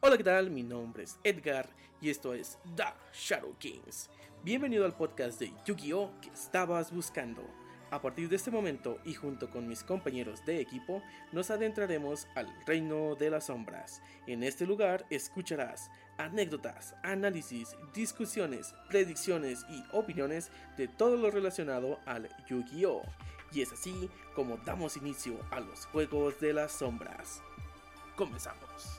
Hola, ¿qué tal? Mi nombre es Edgar y esto es The Shadow Kings. Bienvenido al podcast de Yu-Gi-Oh! que estabas buscando. A partir de este momento y junto con mis compañeros de equipo, nos adentraremos al reino de las sombras. En este lugar escucharás anécdotas, análisis, discusiones, predicciones y opiniones de todo lo relacionado al Yu-Gi-Oh! Y es así como damos inicio a los Juegos de las Sombras. Comenzamos.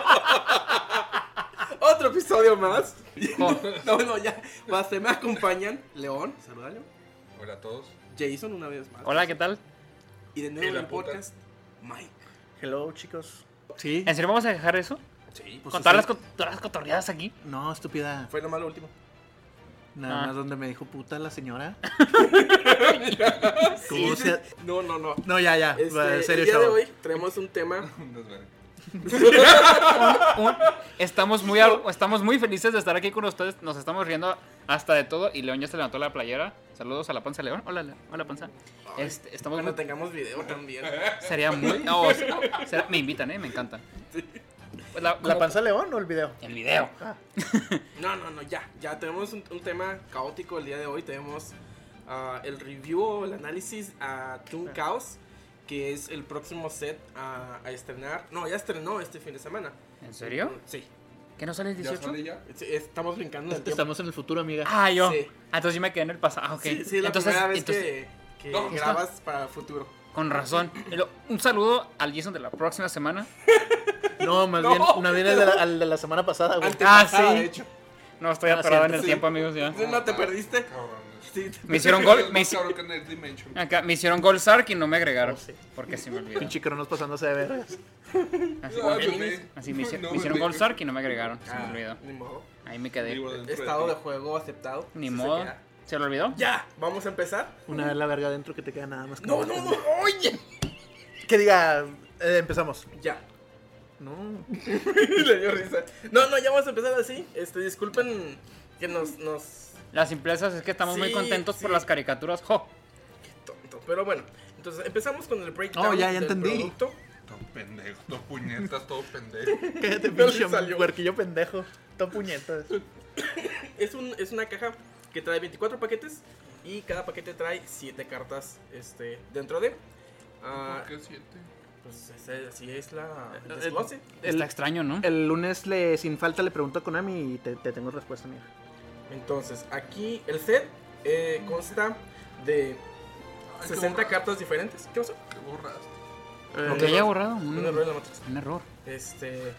Otro episodio más. no, no, ya. Basta, me acompañan León, saluda León. Hola a todos. Jason una vez más. Hola, ¿qué tal? Y de nuevo Y en la el puta. podcast, Mike. Hello, chicos. Sí. ¿En serio vamos a dejar eso? Sí, pues Con es todas las, el- co- todas las cotorreadas aquí. No, estúpida. Fue nomás lo último. Nada Ah. más donde me dijo puta la señora. Sí, ¿Cómo sí. se- No, no, no. No, ya, ya. Este, va, en el serio, día de chavo. hoy tenemos un tema. Nos ven. Un- Estamos muy, a- estamos muy felices de estar aquí con ustedes. Nos estamos riendo hasta de todo. Y León ya se levantó la playera. Saludos a la panza, León. Hola, Le- hola panza. Este, estamos Cuando muy, tengamos video también. sería muy. no, o sea, será- me invitan, ¿eh? Me encanta. Pues la, ¿La como- panza león o el video? El video. No, no, no, ya. Ya tenemos un, un tema caótico el día de hoy. Tenemos ah, el review o el análisis a Toon Chaos, que es el próximo set a, a estrenar. No, ya estrenó este fin de semana. ¿En serio? Sí. ¿Que no sale el ¿Ya 18? sale ya? Sí, Estamos brincando en el tiempo. Estamos en el futuro, amiga. Ah, yo. Sí. Ah, entonces yo me quedé en el pasado. Ah, ok. Sí, sí, la entonces, primera vez entonces- que, que No, ¿está? grabas para futuro. con razón. Pero Un saludo al Jason de la próxima semana. No, más No. bien, una bien al de, la, al de la semana pasada, güey. Antepasada, Ah, sí. de hecho. No, estoy Ah, atorado en cierto, el sí. tiempo, amigos. Ya. No te perdiste. Cabrones. Sí. Me hicieron gol. Me, Más hici- Ah, cabrón que Nerd Dimension. Acá, me hicieron gol Sark y no me agregaron. Oh, sí. Porque se me olvidó. Pinche cronos pasándose de vergas. Así, Ah, así bebé. me, hici- No, me hicieron bebé. gol Sark y no me agregaron. Se me Ah, olvidó. Ni modo. Ahí me quedé. Vivo dentro de Estado de ti. juego aceptado. Ni Sí se modo. queda. ¿Se lo olvidó? Ya, vamos a empezar. Una vez la verga adentro que te queda nada más. que No, la no, verga. no, oye. Que diga, eh, empezamos. Ya. No. Le dio risa. No, no, ya vamos a empezar así. Este, disculpen que nos, nos Las simplezas es que estamos muy Sí, contentos por sí. las caricaturas. ¡Jo! tonto. Pero bueno, entonces empezamos con el breakdown Oh, ya, ya del entendí. producto. Todo pendejo. Dos puñetas, todo pendejo. Cállate, No le pinche salió. huerquillo pendejo. Todo puñetas. Es, un, es una caja que trae 24 paquetes y cada paquete trae 7 cartas este, dentro de. Ah, ¿Por qué siete? pues ese- así es la el Eh, desglose. El- Está extraño, ¿no? El lunes, le, sin falta, le pregunto a Konami y te, te tengo respuesta, mía. Entonces, aquí el set eh, consta de 60 cartas diferentes. ¿Qué pasó? Que borraste. Lo Eh, que haya borrado. Un, Un error en la matriz. un error. Este.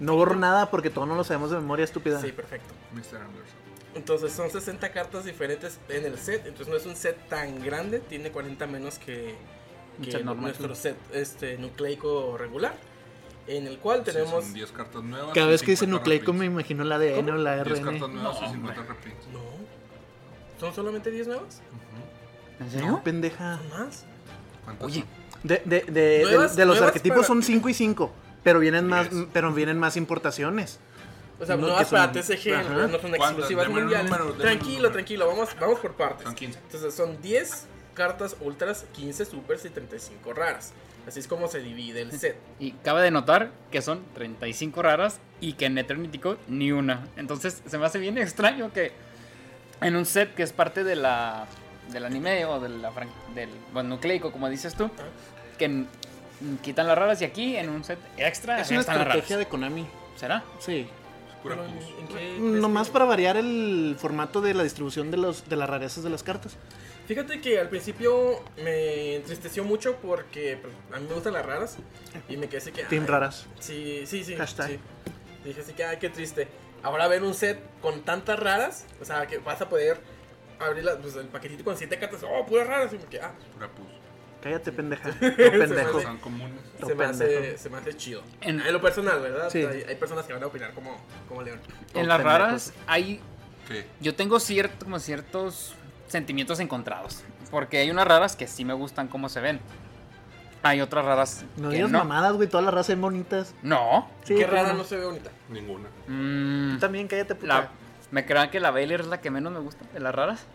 No borro nada porque todo no lo sabemos de memoria estúpida. Sí, perfecto. Mr. Anderson. Entonces son 60 cartas diferentes en el set. Entonces no es un set tan grande. Tiene 40 menos que, Un que set normal. nuestro set este, nucleico regular. En el cual Sí, tenemos. son 10 cartas nuevas. Cada y vez que dice 50 nucleico me ¿eh? reprints. imagino la ADN o la 10 cartas RN. nuevas y 50 reprints. no. ¿Son solamente 10 nuevas? ¿En No, serio? pendeja. ¿Son más? ¿Cuántas Oye, son? De, de, de- Nuevas- de- de los nuevas arquetipos para- son 5 y 5, pero vienen más, Diez. pero vienen más importaciones. O sea, No, no, que es para son- TCG, Ajá. no, no son ¿Cuántas? exclusivas Deme un mundiales. número, deme un tranquilo, número. tranquilo, vamos, vamos por partes. Son 15. Entonces son 10 cartas ultras, 15 supers y 35 raras. Así es como se divide el set. Y cabe de notar que son 35 raras y que en Eternity Code ni una. Entonces se me hace bien extraño que en un set que es parte de la del anime o de la fran- del bueno, nucleico, como dices tú, que n- quitan las raras y aquí en un set extra Es una están las raras. estrategia de Konami. ¿Será? Sí. Es pura Pero, pus. ¿en qué crees Nomás que- Mm, para variar el formato de la distribución de, los, de las rarezas de las cartas. Fíjate que al principio me entristeció mucho porque pues, a mí me gustan las raras y me quedé así que. Team ay, raras. Sí, sí, sí. Hashtag. sí. Dije así que, ay, qué triste. Ahora ver un set con tantas raras, o sea, que vas a poder abrir la- pues, el paquetito con siete cartas, oh, puras raras. Y me quedé, ah, Pura pus. Cállate, pendeja. No, pendejo. Son comunes. No, se me, hace, pendejo. se me hace chido. En En- lo personal, ¿verdad? Sí. Hay, hay personas que van a opinar como, como León. En las pendejos. raras hay ¿Qué? yo tengo cierto, como ciertos sentimientos encontrados, porque hay unas raras que sí me gustan cómo se ven. Hay otras raras No que digas no. mamadas, güey. Todas las razas son bonitas. No. Sí, qué pero rara no se ve bonita. Ninguna. Mm. Tú también cállate, puta. La, me crean que la Baylor es la que menos me gusta de las raras.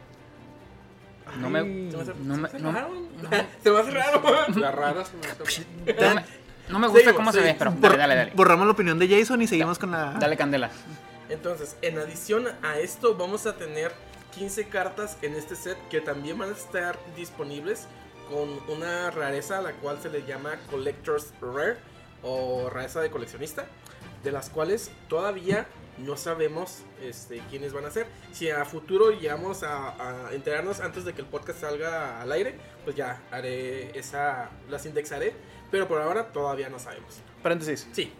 No me, Se me hace, no se me me, hace no, raro. no- se me hace raro. Las raras. no son- no me- no me gusta Seguimos, cómo se ve, seguimos. pero dale, Bor- dale, dale. Borramos la opinión de Jason y seguimos con la. Dale candela. Entonces, en adición a esto, vamos a tener 15 cartas en este set que también van a estar disponibles con una rareza a la cual se le llama Collector's Rare o rareza de coleccionista, de las cuales todavía no sabemos este, quiénes van a ser. Si a futuro llegamos a, a enterarnos antes de que el podcast salga al aire, pues ya haré esa, las indexaré, pero por ahora todavía no sabemos. Paréntesis. Sí,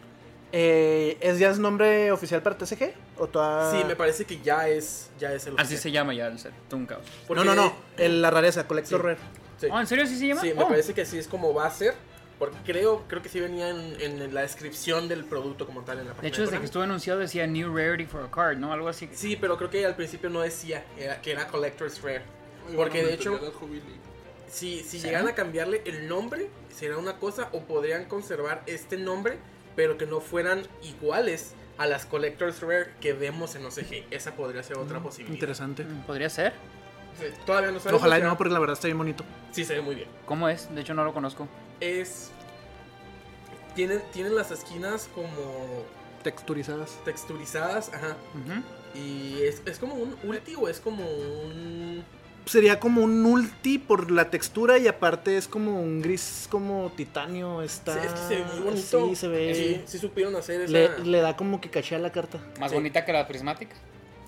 Eh, ¿Es ya es nombre oficial para TCG? ¿O toda... sí, me parece que ya es, ya es el Así oficial. se llama ya el set, Toon Chaos. Porque- No, no, no. el- la rareza, Collector Sí. Rare. Sí. Oh, ¿en serio sí se llama? Sí, me Oh. parece que así es como va a ser. Porque creo, creo que sí venía en, en la descripción del producto como tal en la De página. hecho, desde que Konami. estuvo anunciado decía New Rarity for a Card, ¿no? Algo así. Sí, pero creo que al principio no decía era- que era Collector's Rare. Porque de hecho, si, si ¿Será? llegan a cambiarle el nombre, será una cosa, o podrían conservar este nombre, pero que no fueran iguales a las Collector's Rare que vemos en OCG. Esa podría ser otra posibilidad. Interesante. Mm, ¿Podría ser? Sí, Todavía no sabemos. Ojalá y será- no, porque la verdad está bien bonito. Sí, se ve muy bien. ¿Cómo es? De hecho, no lo conozco. Es. Tienen, tienen las esquinas como Texturizadas. texturizadas, ajá. Ujú. Y es, es como un ulti o es como un. Sería como un ulti por la textura y aparte es como un gris como titanio. Está... Sí, es que se ve muy bonito. Ah, Sí, se ve. Sí, sí supieron hacer esa. Le, le da como que caché a la carta. Más Sí. bonita que la prismática.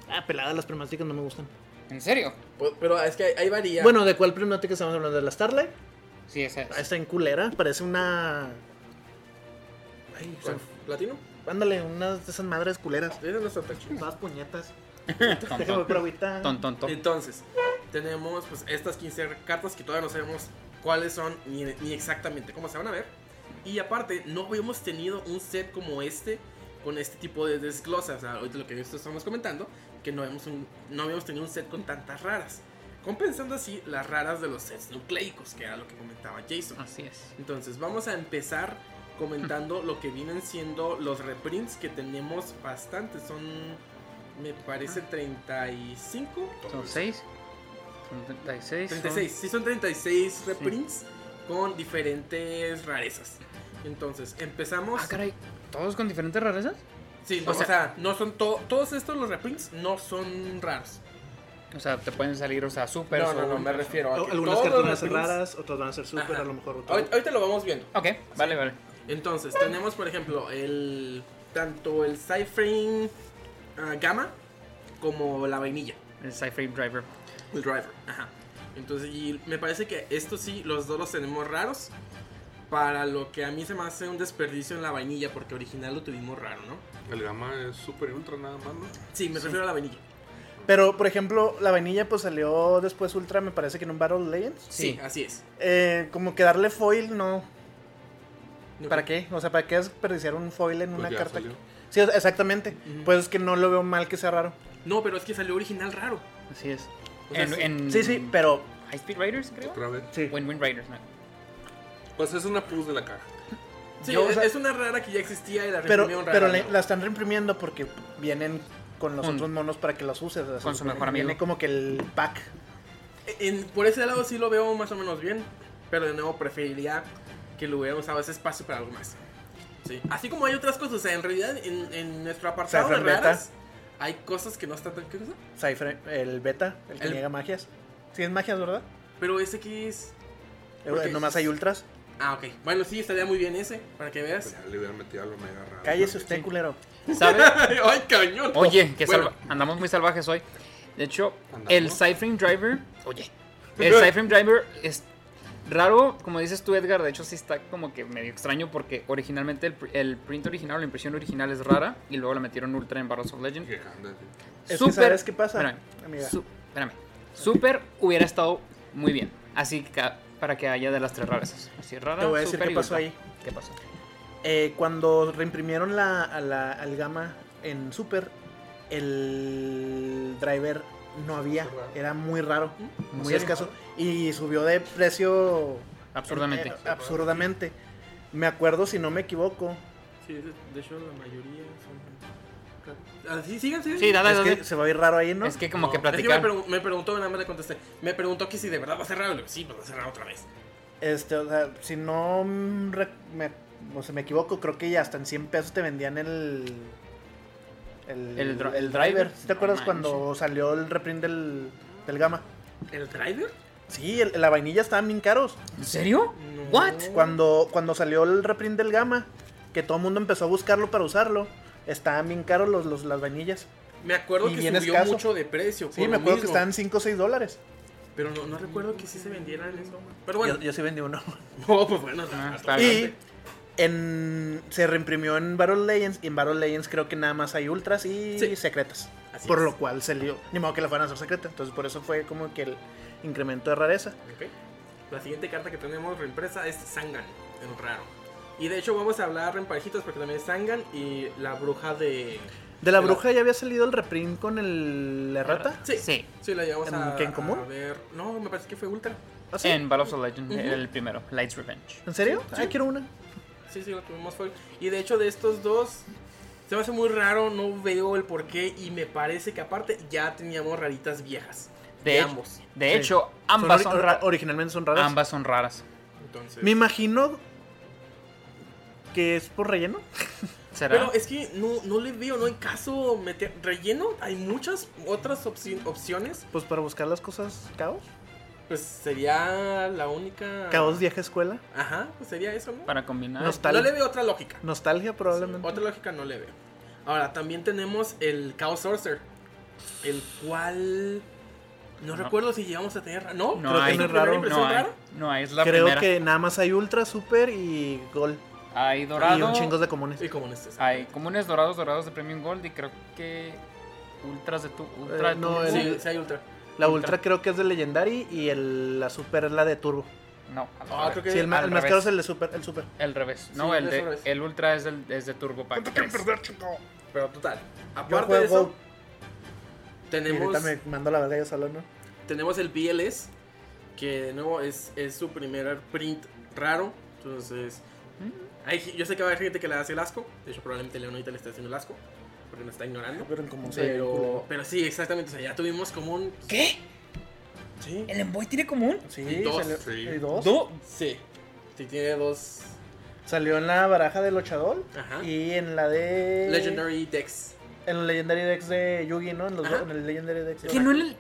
Ah, pelada, las prismáticas no me gustan. ¿En serio? Pu- Pero es que ahí- ahí varía. Bueno, ¿de cuál prismática estamos hablando? ¿De la Starlight? Sí, esa Ah, es. Está en culera, parece una... Ay, ¿Cuál? ¿Platino? Ándale, una de esas madres culeras. Esa no está tan chida. Todas puñetas. Déjame Tontón. por agüita. Tontón. Tontón. Entonces, tenemos pues estas 15 cartas que todavía no sabemos cuáles son ni, ni exactamente cómo se van a ver. Y aparte, no habíamos tenido un set como este con este tipo de desglosas. O sea, ahorita lo que estamos comentando, que no habíamos, un- no habíamos tenido un set con tantas raras. Compensando así las raras de los sets nucleicos, que era lo que comentaba Jason. Así es. Entonces, vamos a empezar comentando lo que vienen siendo los reprints que tenemos bastante. Son, me parece, 35. Ah. Son 6. Son 36. son- 36. Sí, son 36 reprints con diferentes rarezas. Entonces, empezamos. Ah, caray. ¿Todos con diferentes rarezas? Sí, no, o o, sea, sea- no son to- todos estos los reprints no son raros. O sea, te pueden salir, o sea, super. no, no, no, me refiero a O- que Algunas todos cartas los van a ser reprints- raras, otras van a ser super, Ajá. a lo mejor otras. Ahorita, ahorita lo vamos viendo. Ok, vale, vale. Entonces, tenemos por ejemplo el tanto el Cypher ah, Gamma como la vainilla. El Cypher Driver. El driver, ajá. Entonces, y me parece que estos sí, los dos los tenemos raros. Para lo que a mí se me hace un desperdicio en la vainilla, porque original lo tuvimos raro, ¿no? El gama es super y ultra nada más, ¿no? Sí, me refiero a la vainilla. Pero, por ejemplo, la vainilla pues salió después Ultra, me parece que en un Battle Legends. Sí, Sí. así es. Eh, como que darle foil, no. No ¿Para creo- qué? O sea, ¿para qué desperdiciar un foil en Pues una ya carta? salió. Sí, o sea, exactamente. Ujú. Pues es que no lo veo mal que sea raro. No, pero es que salió original raro. Así es. O sea, En- sí. en- Sí, sí, pero... High Speed Raiders, creo. Otra vez. Sí. Win Win Raiders, no. Pues es una pus de la caja. Sí, Yo, o es, sea- es una rara que ya existía y la Pero, reimprimieron rara. pero le- ¿no? la están reimprimiendo porque vienen con los Con- otros monos para que los uses. o sea, con su mejor viene amigo. como que el pack. E, En- por ese lado sí lo veo más o menos bien, pero de nuevo preferiría que lo hubieran usado ese espacio para algo más. Sí. Así como hay otras cosas, o sea, en realidad en, en nuestro apartado de Cypher Beta. raras hay cosas que no están tan... ¿qué cosa? Cypher, el beta, el que El- niega magias. Sí, es magias, ¿verdad? Pero ese que es... Eh, Porque- Nomás hay ultras. Ah, ok. Bueno, sí, estaría muy bien ese, para que Pues veas. ya le hubieran metido algo mega raro. Cállese usted, culero. ¿Sabes? Pues ¡Ay, cañón! Oye, que Bueno, salva- andamos muy salvajes hoy. De hecho, Andamos. el Cyframe Driver, oye, el Cyframe Driver es raro, como dices tú, Edgar. De hecho, sí está como que medio extraño porque originalmente el, pr- el print original, la impresión original es rara y luego la metieron ultra en Battles of Legend. Que anda, sí. Es que Súper- ¿sabes qué pasa, Espérame, amiga? su- espérame. Super hubiera estado muy bien. Así que para que haya de las tres raras. Así rara, Te voy a decir super qué y pasó ultra. ahí. ¿Qué pasó? Eh, cuando reimprimieron la, a la, al Gamma en Super, el driver no había, Muy raro. era muy raro, muy serio? escaso y subió de precio Absurdamente. eh, absurdamente. Me acuerdo, si no me equivoco, Sí, de de hecho la mayoría son... Ah, sí, sigan, sigan. Sí, dale, es dale. que se va a ir raro ahí, ¿no? Es que como que No, es platicar. me, pregun- me preguntó, nada más le contesté. Me preguntó que si de verdad va a cerrar. Le digo, sí, pues va a cerrar otra vez. Este, o sea, si no mm, re- me, o sea, me equivoco, creo que ya hasta en 100 pesos te vendían el... El, El dri- el driver. ¿Sí ¿Te acuerdas No cuando salió el reprint del, del Gamma? ¿El driver? Sí, el- la vainilla estaban bien caros. ¿En serio? No. ¿What? Cuando, cuando salió el reprint del Gamma, que todo el mundo empezó a buscarlo para usarlo, estaban bien caros los, los- las vainillas. Me acuerdo Y que bien subió escaso. mucho de precio. Sí, por me lo acuerdo que mismo. estaban 5 o 6 dólares. Pero no, no recuerdo que sí se vendiera en eso. Pero bueno, sí vendí uno. no, pues bueno, Ah, está está Y bien. en, se reimprimió en Battle Legends, y en Battle Legends creo que nada más hay ultras y Sí. secretas. Así por es. lo cual se lió. Ni modo que la fueran a hacer secreta. Entonces por eso fue como que el incremento de rareza. Ok. La siguiente carta que tenemos reimpresa es Sangan, en raro. Y de hecho vamos a hablar en parejitas porque también es Sangan y la bruja de... De la Pero- bruja ya había salido el reprint con el la rata. Sí, sí. Sí. la llevamos ¿En a, qué en común? a ver. No, me parece que fue Ultra. ¿Ah, sí? En Battles of Legend, Ujú. el primero, Lights Revenge. ¿En serio? Ay, quiero una. Sí, sí, lo tuvimos fue. Y de hecho, de estos dos, se me hace muy raro, no veo el porqué. Y me parece que aparte ya teníamos raritas viejas. De, De, hecho- ambos. de Sí. hecho, Son ambas ori- son, or- raras. originalmente son raras. Ambas son raras. Entonces. Me imagino que es por relleno. ¿Será? Pero es que no, no le veo, no hay caso meter relleno. Hay muchas otras opci- opciones. Pues para buscar las cosas caos. Pues sería la única. Caos vieja escuela. Ajá, pues sería eso, ¿no? Para combinar. Nos- No le veo otra lógica. Nostalgia probablemente. Otra lógica no le veo. Ahora, también tenemos el Chaos Sorcerer. El cual. No, No. recuerdo si llegamos a tener. No, No Creo que hay. no No, es raro. ¿Impresión hay. rara? No hay. Es la Creo primera. que nada más hay ultra, super y gol. Hay Y dorado. un chingos de comunes. Y como en este. Hay comunes dorados, dorados de Premium Gold y creo que ultras de tu ultra Eh, no, turbo. Sí, el- sí hay ultra. La ultra. ultra creo que es de Legendary y el, la super es la de Turbo. No, al Ah, revés. creo que- Sí, el, ma- al el más revés. caro es el de super, el super. El revés. No, Sí, el, es de- al revés. el ultra es, del, es de Turbo Pack. 3. Pero total. Yo Aparte de juego eso, Go y tenemos, ahorita me mando la verga yo solo, ¿no? tenemos el BLS, que de nuevo es, es su primer print raro. Entonces, hay ge- yo sé que va a haber gente que le hace el asco. De hecho, probablemente León ahorita le está haciendo el asco, porque nos está ignorando. Pero como Pero, pero sí, exactamente. O sea, ya tuvimos como un. ¿Qué? Sí. ¿El Envoy tiene común? Sí, Y dos, salió, sí. y dos. ¿Dos? Sí. Sí, tiene dos. Salió en la baraja del Ochadol Ajá. y en la de Legendary Dex. En el Legendary Dex de Yugi, ¿no? En, los Ajá. dos- en el Legendary Dex. de- ¿Que no en el,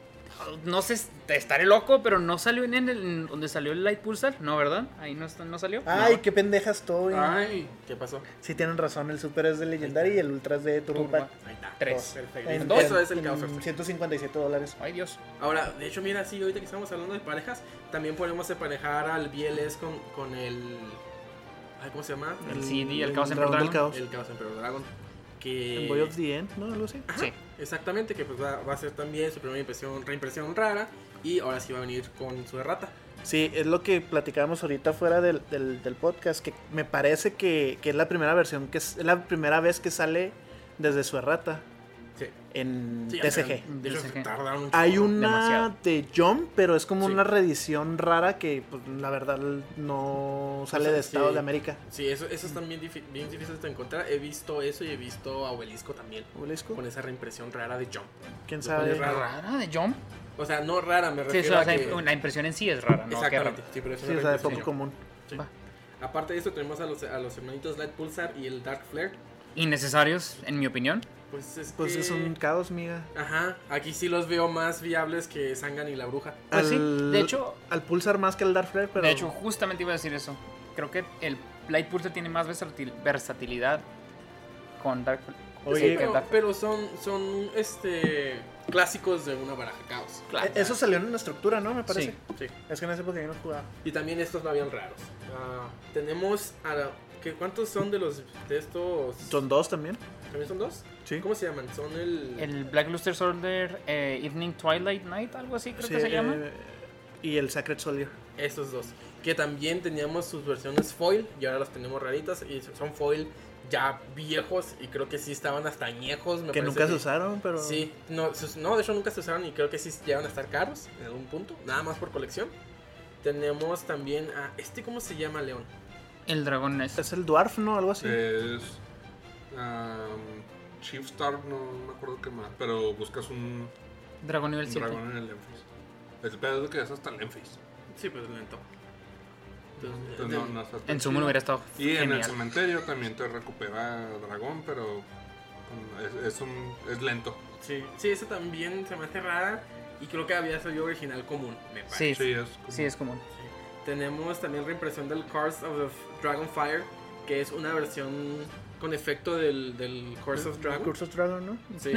No sé, estaré loco, pero no salió en el en donde salió el Light Pulsar, ¿no, verdad? Ahí no, está- no salió. Ah, Ay, No. qué pendeja estoy. Ay, ¿qué pasó? Sí tienen razón, el Super es de Legendary y el Ultra es de Turbo Turbo. Pack. Ahí está. Tres. Perfecto. En- Entonces, en- eso es el en caos. Arctic. 157 dólares. Ay, Dios. Ahora, de hecho, mira, sí, ahorita que estamos hablando de parejas, también podemos separejar al BLS con, con el. ay, ¿Cómo se llama? El CD, el el Caos Round Emperor del Dragon. Caos. El Caos Emperor Dragon. En Que. Boy of the End, ¿no? Algo así. Sí. Exactamente, que pues va, va a ser también su primera impresión, reimpresión rara. Y ahora sí va a venir con su errata. Sí, es lo que platicábamos ahorita fuera del, del- del podcast, que me parece que, que es la primera versión, que es, es la primera vez que sale desde su errata Sí. en sí, ya TCG. saben, De hecho, TCG. tardaron un Hay chorro. una demasiado. de Jump, pero es como Sí. una reedición rara que pues, la verdad no sale Pues de sí. Estado de América. Sí, eso, eso es también difi- bien difícil de encontrar. He visto eso y he visto a Obelisco también. ¿Obelisco? Con esa reimpresión rara de Jump. ¿Quién Lo cual sabe? es raro. ¿Rara de Jump? O sea, no rara, me Sí, refiero eso, o a sea, que... la impresión en sí es rara, ¿no? Qué raro. Exactamente, sí, pero es Sí, una o sea, de poco reimpresión. común. Sí. Va. Aparte de eso, tenemos a los, a los hermanitos Light Pulsar y el Dark Flare. Innecesarios, en mi opinión. Pues es Pues que- es un caos, miga. Ajá, aquí sí los veo más viables que Sangan y la bruja. Pues sí, Al- de hecho- Al pulsar más que al Dark Flare, pero. De hecho, justamente iba a decir eso. Creo que el Light Pulsar tiene más versatil- versatilidad con Dark Oye, sí, Sí, que pero, Dark- pero son, son este clásicos de una baraja caos. Claro. Eh, Eso salió en una estructura, ¿no? Me parece. Sí. Sí. Es que en esa época yo no jugaba. Y también estos no habían raros. Ah, tenemos a la- ¿qué- ¿Cuántos son de los de estos? Son dos también. ¿También son dos? Sí. ¿Cómo se llaman? Son el... El Black Luster Soldier eh, Evening Twilight Night, algo así creo Sí, que se llama. eh, y el Sacred Soldier. Esos dos. Que también teníamos sus versiones foil y ahora las tenemos raritas. Y son foil ya viejos y creo que sí estaban hasta añejos. me Que parece nunca se usaron, pero. Sí, no, sus- no, de hecho nunca se usaron y creo que sí llegan a estar caros en algún punto. Nada más por colección. Tenemos también a... ¿Este cómo se llama, León? El dragón es. Es el Dwarf, ¿no? Algo así. Eh, Es. am, Chief Star, no me acuerdo qué más. Pero buscas un Dragón nivel 7. dragón en el Enface. El pedo es que es hasta el Enface. Sí, pero lento. Entonces, Pues, este, no, no está tan En su chido. mundo hubiera estado Y en el genial. cementerio también te recupera dragón, pero con- es, es un, es lento. Sí, sí, esa también se me hace rara y creo que había salido original común, me parece. Sí, Sí, sí, es como- es común. Tenemos también reimpresión del Curse of the F- Dragonfire, que es una versión con efecto del, del Curse of Dragon. Ah, Ah. Curse of Dragon, ¿no? Sí.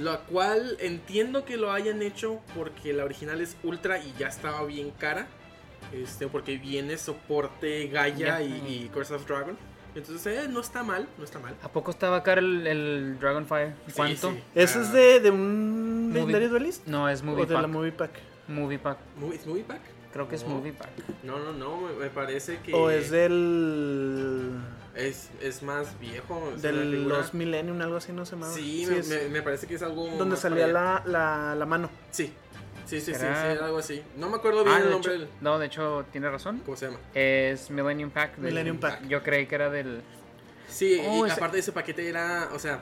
Lo cual entiendo que lo hayan hecho porque la original es ultra y ya estaba bien cara. Este, porque viene soporte Gaia Ya. y, y Curse of Dragon. Entonces, eh, no está mal, no está mal. ¿A poco estaba caro el, el Dragonfire? Sí, ¿Cuánto? sí. Ah, Ese es de, de un Movie- legendario duelist. No, es Movie o de Pack. la Movie Pack. Movie Pack. Movie- ¿Es Movie Pack? Creo que es No. Movie Pack. No, no, no, me, me parece que... O es del. Es, es más viejo. es una Del figura- los Millennium, algo así, no se llama. Sí, me, es me- me parece que es algo. Donde más salía para allá. la, la, la mano. Sí, sí, sí, sí, sí, Era- algo así. No me acuerdo bien Ah, el de nombre hecho- del. no, de hecho, tiene razón. ¿Cómo se llama? Es Millennium Pack. del- Millennium Pack. Yo creí que era del. Sí, Oh, y ese- aparte ese paquete era. O sea,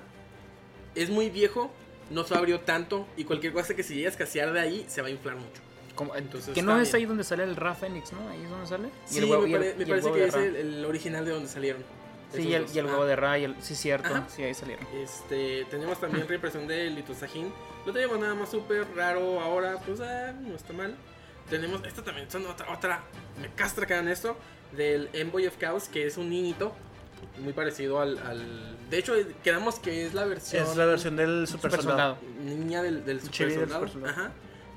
es muy viejo, no se abrió tanto. Y cualquier cosa que se llegue a escasear de ahí se va a inflar mucho. como- Entonces que no está es bien. ahí donde sale el Ra Fénix, ¿no? Ahí es donde sale. Sí, huevo- me, el- pare- me el parece huevo que de es Ra. el, el original de donde salieron. Sí, Esos y el, dos. y el huevo Ah, de Ra. Y el, sí, cierto. Ajá. Sí, ahí salieron. Este, tenemos también reimpresión de Litosajín. Lo tenemos nada más súper raro ahora, pues ah, no está mal. Tenemos, esta también son otra, otra, me castra que hagan esto, del Envoy of Chaos, que es un niñito, muy parecido al, al- De hecho, quedamos que es la versión... Es la versión del Super, Super Soldado. soldado. Niña del, del super Chibi del soldado. super soldado. Ajá.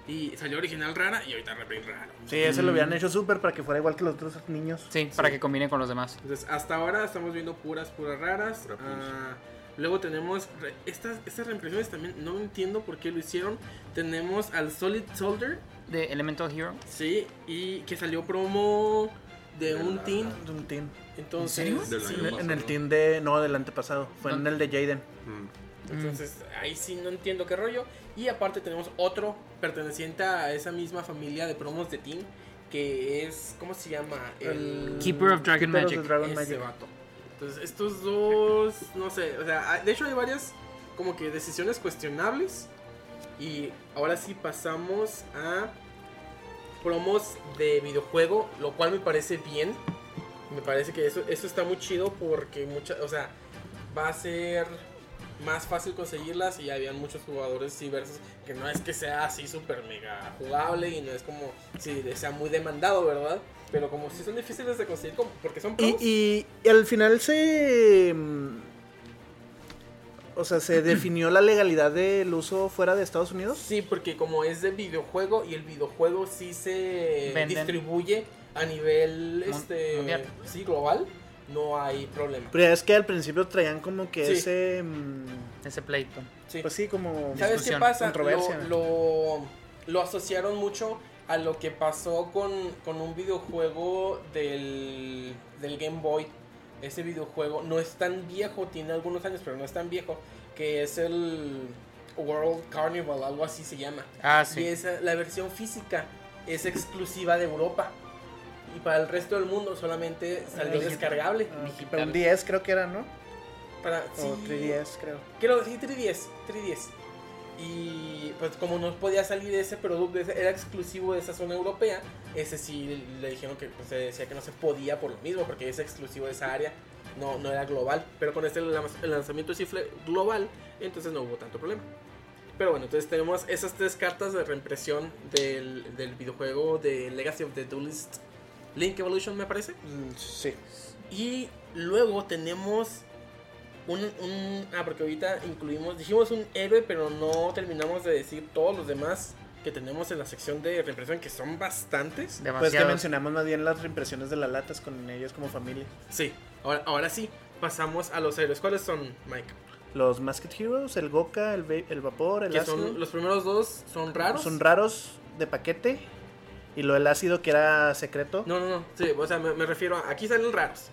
Y salió original rara y ahorita reprint raro. Sí, ese lo hubieran hecho Super para que fuera igual que los otros niños. Sí, para que combine con los demás. Entonces, hasta ahora estamos viendo puras, puras raras. Pura pulsa. Ah, luego tenemos re- estas, estas reimpresiones también, no entiendo por qué lo hicieron. Tenemos al Solid Soldier, De Elemental Hero. sí, y que salió promo de De un la- team. De un team. Entonces, serio? Del sí, año En el pasado. team de. No, del antepasado. Fue en ¿Dónde? el de Jaden. Mm. entonces ahí sí no entiendo qué rollo. Y aparte tenemos otro perteneciente a esa misma familia de promos de team, que es, ¿cómo se llama? El... Keeper of Dragon Keeper of Magic. the Dragon ese Magic. vato. Entonces, estos dos, no sé, o sea, hay- de hecho hay varias como que decisiones cuestionables. Y ahora sí pasamos a promos de videojuego, lo cual me parece bien. Me parece que eso, eso está muy chido porque mucha, o sea, va a ser más fácil conseguirlas y habían muchos jugadores diversos que no es que sea así súper mega jugable y no es como si sea muy demandado, ¿verdad? Pero como si son difíciles de conseguir como- porque son pros. Y, y- y al final se. mm, O sea, se definió la legalidad del uso fuera de Estados Unidos. Sí, porque como es de videojuego y el videojuego sí se Venden. distribuye a nivel Mun- este mundial. sí global, no hay problema. Pero ya es que al principio traían como que Sí. ese. mm, Ese pleito. Sí. Pues sí, como. ¿Sabes qué discusión, pasa? controversia. Lo, lo- lo asociaron mucho a lo que pasó con, con un videojuego del, del Game Boy. Ese videojuego no es tan viejo, tiene algunos años, pero no es tan viejo, que es el World Carnival, algo así se llama. Ah, Y sí. esa, la versión física es exclusiva de Europa. Y para el resto del mundo solamente salió digital. descargable. Ah, digital. Pero un 10 creo que era, ¿no? Para, O sí. 3DS, creo. Creo que sí, 310, 310. Y pues como no podía salir ese producto, ese era exclusivo de esa zona europea, ese sí le dijeron que pues, se decía que no se podía por lo mismo, porque es exclusivo de esa área, no, no era global. Pero con este lanz- el lanzamiento sí fue global, entonces no hubo tanto problema. Pero bueno, entonces tenemos esas tres cartas de reimpresión del, del videojuego de Legacy of the Duelist Link Evolution, me parece. Mm, Sí. Y luego tenemos un, un- Ah, porque ahorita incluimos. Dijimos un héroe, pero no terminamos de decir todos los demás que tenemos en la sección de reimpresión, que son bastantes. Pues que Demasiado. mencionamos más bien las reimpresiones de las latas con ellos como familia. Sí, ahora, ahora sí, pasamos a los héroes. ¿Cuáles son, Mike? Los Masked Heroes, el Goka, el, Ve- el Vapor, el Que Ácido. son, los primeros dos son raros. Son raros de paquete. Y lo del ácido que era secreto. No, no, no. Sí, o sea, me, me refiero a. Aquí salen raros.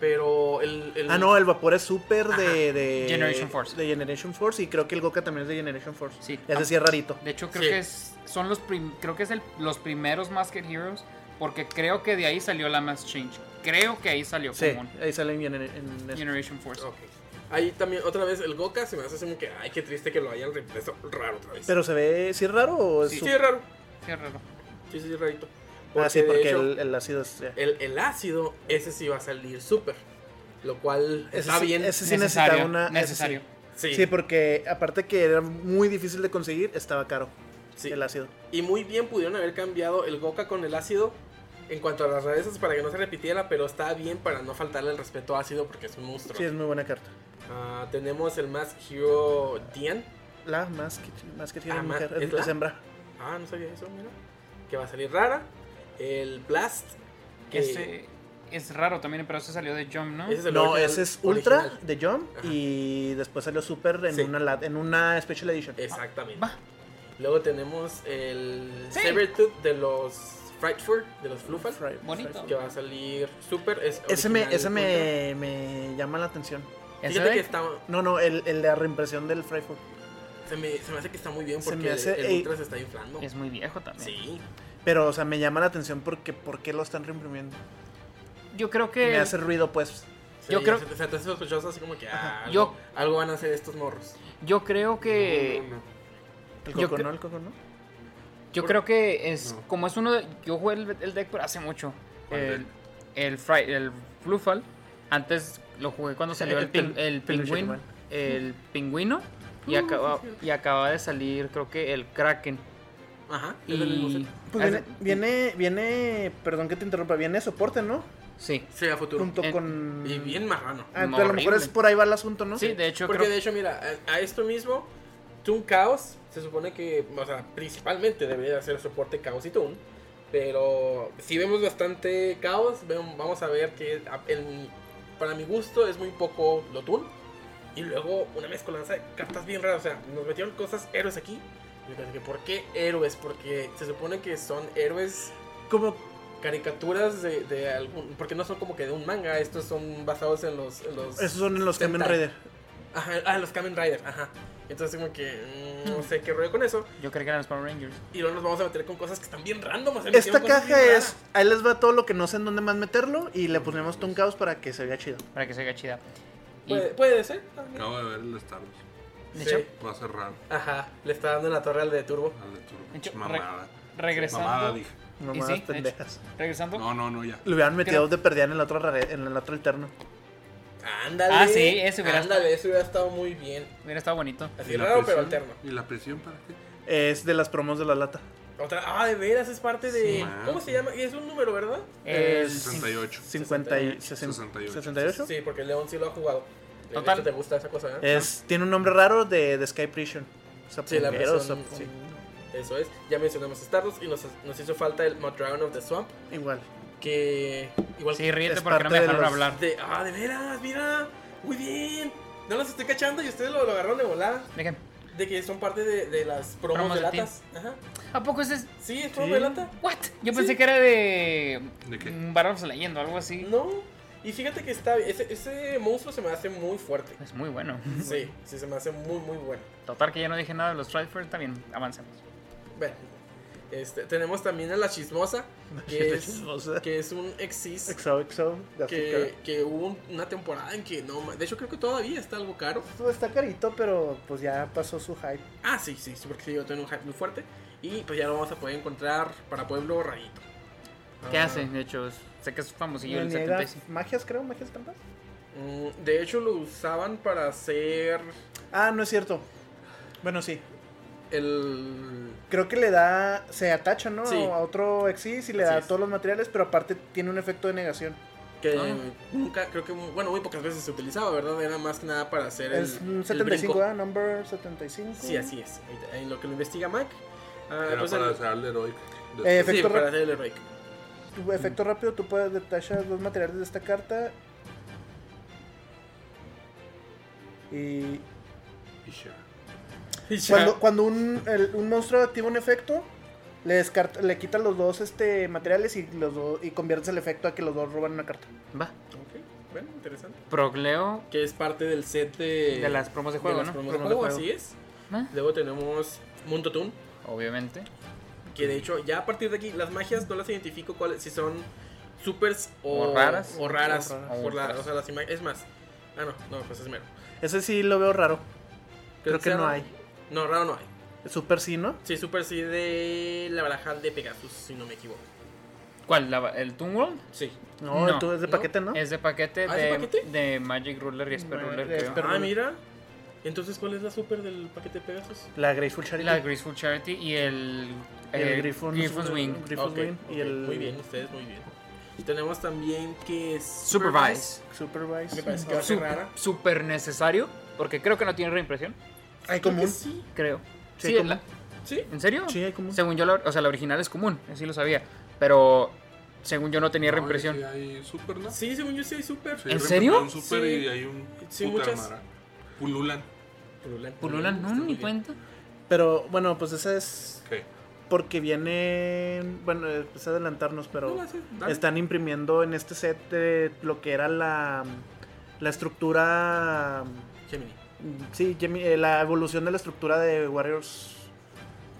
Pero el. el- Ah, no, el vapor es súper Ajá. de, de- Generation Force. De Generation Force. Y creo que el Goka también es de Generation Force. Sí. Ese sí es rarito. De hecho, creo Sí. que es, son los prim- creo que es el- los primeros Masked Heroes. Porque creo que de ahí salió la Mass Change. Creo que ahí salió Sí, común. ahí salen bien en, en- en- Generation Force. Ok. Ahí también, otra vez, el Goka se me hace así como que. Ay, qué triste que lo hayan reimpreso raro otra vez. Pero se ve, ¿sí es raro o es sí, su- sí, es raro. Qué raro. Sí, sí, es rarito. Ah, sí, de porque hecho, eh, el, el ácido es. ya. el, el ácido, ese sí va a salir súper. Lo cual Ese está sí- bien. ese sí Necesario, necesita una. ese sí. necesario. sí, Sí, porque aparte que era muy difícil de conseguir, estaba caro sí. el ácido. Y muy bien pudieron haber cambiado el Goka con el ácido en cuanto a las rarezas para que no se repitiera, pero está bien para no faltarle el respeto a ácido porque es un monstruo. Sí, es muy buena carta. Ah, tenemos el Mask Hero Dien. La más que, más que tiene Ah, ma- mujer, ¿es es, la? es hembra. Ah, no sabía eso, mira. Que va a salir rara. El Blast. Que Ese es raro también, pero ese salió de Jump, ¿no? es el No, original- ese es Ultra original. de Jump Ajá. y después salió Super en, Sí. Eh, una, lat- en una Special Edition. Exactamente. Va. Luego tenemos el Sí. Sabertooth de los Frightful, de los Flufal. Fry- Bonito. Fry- que va a salir súper. es Ese, me, original ese Ultra. me, me llama la atención. Ese Fíjate de- que está, No, no, el, el de la reimpresión del Fryford. se, me, se me hace que está muy bien Se porque me hace- el ey. Ultra se está inflando. es muy viejo también. Sí, Pero, o sea, me llama la atención porque ¿por qué lo están reimprimiendo? Yo creo que. Me hace ruido, pues. Sí, Yo creo- Se, se te hace sospechoso, así como que. Ah, algo, Yo- algo van a hacer estos morros. Yo creo que. No, no, no. El Yo coco cre- no, el coco no. Yo creo que es. No. Como es uno de. Yo jugué el, el deck pero hace mucho. ¿Cuál El, el, Fry- el Flufal. Antes lo jugué cuando salió el, El pin- pin- el Pinochet pingüino. Man. El pingüino. Ah, Y acaba, y acaba de salir, creo que el Kraken. Ajá, es del mismo Y. set. Pues viene, viene, viene, perdón que te interrumpa, viene soporte, ¿no? Sí. Sí, a futuro. Junto Eh, con... Y bien marrano. Ah, entonces a lo mejor horrible. es por ahí va el asunto, ¿no? Sí, de hecho Porque creo. de hecho, mira, a, a esto mismo, Toon Chaos se supone que, o sea, principalmente debería hacer soporte Chaos y Toon. Pero si vemos bastante Chaos, vem- vamos a ver que a- en- para mi gusto es muy poco lo Toon. Y luego una mezcolanza de cartas bien raras. O sea, nos metieron cosas héroes aquí. Yo pensé que, ¿por qué héroes? Porque se supone que son héroes Como caricaturas de, de algún. Porque no son como que de un manga, estos son basados en los. En los esos son los Kamen Sentai. Rider. Ajá, ah, los Kamen Rider, ajá. Entonces como que mm, no sé qué rollo con eso. Yo creo que eran los Power Rangers. Y luego nos vamos a meter con cosas que están bien random. o sea, metieron Esta cosas caja bien es, ahí les va todo lo que no sé en dónde más meterlo y le ponemos Toon Caos para que se vea chido. Para que se haga chida. raras. Y, Puede, puede ser. también. Acabo de ver el Star Wars. de Sí. hecho, Va a cerrar Ajá, le está dando en la torre al de Turbo. al de Turbo. De hecho, Mamada. re- regresando- Mamada, dije. No Y más sí, de hecho. pendejas. regresando. No, no, no, ya. Lo hubieran metido Creo- de perdida en el otro, rare- en el otro alterno. Ándale. Ah, sí, eso hubiera Ándale, eso hubiera estado muy bien. Hubiera estado bonito. Así ¿Y la raro, pero presión? alterno. ¿Y la presión para qué? Es de las promos de la lata. Otra, ah, de veras, es parte de. Sí. ¿Cómo se llama? Es un número, ¿verdad? Eh, El 68. 50 y 68. 68. Sí, porque León sí lo ha jugado. De Total. hecho, te gusta esa cosa, ¿eh? Es, tiene un nombre raro de, de Sky Prison. Sí, la Sapunguero, versión- sapu- sí. Eso es. Ya mencionamos Stardust y nos, nos hizo falta el Madragon of the Swamp. Igual. Que. Igual Sí, ríete Es porque no parte me de dejaron los- hablar. de, ah, de veras, mira. Muy bien. No los estoy cachando y ustedes lo, lo agarraron de volada. Dejen. De que son parte de, de las promos, Promos de de ti. latas. Ajá. ¿A poco ese es Sí, es promo Sí. de lata. What? Yo pensé que era de. ¿De qué? mm, Barbaros leyendo, algo así. No. Y fíjate que está. Ese, ese monstruo se me hace muy fuerte. Es muy bueno. Sí, sí, se me hace muy, muy bueno. Total, que ya no dije nada de los Strikers. Está bien, avancemos. Bueno, este, tenemos también a la chismosa, que La es, chismosa. que es un exis. XOXO. de Que, África. que hubo un- una temporada en que no. ma- De hecho, creo que todavía está algo caro. Pues Está carito, pero pues ya pasó su hype. Ah, sí, sí, sí, porque sí, yo tengo un hype muy fuerte. Y pues ya lo vamos a poder encontrar para Pueblo Rayito. ¿Qué Ah, hace? De hecho, sé que es famosillo el Niega 75. magias, creo, magias tantas. mm, de hecho, lo usaban para hacer Ah, no es cierto. Bueno, sí. el. Creo que le da. Se atacha, ¿no? Sí. A otro Exis y le Así da es. todos los materiales, pero aparte tiene un efecto de negación. Que Ah. nunca, creo que, muy- bueno, muy pocas veces se utilizaba, ¿verdad? Era más que nada para hacer el. es el un 75, brinco. ¿verdad? Number 75. Sí, así es. Ahorita, En lo que lo investiga Mike. Ah, Era pues, para el- hacer el heroic. Eh, Después- Sí, Efecto para rap- hacer el break. Tu efecto rápido, tú puedes detachar dos materiales de esta carta. Y. Y ya. Cuando, cuando un, el- un monstruo activa un efecto, le, descarta, le quita los dos este, materiales y, los dos- y conviertes el efecto a que los dos roban una carta. Va. Ok, bueno, interesante. Procleo Que es parte del set de, de las promos de juego, de las ¿no? promos de Promos de juego, juego. así es. Ah, Luego tenemos Mundotun, Obviamente. que de hecho ya a partir de aquí las magias no las identifico cuáles, si son supers o, O raras. O raras. O raras. por la- Ultras. o sea, las ima- es más. Ah, no, no, pues es mero. Ese sí lo veo raro. Creo que sea no raro. hay. No, raro no hay. Super sí, ¿no? Sí, super sí de la baraja de Pegasus, si no me equivoco. ¿Cuál? ¿La- ¿El Toon World? Sí. No, No. tú es de No, paquete, ¿no? Es de paquete, ¿Ah, de, es de paquete? de Magic Ruler y Esper Ma- Ruler, de creo. Esper- Ah, Perdón. mira. Entonces, ¿cuál es la super del paquete de Pegasus? La Graceful Charity. La Graceful Charity y el, y el eh, Griffon's- Griffon's Wing. Griffon's Ok, Wing ok, y el Muy bien, ustedes muy bien. Y tenemos también que es... Supervise. Supervise. Me parece que va a ser rara. Sup- Súper necesario, porque creo que no tiene reimpresión. Hay Creo que común. Sí, Creo. Sí, Sí, común. la- sí. ¿En serio? Sí, hay común. Según yo, la, o sea, la original es común, así lo sabía. Pero según yo no tenía reimpresión. No, y- y hay super, ¿no? Sí, según yo sí hay super. Sí, ¿En reimpresión serio? super Sí. y hay un Sí, puta muchas. mara. Pululan. Pululan. Pululan, no, Está muy ni bien. cuenta. Pero bueno, pues esa es ¿Qué? porque viene. Bueno, eh, pues adelantarnos, pero. No, no, sí, dale. Están imprimiendo en este set eh, lo que era la, la estructura. Gemini. mm, Sí, Jimmy, eh, la evolución de la estructura de Warriors.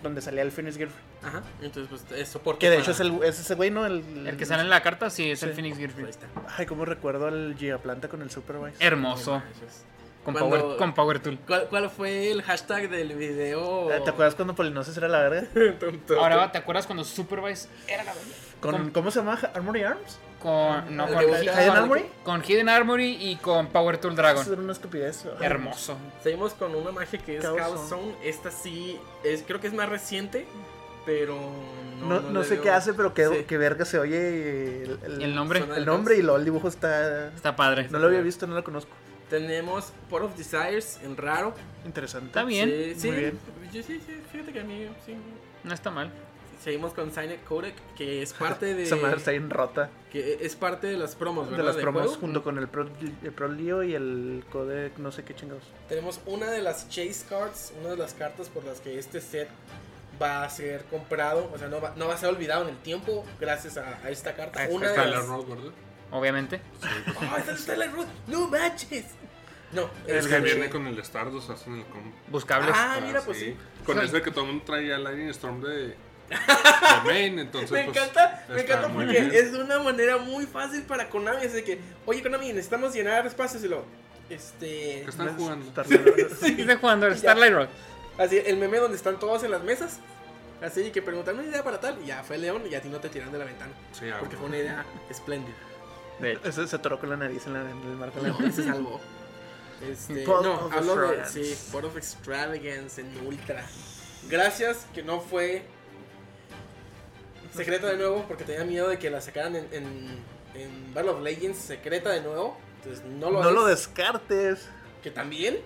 Donde salía el Phoenix Gear. Ajá. Entonces, pues es soporte. Que de para- hecho es, el, es ese güey, ¿no? El, El que sale en la carta, sí, es el Sí. Phoenix Ahí Gearfield. está. Ay, cómo recuerdo al Gigaplanta con el Supervise. Hermoso. No manches. Con, Cuando- power, con Power Tool. ¿Cuál, ¿Cuál fue el hashtag del video? Ah, ¿Te acuerdas cuando Polinosis era la verga? Tonto. Ahora, va, ¿te acuerdas cuando Supervise era la verdad? Con, ¿Cómo se llama? ¿Armory Arms? Con, no, ¿El con, que Hi- busca- con- ¿Hidden Armory? con Hidden Armory y con Power Tool Eso Dragon. era una estupidez. Ay, Hermoso. Seguimos con una magia que es Chaos Chaos Zone. Zone. Esta sí, es, creo que es más reciente, pero... No, No, no, le sé veo- qué hace, pero qué, Sí. qué verga se oye el, el- El nombre. Suena- el nombre y luego el dibujo está... Está padre. No lo había visto, no lo conozco. Tenemos Port of Desires en raro. Interesante. Está bien. Sí, sí, Muy bien. Yo sí, sí, fíjate que a mí sí. No está mal. Seguimos con Signet Codec, que es parte Esa madre está de bien rota. que es parte de las promos, ¿verdad? Pues, De las del promos juego. junto con el Pro, el Pro Leo y el Codec, no sé qué chingados. Tenemos una de las chase cards, una de las cartas por las que este set va a ser comprado, o sea, no va, no va a ser olvidado en el tiempo gracias a, a esta carta. Ah, Una de Está la las- Road, ¿verdad? Obviamente. ¡Ah, esta está la Root! ¡No manches! No, El este- que viene con el Stardust hacen el combo. Buscables. Ah, mira, pues sí. Con Sí. ese que todo el mundo traía Lightning Storm de, de Main, entonces. Me pues, encanta, me está encanta muy porque bien. es una manera muy fácil para Konami. Es de que, oye Konami, necesitamos llenar espacios y lo. Este. Que están jugando. Está raro. Estoy jugando al Starlight Rock. Así, el meme donde están todos en las mesas. Así que preguntan una idea para tal. Y ya fue León y a ti no te tiran de la ventana. Sí, ah, Porque fue bueno. una idea espléndida. De hecho. Se, se atoró con la nariz en, la, en el marco de la No, se salvó. Este, Board no, of hablo de Extravagance. sí, Board of Extravagance en Ultra. Gracias que no fue secreta de nuevo, porque tenía miedo de que la sacaran en, en, en Battle of Legends secreta de nuevo. Entonces no lo No lo es. descartes. Que también.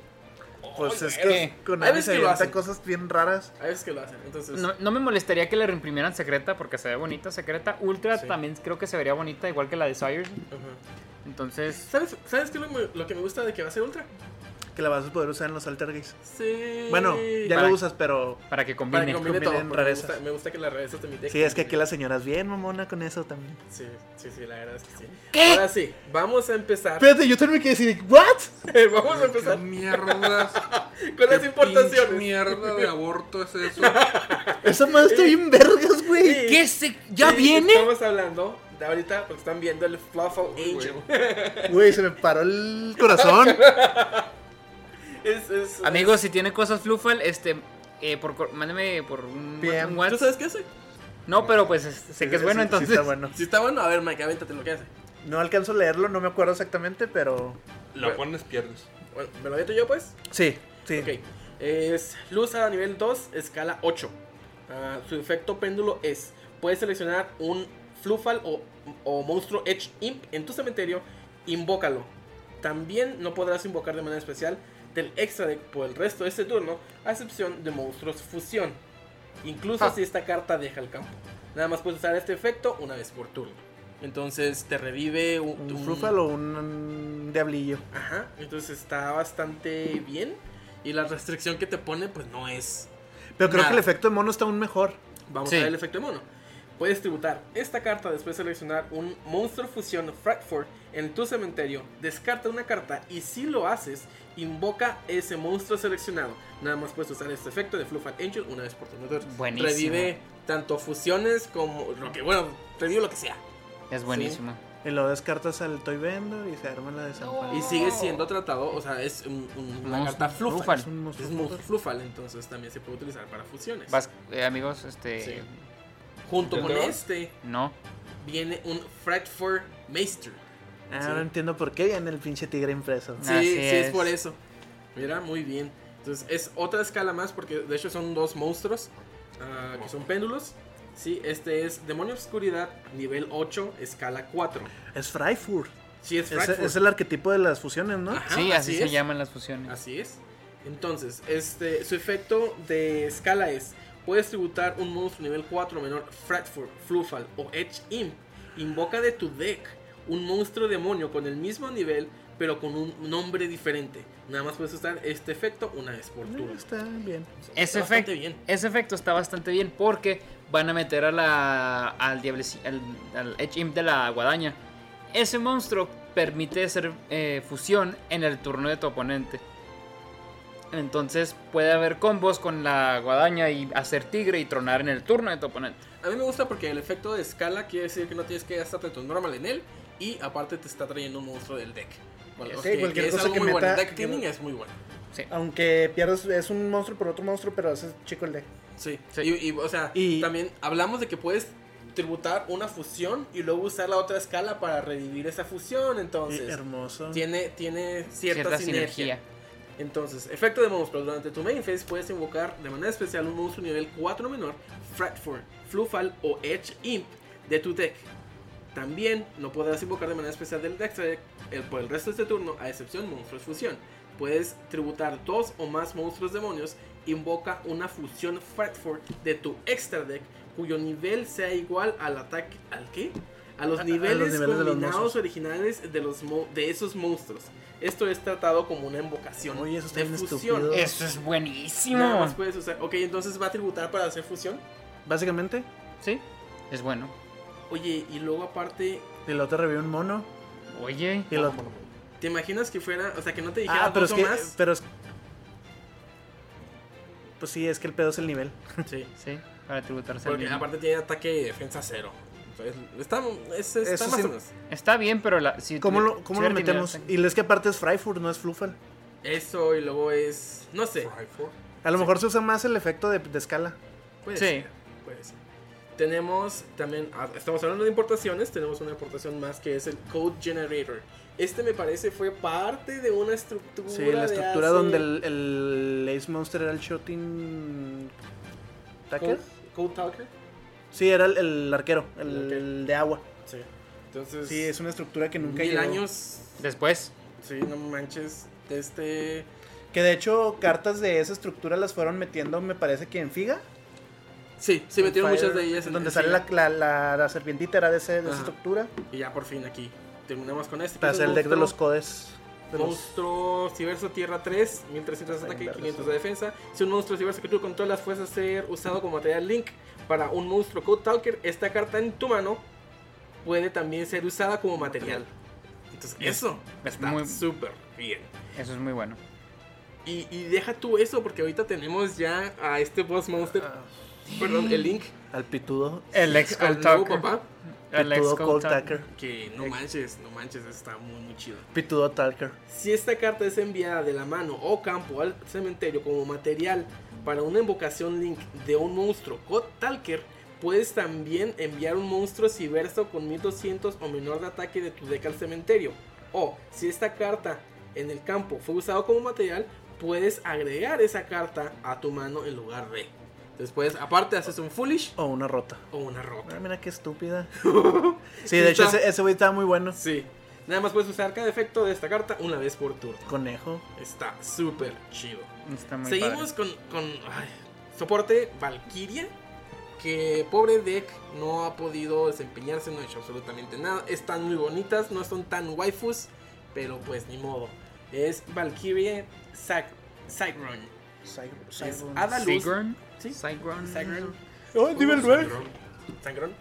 Pues Ay, es güey. que con Hay nadie veces se que lo avienta hacen. cosas bien raras. Hay veces que lo hacen. Entonces, No, no me molestaría que la reimprimieran secreta porque se ve bonita secreta. Ultra Sí. también creo que se vería bonita, igual que la Desire. ajá. Entonces, ¿Sabes, ¿Sabes qué es lo, me- lo que me gusta de que va a ser Ultra? Que la vas a poder usar en los altergates. Sí. Bueno, ya Para- lo usas, pero. para que Para combine. que combine combinen todo. porque Me rarezas. gusta, me gusta que las rarezas también te Sí, es que aquí la señora es bien mamona con eso también. Sí, sí, sí, la verdad es que sí. Ahora sí, vamos a empezar. Espérate, yo también me quedé decir, ¿what? Eh, vamos a ¿Qué empezar mierdas? con las ¿Qué importaciones. pinche mierda de aborto es eso? Esa madre está bien vergas, güey. Sí, se... sí, Estamos hablando de ahorita porque están viendo el Fluffle Angel. Güey, Güey, se me paró el corazón. Es, es, Amigos, si tienen cosas Fluffle, este, eh, por, cor- mándeme por un, PM. un ¿Tú WhatsApp. sabes qué hace? No, pero pues es- sé que es bueno, Sí, sí, sí, entonces. está bueno. Si está bueno, a ver, Mike, avéntate lo que hace. No alcanzo a leerlo, no me acuerdo exactamente, pero. La pones pierdes. Bueno, ¿me lo aviento yo, pues? Sí, sí. Ok. Es luz a nivel 2, escala 8. Ah, su efecto péndulo es: puedes seleccionar un Flufal o, o monstruo Edge Imp en tu cementerio, invócalo. También no podrás invocar de manera especial del extra deck por el resto de este turno, a excepción de monstruos fusión. Incluso Ah. si esta carta deja el campo. Nada más puedes usar este efecto una vez por turno. Entonces te revive un, ¿Un un- frúfalo o un diablillo? Ajá, entonces está bastante bien. Y la restricción que te pone, pues no es. Pero creo Nada. que el efecto de mono está aún mejor. Vamos Sí. a ver el efecto de mono. Puedes tributar esta carta después de seleccionar un monstruo fusión Fractford en tu cementerio. Descarta una carta y si lo haces, invoca ese monstruo seleccionado. Nada más puedes usar este efecto de Fluffal Angel una vez por turno. Entonces, Buenísimo. Revive tanto fusiones como lo que, bueno, revive lo que sea. Es buenísimo. Y lo descartas al Toy Vendor y se arma la de San Juan. Y sigue siendo tratado, o sea, es un- un- una Oh. Monstruo carta Flufal. Flufal. Es un monstruo Es monstruo Flufal, entonces también se puede utilizar para fusiones. Vas- eh, amigos, este. Sí. Junto ¿Ya con te vas? este No. viene un Fretford Meister. Ah, Sí. no entiendo por qué viene el pinche tigre impreso. Sí, Así sí, es. es. por eso. Mira, muy bien. Entonces es otra escala más porque de hecho son dos monstruos ah, que son péndulos. Sí, este es Demonio Obscuridad, nivel 8, escala 4. Es Fryfur. Sí, es Ah, Es, Fretford. es el arquetipo de las fusiones, ¿no? Ajá, sí, así, se es. llaman las fusiones. Así es. Entonces, este, su efecto de escala es: puedes tributar un monstruo nivel 4 menor, Fratford, Flufal o Edge Imp. Invoca de tu deck un monstruo demonio con el mismo nivel, pero con un nombre diferente. Nada más puedes usar este efecto una vez por Eh, turno. Está bien. Bastante Ese, efecto, bien. ese efecto está bastante bien porque van a meter a la, al, diableci- al, al Edge Imp de la guadaña. Ese monstruo permite hacer eh, fusión en el turno de tu oponente. Entonces puede haber combos con la guadaña y hacer tigre y tronar en el turno de tu oponente. A mí me gusta porque el efecto de escala quiere decir que no tienes que gastarte tu normal en él. Y aparte te está trayendo un monstruo del deck. Bueno, Sí, o sea, que cualquier es cosa algo que muy bueno. meta- Deck Thinning es muy bueno. Aunque pierdas, es un monstruo por otro monstruo, pero haces chico el deck. Sí. Sí. Y, y, o sea, Y- también hablamos de que puedes tributar una fusión y luego usar la otra escala para revivir esa fusión. Eh, Entonces, hermoso. tiene, tiene cierta, Cierta sinergia. sinergia. Entonces, efecto de monstruo. Durante tu main phase puedes invocar de manera especial un monstruo nivel 4 menor, Fratford, Flufal o Edge Imp de tu deck. También no podrás invocar de manera especial del deck track el, por el resto de este turno, a excepción monstruos fusión. Puedes tributar dos o más monstruos demonios. Invoca una fusión Fratford de tu extra deck cuyo nivel sea igual al ataque. ¿Al qué? A los A- a los niveles, niveles de los combinados monstruos. originales de, los mo- de esos monstruos. Esto es tratado como una invocación Oye, eso está de bien fusión. estúpido. Eso es Nada buenísimo. más puedes usar. Ok, entonces va a tributar para hacer fusión. Básicamente, Sí, es bueno. Oye, y luego aparte, y el otro revivió un mono. Oye, Y el otro- ¿te imaginas que fuera, o sea, que no te dijera Ah, pero dos es o que. más? Pero es... Pues sí, es que el pedo es el nivel. Sí, sí, para tributarse al porque mismo. aparte tiene ataque y defensa cero. Entonces, está, es- está Eso más sí. o menos. Está bien, pero la, si ¿Cómo tuvi- lo, cómo si lo hubiera tenido metemos? esta- Y es que aparte es Fryfur, no es Flufal. Eso, y luego es, no sé, Fryford. A lo mejor se usa más el efecto de, de escala. puede Sí. ser, puede ser. Tenemos también, ah, estamos hablando de importaciones, tenemos una importación más que es el Code Generator. Este me parece fue parte de una estructura. Sí, la de estructura hace- donde el, el Ace Monster era el Shooting. Code, ¿Tucker? Code Talker. Sí, era el, el arquero, el, El arquero. de agua. Sí. Entonces, Sí, es una estructura que nunca Pues mil llegó. años. Después, Sí, no manches. De este. Que de hecho, cartas de esa estructura las fueron metiendo, me parece que en Figa. Sí, sí, metieron Fire, muchas de ellas. en- Donde en sale fila. la, la, la- la serpientita, era de, ese- de esa Ajá. estructura. Y ya por fin aquí. Terminamos con este. que Para es hacer el deck de los monstruo- codes. de los- Monstruo Civerso Tierra 3, 1300 de Está bien ataque, verga, 500 sí. de defensa. Si un monstruo Civerso que tú controlas fuese a ser usado como material Link para un monstruo Code Talker, esta carta en tu mano puede también ser usada como material. Entonces, eso es está muy- súper bien. eso es muy bueno. Y, y deja tú eso, porque ahorita tenemos ya a este boss monster, perdón, el Link, Al pitudo. El ex al Cold nuevo Tucker. papá. El ex Pitudo Cold Cold Tucker. Tucker. Que no manches, no manches, está muy, muy chido. Pitudo Tucker. Si esta carta es enviada de la mano o campo al cementerio como material para una invocación link de un monstruo Cod Talker, puedes también enviar un monstruo ciberso con 1200 o menor de ataque de tu deck al cementerio. O si esta carta en el campo fue usado como material, puedes agregar esa carta a tu mano en lugar de. Después, aparte, haces un foolish O una rota. o una rota. Ah, mira qué estúpida. Sí, de hecho, Está- ese ese güey estaba muy bueno. Sí. Nada más puedes usar cada efecto de esta carta una vez por turno. Conejo. Está súper chido. Está muy Seguimos con, con, ay, soporte Valkyria. Que pobre deck no ha podido desempeñarse, no ha hecho absolutamente nada. Están muy bonitas, no son tan waifus, pero pues ni modo. Es Valkyrie Sac Cyron. Es padre. Cyborg. Adaluz. Sigrun. Sí. Sigrun. Cyron. ¡Oh, nivel 9! Sangrón.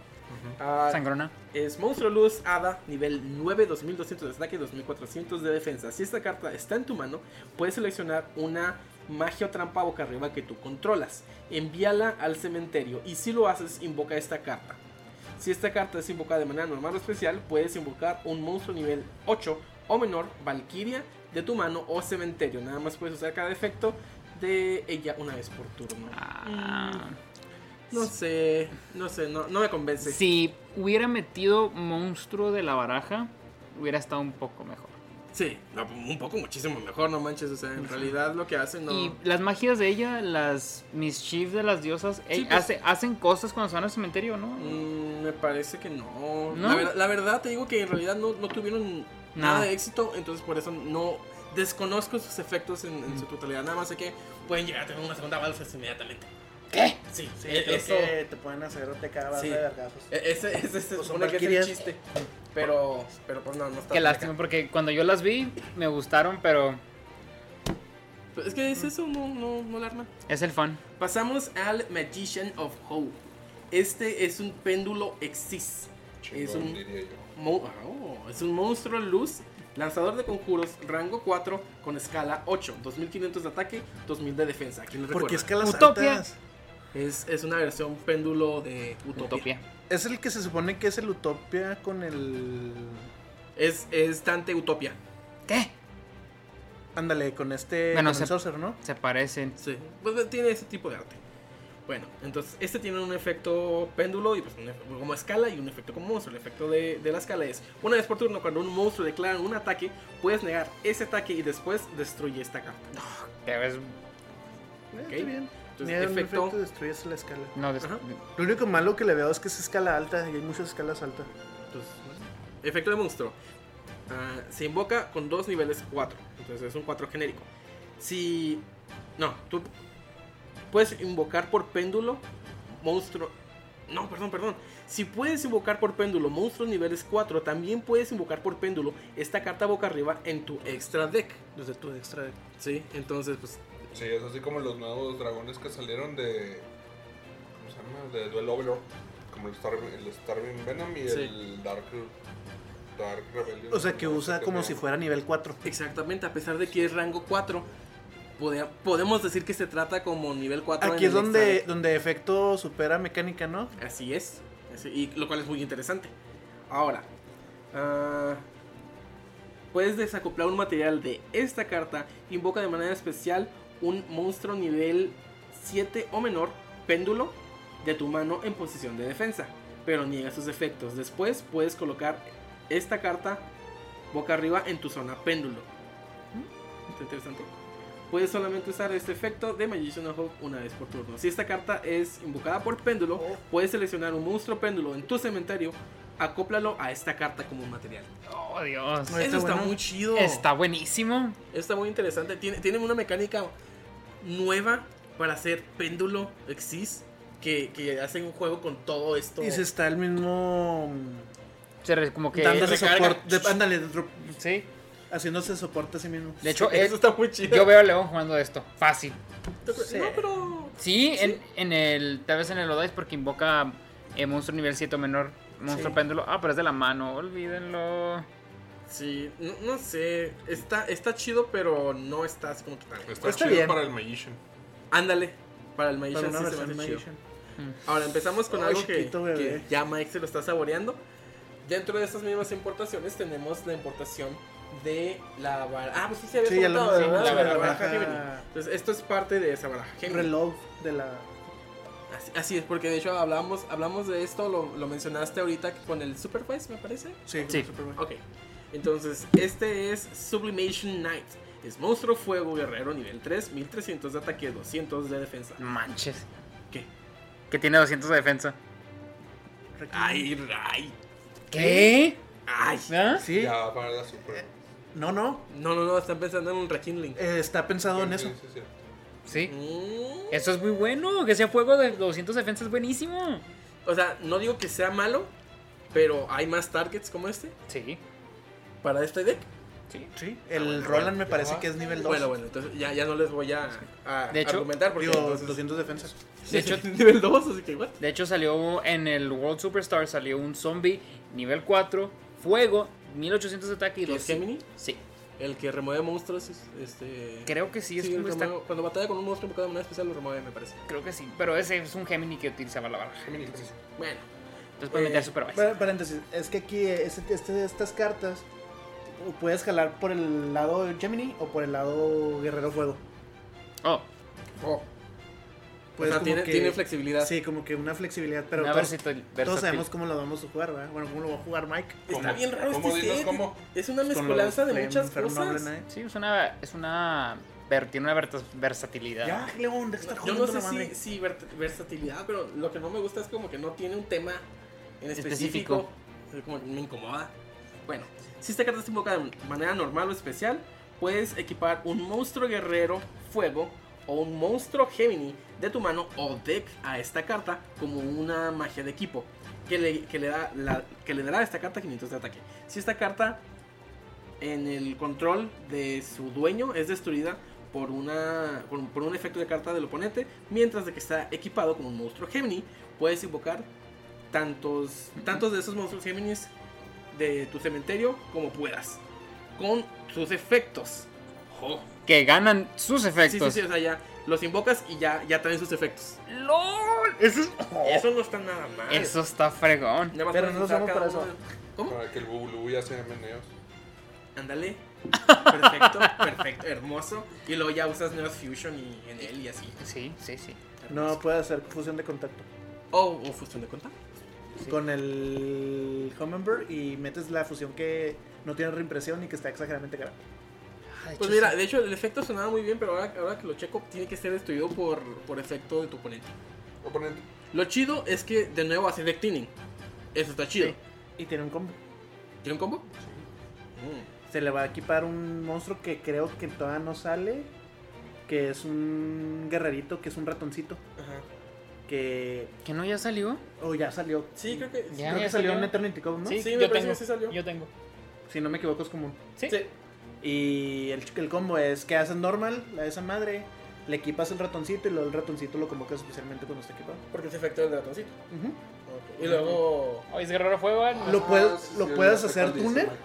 Ah, Sangrona. Es Monstruo Luz Hada, nivel 9, 2200 de ataque, 2400 de defensa. Si esta carta está en tu mano, puedes seleccionar una magia o trampa boca arriba que tú controlas. Envíala al cementerio y si lo haces, invoca esta carta. Si esta carta es invocada de manera normal o especial, puedes invocar un monstruo nivel 8 o menor, Valkyria, de tu mano o cementerio. Nada más puedes usar cada efecto de ella una vez por turno. Ah. No sé, no sé, no, no me convence. Si hubiera metido monstruo de la baraja, hubiera estado un poco mejor. Sí, no, pues, un poco muchísimo mejor, no manches. O sea, en realidad lo que hacen no. Y las magias de ella, las mischief de las diosas, ey, pues. hace- hacen cosas cuando se van al cementerio, ¿no? Mm, me parece que no. ¿No? La, ver- la verdad te digo que en realidad no, no tuvieron nada Nada. de éxito, entonces por eso no desconozco sus efectos en, en su totalidad. Nada más sé que pueden llegar a tener una segunda balsa inmediatamente. ¿Qué? Sí, Sí, e- creo eso. Eh, que te pueden hacer te cada Sí. de vergazos. e- Ese, ese se Pues son supone que es el valquirias. chiste. Pero, pero pues no, no está. Qué por lástima, acá. porque cuando yo las vi, me gustaron, pero Pero Pues, Es que es eso, no, no, no la arman. es el fan. Pasamos al Magician of Hope. Este es un péndulo Exis. Es Chingón, un diría yo. Mo- oh, es un monstruo luz, lanzador de conjuros, rango 4, con escala 8, 2500 de ataque, 2000 de defensa. ¿Quién lo Porque es que recuerda? las Utopia. altas- Es, es una versión péndulo de Utopia. Utopia. Es el que se supone que es el Utopia con el. Es, es Dante Utopia. ¿Qué? Ándale, con este. Bueno, con el se- Sorcerer, ¿no? Se parecen. Sí, pues tiene ese tipo de arte. Bueno, entonces este tiene un efecto péndulo y pues un efe- como escala y un efecto como monstruo. El efecto de, de la escala es una vez por turno cuando un monstruo declara un ataque, puedes negar ese ataque y después destruye esta carta. Te ves- Eh, Ok. está bien. Entonces, Ni un efecto- efecto destruyes la escala. No, des- Ajá. Lo único malo que le veo es que es escala alta y hay muchas escalas altas. Pues, bueno. efecto de monstruo. Ah, se invoca con dos niveles 4. Entonces es un 4 genérico. Si. No, tú puedes invocar por péndulo monstruo. No, perdón, perdón. Si puedes invocar por péndulo monstruos niveles 4, también puedes invocar por péndulo esta carta boca arriba en tu extra deck. Desde tu extra. deck. Sí, entonces, pues. Sí, es así como los nuevos dragones que salieron de. ¿Cómo se llama? De Duel Overlord. Como el, Star, el Starving Venom y Sí. el Dark, Dark Rebellion. O sea, que No sé usa qué como se si llama. fuera nivel 4. Exactamente, a pesar de que es rango 4, pode- podemos decir que se trata como nivel 4. en Aquí es el extra donde, deck. donde efecto supera mecánica, ¿no? Así es. Así- y lo cual es muy interesante. Ahora, ah, puedes desacoplar un material de esta carta. Invoca de manera especial un monstruo nivel 7 o menor, péndulo, de tu mano en posición de defensa, pero niega sus efectos. Después puedes colocar esta carta boca arriba en tu zona péndulo. Está interesante. Puedes solamente usar este efecto de Magician of Hope una vez por turno. Si esta carta es invocada por péndulo, Oh. puedes seleccionar un monstruo péndulo en tu cementerio, acóplalo a esta carta como material. Oh, Dios. Está Eso está buena. muy chido. Está buenísimo. Está muy interesante. Tiene, tiene una mecánica nueva para hacer péndulo Exis. Que, que hacen un juego con todo esto. Y se está el mismo. Se re- como que. Dándose recarga. soporte. de- ándale, dro- Sí. haciéndose soporte a sí mismo. De hecho, Eso él- está muy chido. yo veo a León jugando esto. Fácil. Sí. No, pero. Sí, En, en el. Tal vez en el Odice porque invoca eh, monstruo nivel 7 o menor. Monstruo Sí. péndulo. Ah, pero es de la mano. Olvídenlo. Sí, no, no sé. Está, está chido, pero no está así como que tan. Está, Está chido bien. para el Magician. Ándale. Para el Magician Para una sí se me versión hace chido. Magician. Ahora empezamos con Ay, algo que- chiquito que, bebé. ya Mike se lo está saboreando. Dentro de estas mismas importaciones tenemos la importación de la baraja. Ah, pues sí se había Sí, ya lo comentado, hemos ¿verdad? dicho, De la la baraja baraja- Gemini. Entonces, esto es parte de esa baraja Gemini. Reloj de la. Así, así es, porque de hecho hablamos, hablamos de esto, lo, lo mencionaste ahorita con el Superfest, me parece. Sí, Sí. Superman. Ok. Entonces, este es Sublimation Knight. Es monstruo fuego guerrero nivel 3, 1300 de ataque, 200 de defensa. No Manches. ¿Qué? Que tiene 200 de defensa. Ay, ay, ¿Qué? ay. ¿Ah? Sí. Eh, Ya para la Super. No, no. No, no, no, están pensando en un rekindling. eh, está pensado en eso. Sí, sí, sí. Sí. Mm. Eso es muy bueno. Que sea fuego de 200 defensa es buenísimo. O sea, no digo que sea malo, pero hay más targets como este Sí. para este deck. Sí. Sí. El Roland me parece que es nivel 2. Bueno, bueno, entonces ya, ya no les voy a, a De hecho, argumentar porque Digo, entonces- 200 defensas. De hecho- nivel 2, así que what? De hecho salió en el World Superstar, salió un zombie nivel 4, fuego, 1800 de ataque y ¿Que es 200. Gemini? Sí, El que remueve monstruos, es- este... creo que sí, es Sí, el como está- remueve- cuando batalla con un monstruo invocado de manera especial lo remueve, me parece. creo que sí, pero ese es un Gemini que utilizaba la baraja. Gemini, sí, sí. Bueno, Entonces puede Eh, meter Super Vice. Pa- Paréntesis, es que aquí eh, este- este- estas cartas o puedes jalar por el lado Gemini o por el lado Guerrero Fuego. Oh, oh, Pues o sea, como tiene, que- tiene flexibilidad. Sí, como que una flexibilidad, pero Una todos, versatil- todos versatil. sabemos cómo lo vamos a jugar, ¿verdad? Bueno, cómo lo va a jugar Mike. Está ¿Cómo? bien raro ¿Cómo? este Dinos set. cómo. Es una Con mezcolanza los de Flame muchas Inferno cosas. Noble Knight. sí, es una es una ver- tiene una vertas- versatilidad. Ya, León, de estar Yo jugando no sé la madre. si, si vert- versatilidad, pero lo que no me gusta es como que no tiene un tema en específico. Específico. Es Como que me incomoda. Bueno, si esta carta está invocada de manera normal o especial, puedes equipar un monstruo guerrero fuego o un monstruo Gemini de tu mano o deck a esta carta como una magia de equipo que le, que le da la- que le dará a esta carta 500 de ataque. Si esta carta en el control de su dueño es destruida por, una, por, por un efecto de carta del oponente, mientras de que está equipado como un monstruo Gemini, puedes invocar tantos, tantos de esos monstruos Géminis de tu cementerio como puedas, con sus efectos. ¡Jo! Que ganan sus Sí, sí, efectos. sí, o sea, ya los invocas y ya, ya traen sus efectos. LOL, eso es- Eso Oh. no está nada mal. Eso está fregón. Nada más Pero puedes no nos usar vamos cada para uno eso. de- ¿Cómo? Para que el Bubulu ya sea meneos. Ándale. Perfecto, perfecto, hermoso. Y luego ya usas Neos Fusion y en él y así. Sí, sí, sí. No puede hacer fusión de contacto. Oh, O o fusión de contacto. Con el Hummingbird y metes la fusión que no tiene reimpresión y que está exageradamente grande. Pues mira, de hecho el efecto sonaba muy bien, pero ahora, ahora que lo checo, tiene que ser destruido por, por efecto de tu oponente. Oponente. Lo chido es que de nuevo hace deck thinning. Eso está chido. Y tiene un combo. ¿Tiene un combo? Mm. Se le va a equipar un monstruo que creo que todavía no sale. Que es un guerrerito, que es un ratoncito. Mm, ajá. Que. ¿Que no ya salió? Oh, ya salió. Sí, creo que. Ya, creo ya que salió salió. en Eternity Code, ¿no? Sí, me parece que sí salió. Yo tengo. Si no me equivoco, es común. Sí. Sí. Y el, el combo es que haces normal a esa madre. Le equipas el ratoncito y luego el ratoncito lo convocas especialmente cuando está equipado. Porque es efecto del ratoncito. Ujú. Y luego. Hoy Oh, es Guerrero Fuego. Lo Ah, puedes- sí, lo sí, puedes sé hacer cuál dice, túnel. Mike.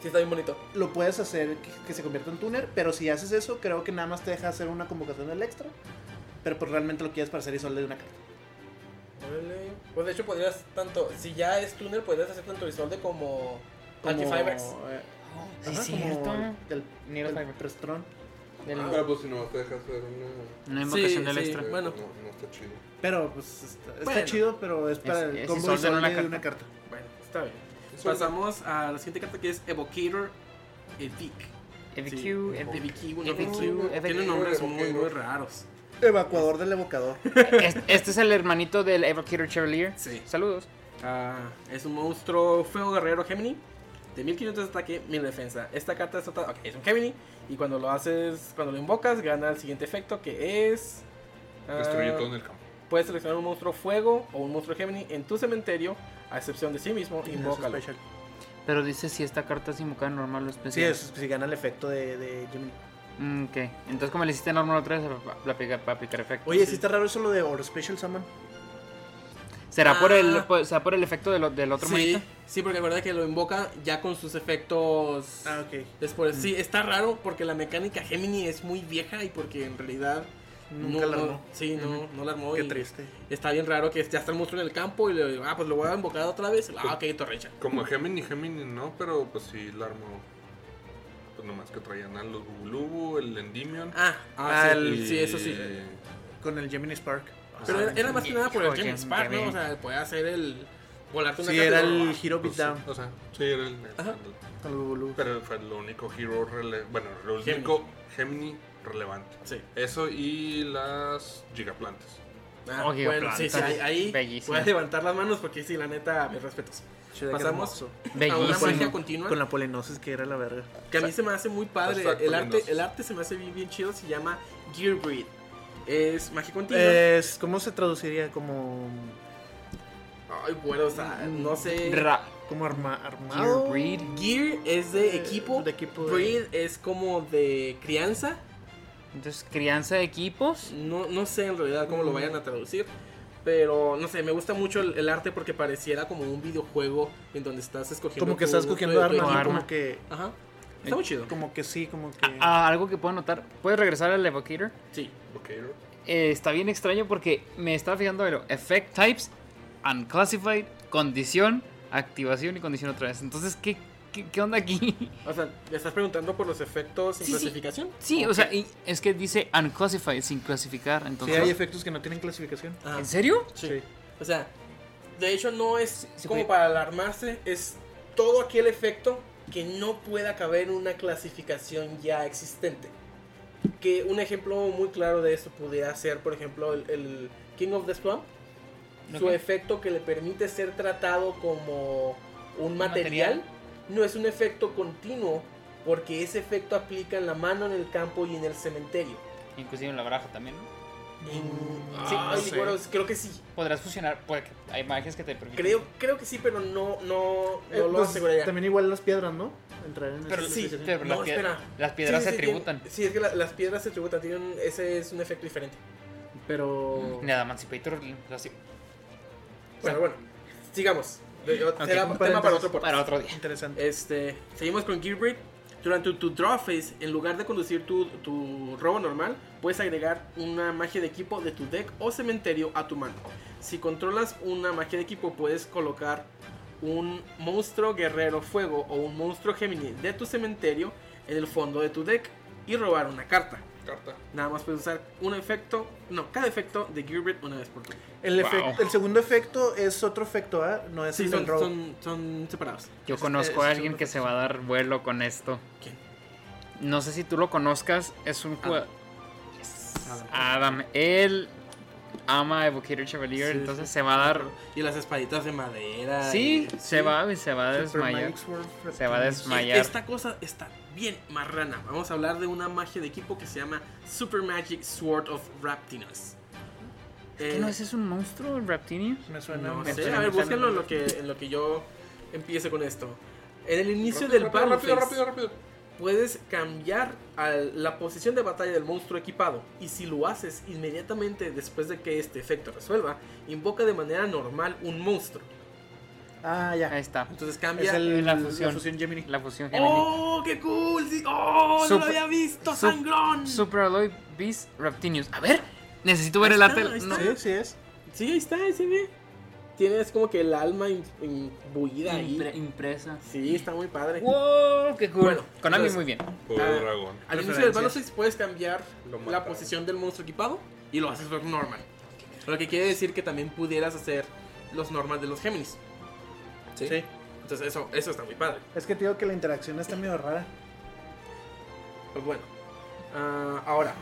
Sí, está bien bonito. Lo puedes hacer que, que se convierta en tuner, pero si haces eso, creo que nada más te deja hacer una convocación del extra. Pero pues realmente lo quieres para hacer y solo de una carta. Órale. Pues de hecho podrías tanto. Si ya es túnel, podrías hacer tanto Isolde como. Como, Antifibers. eh, Sí, ajá, cierto. como el- el, Needle el Fiber. Prestron. Del- Pero pues si no te dejas hacer una. Una invocación Sí, del sí. extra. Bueno. No, no está chido. Pero pues está, está Bueno. chido, pero es para Es- el es combo Isolde en una Isolde de una carta. Bueno, está bien. Eso- Pasamos a la siguiente carta que es Evocator Evic. EVQ, Sí, EVQ. EVQ, no, EVQ, no, no, Tiene EVQ, nombres muy, Evocator. muy raros. Evacuador del evocador. Es- Este es el hermanito del Evocator Chevalier. Sí. Saludos. Ah, es un monstruo feo guerrero Gemini. De 1500 de ataque, 1000 de defensa. Esta carta es, otra- ok, es un Gemini. Y cuando lo haces, cuando lo invocas, gana el siguiente efecto que es. ah, Destruye todo en el campo. Puedes seleccionar un monstruo fuego o un monstruo Gemini en tu cementerio, a excepción de sí mismo. Invócalo. Special. Pero dice si esta carta es invocada normal o Sí, especial. es, pues, si gana el efecto de, de Jimmy. Mm, ok. Entonces, como le hiciste normal otra vez, la pega para aplicar efecto. Oye, sí. está raro eso lo de Or Special Summon. ¿Será, por el, Ah. por- ¿Será por el efecto del, o- del otro Sí, monito? sí, porque la verdad es que lo invoca ya con sus efectos. Ah, ok. Después, sí, está raro porque la mecánica Gemini es muy vieja y porque en realidad. Nunca no, la no- armó. sí, no, no la armó. Qué y- triste. Está bien raro que ya está el monstruo en el campo y le digo, ah, pues lo voy a invocar otra vez. Ah, ok, torrecha. Como Gemini, Gemini no, pero pues sí la armó. Pues nomás que traían a los Bubulubu, el Endymion. Ah, Ah, ah sí, el- y- pues, sí, eso sí. Con el Gemini Spark. Pero era, era más que nada por el Híjole, Game Spark, ya ¿no? vi. O sea, podía hacer el. Volarte una Sí, carta y era luego, el Hero pues, Beatdown. O sea, sí, era el. Ajá. Con los Bubulubus. Pero fue el único hero rele- Bueno, el Gemini. único Gemini relevante. ah, Sí. Eso y las Gigaplantas. Ah, Oye, bueno, sí, sí, planta. ahí, ahí Oh, Bellísimo. puedes levantar las manos porque sí, la neta, mis respetos. Che, qué Pasamos hermoso. a una Bellísimo. magia continua Con la polenosis que era la verga. que a mí se me hace muy padre. Hashtag El arte, poniéndose. el arte se me hace bien, bien chido, se llama Gear Breed. Es magia continua. Eh. Es, ¿Cómo se traduciría? Como. Ay, bueno, o sea, no sé. Ra- Como arma, armado. Gear Breed. Gear es de Eh, equipo. de equipo de- Breed es como de crianza. Entonces, crianza de equipos. No, no sé en realidad cómo Mm. lo vayan a traducir. Pero no sé, me gusta mucho el, el arte porque pareciera como un videojuego en donde estás escogiendo. Como que tu- estás tu- cogiendo tu armas. ¿no? arma. Como que. equipo. Ajá. Está muy chido. Eh, Como que sí, como que. Ah, algo que puedo notar. ¿Puedes regresar al Evocator? Sí. Ok, Eh, está bien extraño porque me estaba fijando en Effect Types, Unclassified, Condición, Activación y Condición otra vez. Entonces, ¿qué, qué, qué onda aquí? O sea, ¿le estás preguntando por los efectos sin Sí, sí. clasificación? Sí, o sea, y es que dice Unclassified sin clasificar. sí, Entonces, hay efectos que no tienen clasificación. Ajá. ¿En serio? Ah, Sí. O sea, de hecho no es sí, como fue- para alarmarse, es todo aquel efecto que no pueda caber en una clasificación ya existente. Que un ejemplo muy claro de esto pudiera ser, por ejemplo, el, el King of the Swamp. Su Ok. efecto que le permite ser tratado como un material, material. no es un efecto continuo porque ese efecto aplica en la mano, en el campo y en el cementerio. Inclusive en la baraja también, ¿no? En- Mm. Ah, Sí, Ay, no sé. bueno, creo que sí. Podrás fusionar, porque hay magias que te permiten. Creo, creo que sí, pero no, no, no Eh, lo pues, aseguraría. También igual las piedras, ¿no? Entrar en Pero esa sí, clasificación. pero las, No, pie- espera. las Sí, piedras sí, se sí, tributan. tiene- sí, es que la- las piedras se tributan, tienen, ese es un efecto diferente. Pero. Nada, Emancipator. lo hacía- Bueno, bueno, sigamos. De- Ok, será un tema para paréntesis. otro podcast. Para otro día. Interesante. Este, seguimos con Gearbreed. Durante tu, tu draw phase, en lugar de conducir tu, tu robo normal, puedes agregar una magia de equipo de tu deck o cementerio a tu mano. Si controlas una magia de equipo, puedes colocar un monstruo guerrero fuego o un monstruo Gemini de tu cementerio en el fondo de tu deck y robar una carta. carta. Nada más puedes usar un efecto, no, cada efecto de Gearbreed una vez por turno. El, Wow. efecto- el segundo efecto es otro efecto, ¿ah? No es Sí, el son, del robo. son, son separados. Yo Ese- conozco ese a es alguien otro que se va a dar vuelo con esto. ¿Quién? No sé si tú lo conozcas, es un jugador. Adam. Adam, él ama a Evocator Chevalier, Sí, entonces sí. se va a dar. Y las espaditas de madera. Sí, y- se va y se va a Super desmayar. Mike's World Se va a Reptiles. desmayar. Esta cosa está bien marrana. Vamos a hablar de una magia de equipo que se llama Super Magic Sword of Raptinus. Eh, ¿Qué no ese es un monstruo, el Raptinius? Me suena. no me sé, suena. a ver, búsquenlo en lo, que, en lo que yo empiece con esto. En el inicio Rápido, del rápido, battle rápido, phase, rápido, rápido. puedes cambiar a la posición de batalla del monstruo equipado. Y si lo haces inmediatamente después de que este efecto resuelva, invoca de manera normal un monstruo. Ah, ya. Ahí está. Entonces Es cambia el, la fusión. Gemini. La fusión Gemini. ¡Oh, qué cool! Sí. ¡Oh, no lo Super- había visto! sup- ¡Sangrón! Super Alloy Beast Raptinius. A ver, necesito ver Ahí el está, arte. ahí No, está. Sí, sí es. Sí, ahí está, ahí se ve. tienes como que el alma im- imbuida Impre- ahí. impresa. Sí, está muy padre. ¡Wow! ¡Qué cool! Bueno, Konami entonces- muy bien. Pobre Ah. dragón. Al inicio del Referencias. Battle 6 puedes cambiar Lo la mataron. posición del monstruo equipado y lo haces ver normal. Lo que quiere decir que también pudieras hacer los normal de los Géminis. ¿Sí? Entonces eso, eso está muy padre. Es que te digo que la interacción está medio rara. Pues bueno. Ah, ahora.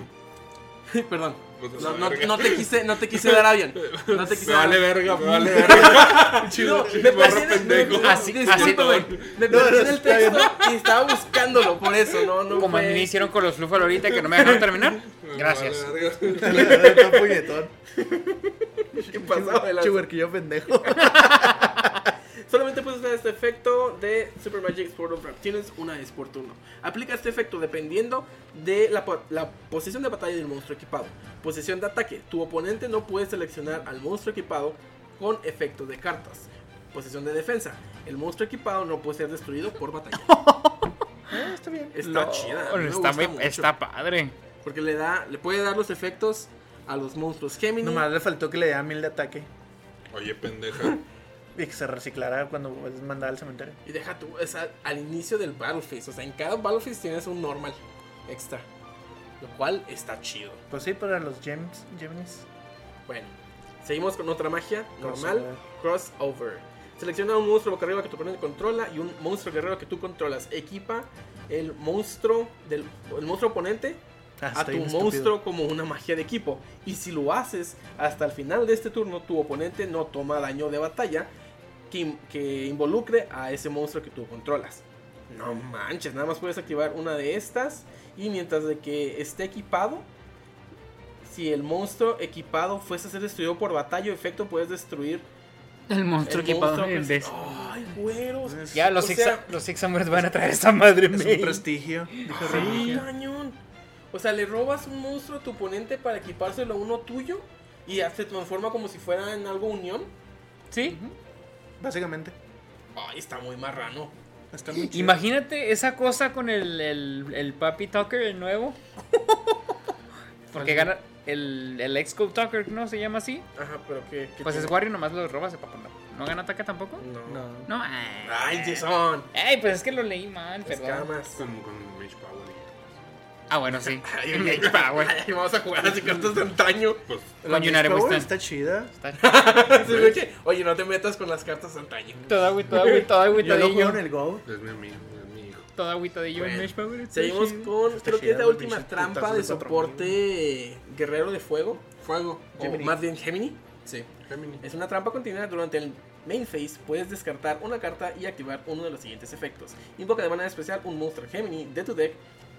Perdón. Pues es No, una no- verga. no te quise, no te quise dar avión. No te quise Me dar vale verga, me vale verga. No, Chido, me pasé barro de- pendejo. no, Así- discúlpame. así- Me perdí en el texto y estaba buscándolo, por eso, no, no. Como a fue- mí me hicieron con los Lufal ahorita que no me dejaron terminar. Me Gracias. vale verga. Está puñetón. ¿Qué pasó? El- Chuberquillo pendejo. Solamente puedes usar este efecto de Super Magic Sword of Reptiles una vez por turno. Aplica este efecto dependiendo de la, po- la posición de batalla del monstruo equipado. Posición de ataque. Tu oponente no puede seleccionar al monstruo equipado con efecto de cartas. Posición de defensa. El monstruo equipado no puede ser destruido por batalla. Ah, está bien. Está Lol, chida. a mí me Está, gusta muy- mucho. está padre. Porque le da, le puede dar los efectos a los monstruos Gemini. Nomás le faltó que le diera mil de ataque. Oye, pendeja. Y que se reciclara cuando es mandada al cementerio. y deja tú, es al, al inicio del Battle Phase. O sea, en cada Battle Phase tienes un normal extra. Lo cual está chido. Pues sí, para los gems, Gemini's. Bueno, seguimos con otra magia normal. Crossover. Crossover. Selecciona un monstruo boca arriba que tu oponente controla y un monstruo guerrero que tú controlas. Equipa el monstruo del el monstruo oponente Ah, a estoy tu bien estúpido. monstruo como una magia de equipo. Y si lo haces hasta el final de este turno, tu oponente no toma daño de batalla que, im- que involucre a ese monstruo que tú controlas. No manches, nada más puedes activar una de estas y mientras de que esté equipado, si el monstruo equipado fuese a ser destruido por batalla o efecto, puedes destruir El monstruo el equipado. monstruo en que- vez. Ay, güeros. Ya, los O Six, sea- los Six Samurais van a traer esa madre Es mía. un prestigio. dijo Sí, Remigio. cañón. O sea, le robas un monstruo a tu oponente para equipárselo a uno tuyo y ya se transforma como si fuera en algo unión. Sí. Básicamente. Ay, está muy marrano. Está muy chido. Imagínate esa cosa con el, el, el Papi Tucker, el nuevo. Porque gana el, el ex Tucker, ¿no? Se llama así. Ajá, pero que. que Pues es tiene- Wario, nomás lo robas, papá. No, ¿No gana ataque tampoco. No. No. No, Mm. Ay, Jason. Ay, pues es que lo leí mal, perdón. Escamas. Como con Mage Power. y- Ah, bueno, sí. Ay, El ay, Mage Power. ay, ay, vamos a jugar así cartas de antaño. Pues, Con Yunare Power Winston. Está chida. Está- Se ve que, Oye, no te metas con las cartas de antaño. Todo agüitado, agüitado, Yo lo juego agüitadillo. en el Go. es mi amigo, es mi hijo. Todo agüitadillo. El Bueno, Mage Power. está Seguimos chido. con. Está Creo que es la chido, última pinches trampa putazos de de cuatro soporte guerrero de fuego. Fuego. O Gemini. más bien Gemini. Sí. Gemini. Es una trampa continua. Durante el main phase puedes descartar una carta y activar uno de los siguientes efectos. Invoca de manera especial un monstruo Gemini de tu deck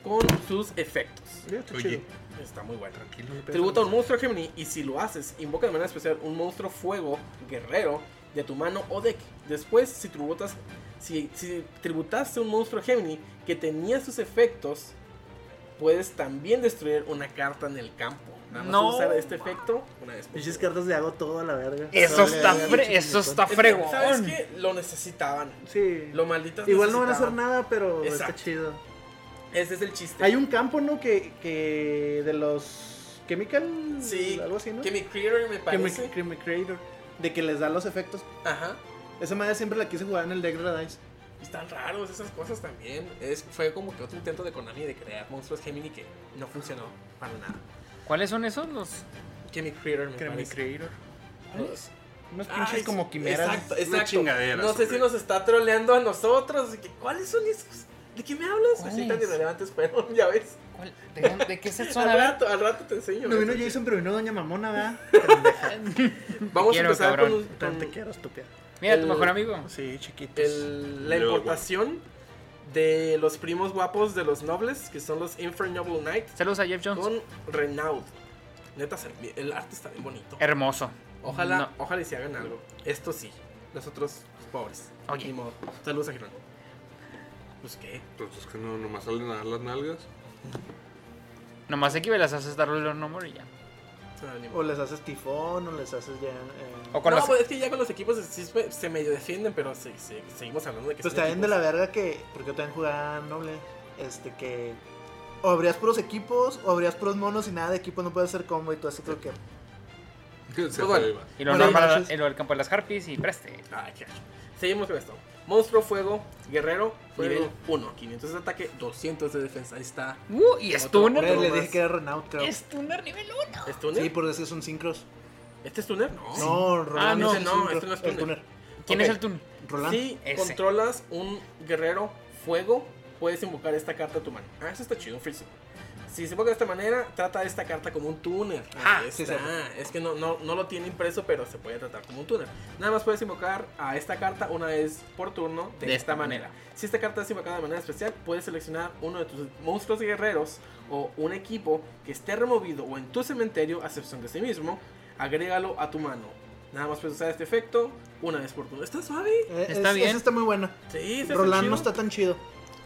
con sus efectos. Ya, Está Oye. chido. Está muy bueno. Tranquilo, no Tributa a un monstruo Gemini y si lo haces, invoca de manera especial un monstruo fuego guerrero de tu mano o deck. Después, si tributas, si, si tributaste un monstruo Gemini que tenía sus efectos, puedes también destruir una carta en el campo. Nada más No. usar este efecto una vez. por Pinches turno. cartas de hago todo a la verga. Eso Sale está, ahí, fre- pinche eso está puñetón. Es que, fregón. ¿Sabes qué? Lo necesitaban. Sí. Lo malditas Igual no van a hacer necesitaban. nada, pero está Exacto. chido. Ese es el chiste. Hay un campo, ¿no? Que, que de los Chemical. sí, Algo así, ¿no? que mi creator me parece. Chemi- Chemi- Creator. De que les da los efectos. Ajá. Esa madre siempre la quise jugar en el deck Red Dice. Están raros esas cosas también. Es, fue como que otro intento de Konami de crear monstruos Gemini que no funcionó para nada. ¿Cuáles son esos? Los. Que mi creator me Chemi parece. Creator. Los- Unos Ay, pinches como quimeras. Exacto, Una exacto. chingadera, No sé si sobre- nos está troleando a nosotros. de que, ¿Cuáles son esos? ¿De qué me hablas? Así tan ¿Cuáles? irrelevantes fueron, ya ves. ¿Cuál- ¿De, dónde- de qué se son? A Al ver. rato, al rato te enseño. No vino ves. Jason, pero vino Doña Mamona, ¿verdad? Vamos Quiero, a empezar con, cabrón. un- Tan te con quiero, estúpida. Mira, tu El- mejor amigo. Sí, chiquitos. el- la Luego, importación de los primos guapos de los nobles, que son los Infernoble Knights, Saludos a Jeff Jones. con Renaud. Neta, se- el arte está bien bonito. Hermoso. Ojalá, Er, No. ojalá y se hagan algo. Esto sí. Nosotros, los pobres. Oye. Ni modo. Saludos a Girón. Pues qué. Pues es que no, nomás salen a dar las nalgas. Nomás aquí me las haces dar los nombre y ya. Ah, ni O modo. les haces tifón, o les haces ya. eh, O con no, las- pues es que ya con los equipos sí se, se medio defienden, pero sí- sí, seguimos hablando de que Pues son también de la equipos. verga que. Porque yo también jugaba noble. Este que. O abrías puros equipos, o abrías puros monos y nada de equipos, no puedes hacer combo y todo así creo que. Se Pues fue bueno. viva. Y lo Bueno, normal entonces- el, el campo de las harpies y preste. Ah, ya. Seguimos con esto. Monstruo Fuego, Guerrero, Fuego. nivel 1. 500 de ataque, 200 de defensa. Ahí está. Uh, y Otro Stunner. Pero le más. dije que era Renault, creo. Stunner nivel 1. ¿Stunner? Sí, por eso son sincros. ¿Este es Stunner? No. No, Roland Ah, no, es el no, sincro, este no es el túnel. túnel. ¿Quién Ok. es el tun? Roland. Si ese. controlas un Guerrero Fuego, puedes invocar esta carta a tu mano. Ah, eso está chido, Freezy. Si se invoca de esta manera, trata esta carta como un túnel. Ah, Ahí sí, está. es que no, no, no lo tiene impreso, pero se puede tratar como un túnel. Nada más puedes invocar a esta carta una vez por turno de, De esta esta manera. Si esta carta es invocada de manera especial, puedes seleccionar uno de tus monstruos guerreros o un equipo que esté removido o en tu cementerio, a excepción de sí mismo, agrégalo a tu mano. Nada más puedes usar este efecto una vez por turno. ¿Está suave? Eh, Está es- bien. ese está muy buena. Sí, se hace Roland chido. no está tan chido.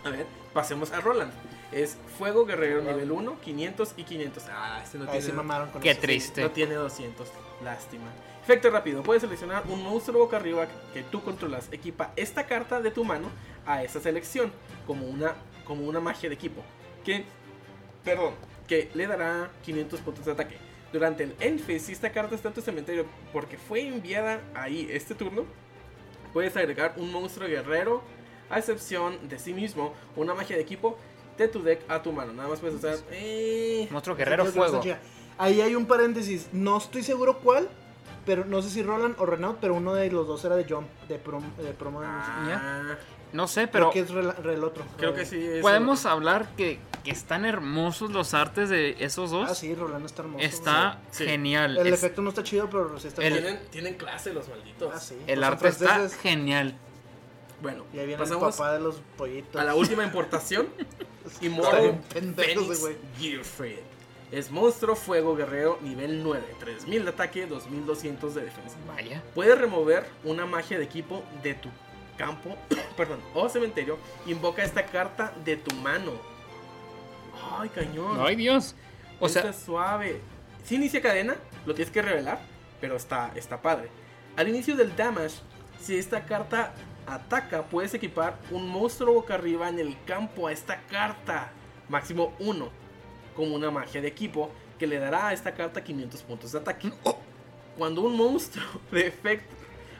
A ver, pasemos a Roland. Es Fuego Guerrero nivel 1, 500 y 500. Ah, este no Ahí tiene. se mamaron con Qué eso. triste. No tiene 200. Lástima. Efecto rápido. Puedes seleccionar un monstruo boca arriba que tú controlas. Equipa esta carta de tu mano a esa selección como una, como una magia de equipo. Que, perdón, que le dará 500 puntos de ataque. Durante el Enfe, si esta carta está en tu cementerio porque fue enviada ahí este turno, puedes agregar un monstruo guerrero a excepción de sí mismo, una magia de equipo de tu deck a tu mano. Nada más puedes usar... eh, Monstruo guerrero Esa fuego. está chida. Ahí hay un paréntesis. No estoy seguro cuál. Pero no sé si Roland o Renault, pero uno de los dos era de Jump, de promo. De promo ah, No sé, Creo pero que es Rela- Rel- el otro. Creo que sí. es- podemos hablar que, que están hermosos los artes de esos dos. Ah, sí, Roland está hermoso. Está Sí. Sí. genial. El Es- efecto no está chido, pero sí está El- chido. Tienen, tienen clase los malditos. Ah, sí. el Pues son arte está franceses. genial. Bueno, Y ahí viene el pasamos papá de los pollitos. a la última importación. y Está Morrow bien pendejo ese Phoenix güey. Gearfred. Es monstruo, fuego, guerrero, nivel 9. 3000 de ataque, 2200 de defensa. Vaya. Puedes remover una magia de equipo de tu campo, perdón, o cementerio. Invoca esta carta de tu mano. Ay, cañón. Ay, Dios. O Está sea, suave. Si inicia cadena, lo tienes que revelar, pero está, está padre. Al inicio del damage, si esta carta ataca, puedes equipar un monstruo boca arriba en el campo a esta carta. Máximo uno, como una magia de equipo que le dará a esta carta 500 puntos de ataque. Cuando un monstruo de efecto,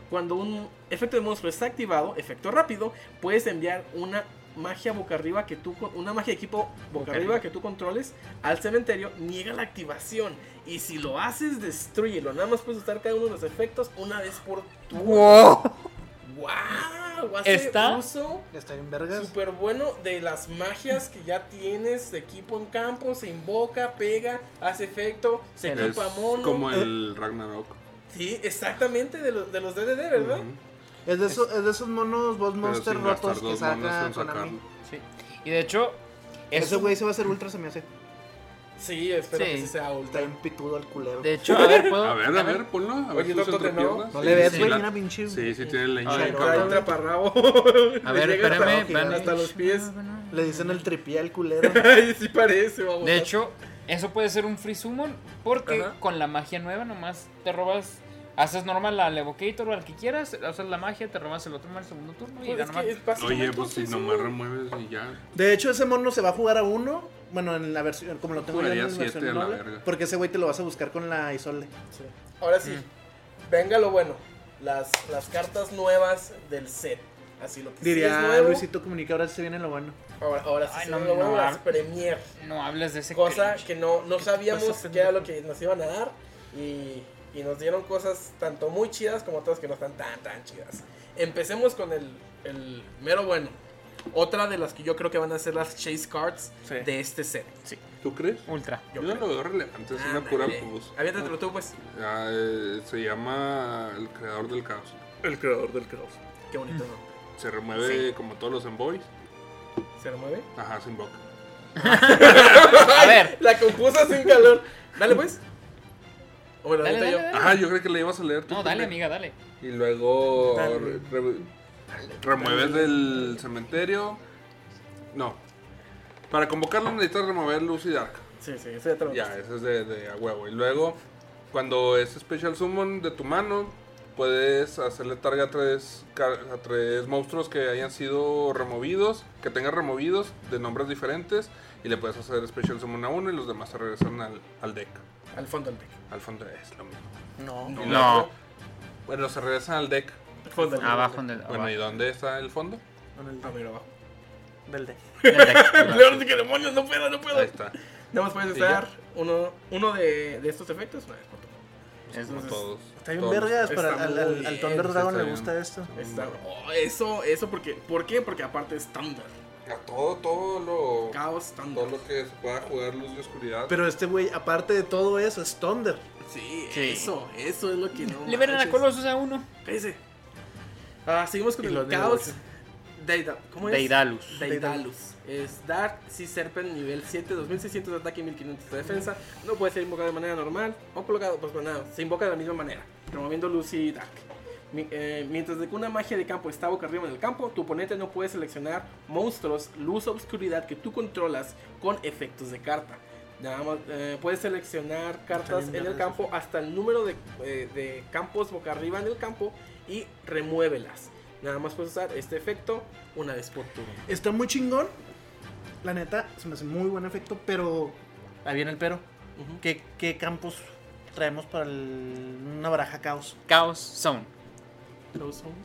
cuando un efecto de monstruo está activado, efecto rápido, puedes enviar una magia boca arriba que tú con- una magia de equipo boca Boca arriba arriba. que tú controles al cementerio, niega la activación y si lo haces destruyelo. Nada más puedes usar cada uno de los efectos una vez por tu wow, hace Está- uso Está bien vergas. Súper bueno de las magias que ya tienes de equipo en campo, se invoca, pega, hace efecto, se Es equipa mono. como el Ragnarok. Sí, exactamente, de, los de los DDD, ¿verdad? Ujú. Es de, esos, es de esos monos boss Pero monster sin gastar rotos que dos monos saca en Konami. sacarlo. sí. Y de hecho, es Ese un- güey se va a hacer ultra, se me hace. Sí, espero Sí. que sí sea Está ultra. bien pitudo el culero. De hecho, a ver, puedo. A ver, a ver, ponlo. A ver Oye, sus doctor, ¿te no? entrepiernas. no Sí, le ves, sí, güey, la- una pinche. Sí, sí tiene A leña ver, en Trae cabrón. ultra parrabo. A ver, Le llega hasta- espérame, abajo, espérame. hasta los pies. Le dicen el tripié al culero. Ay, sí parece, vamos. De hecho, eso puede ser un free summon porque Ajá. con la magia nueva nomás te robas, haces normal al evocator o al que quieras, usas la magia, te robas el otro mal el segundo turno y Pues ya es nomás. que es básicamente Oye, pues si eso. nomás remueves y ya. De hecho, ese mono se va a jugar a uno. Bueno, en la versión, como lo tengo yo en Jugaría la siete versión a la noble, verga. Porque ese güey te lo vas a buscar con la Isole. Sí. Ahora sí, Mm. venga lo bueno. Las, las cartas nuevas del set. Así lo que sí Diría es nuevo. Luisito Comunica, ahora se viene lo bueno. Ahora, ahora sí Ay, se no, ve lo bueno, no, las no. premier. No hables de ese cosa cringe. que no, no sabíamos pasa, que era lo que nos iban a dar y, y nos dieron cosas tanto muy chidas como otras que no están tan tan chidas. Empecemos con el, el mero bueno. Otra de las que yo creo que van a ser las chase cards Sí. de este set. Sí. ¿Tú crees? Ultra. Yo Yo no creo. lo veo relevante, es una pura pus. Aviéntatelo tú, pues. Ah, eh, se llama El Creador del Caos. El creador del caos. Qué bonito, ¿no? Se remueve como todos los envoys. ¿Se remueve? Ajá, sin boca. A ver, La compuso sin calor. Dale, pues. O Bueno, Dale, ahorita dale, yo. dale. Ajá, yo creo que le ibas a leer tú. no, dale, primero. amiga, dale. Y luego Dale. re- re- remueves del cementerio. No. Para convocarlo necesitas remover luz y dark. Sí, sí, eso ya te lo Ya, eso es de, de a huevo. Y luego, cuando es Special Summon de tu mano, Puedes hacerle targa a tres, car- a tres monstruos que hayan sido removidos, que tengan removidos de nombres diferentes. Y le puedes hacer Special Summon a uno y los demás se regresan al, al deck. Al fondo del deck. Al fondo es lo mismo. No. No. Y luego- Bueno, se regresan al deck. Fondo del Abajo en el. Bueno, ¿y dónde está el fondo? Con el A ver, abajo. del deck. Ah, León, que demonios, no puedo, no puedo. Ahí está. Nada más puedes ¿Y ya? usar uno, uno de, de estos efectos. una vez por turno. Es- Como todos. Está bien todos vergas, está para al, al, muy al bien, Thunder sí, Dragon está le bien. gusta esto. Está- oh, eso, eso, porque, ¿por qué? Porque aparte es Thunder. A todo, todo lo. Caos Thunder. Todo lo que se pueda jugar luz y oscuridad. Pero este güey, aparte de todo eso, es Thunder. Sí, Sí. eso, eso es lo que no. Liberan a manches. Colossus a uno. Cállese. Ah, seguimos con Y el los caos. negocios. Deida, ¿Cómo es? Deidalus. Daedalus. Es Dark Sea Serpent nivel 7, 2600 de ataque y 1500 de defensa. No puede ser invocado de manera normal o colocado, pues bueno, se invoca de la misma manera, removiendo luz y dark. Mi- eh, mientras de que una magia de campo está boca arriba en el campo, tu oponente no puede seleccionar monstruos, luz o obscuridad que tú controlas con efectos de carta. Nada más, eh, puedes seleccionar cartas en el campo hasta el número de, eh, de campos boca arriba en el campo y remuévelas. Nada más puedes usar este efecto una vez por turno. Está muy chingón. La neta, se me hace muy buen efecto, pero. Ahí viene el pero. Ujú. ¿Qué, qué campos traemos para el- una baraja caos? Chaos Zone.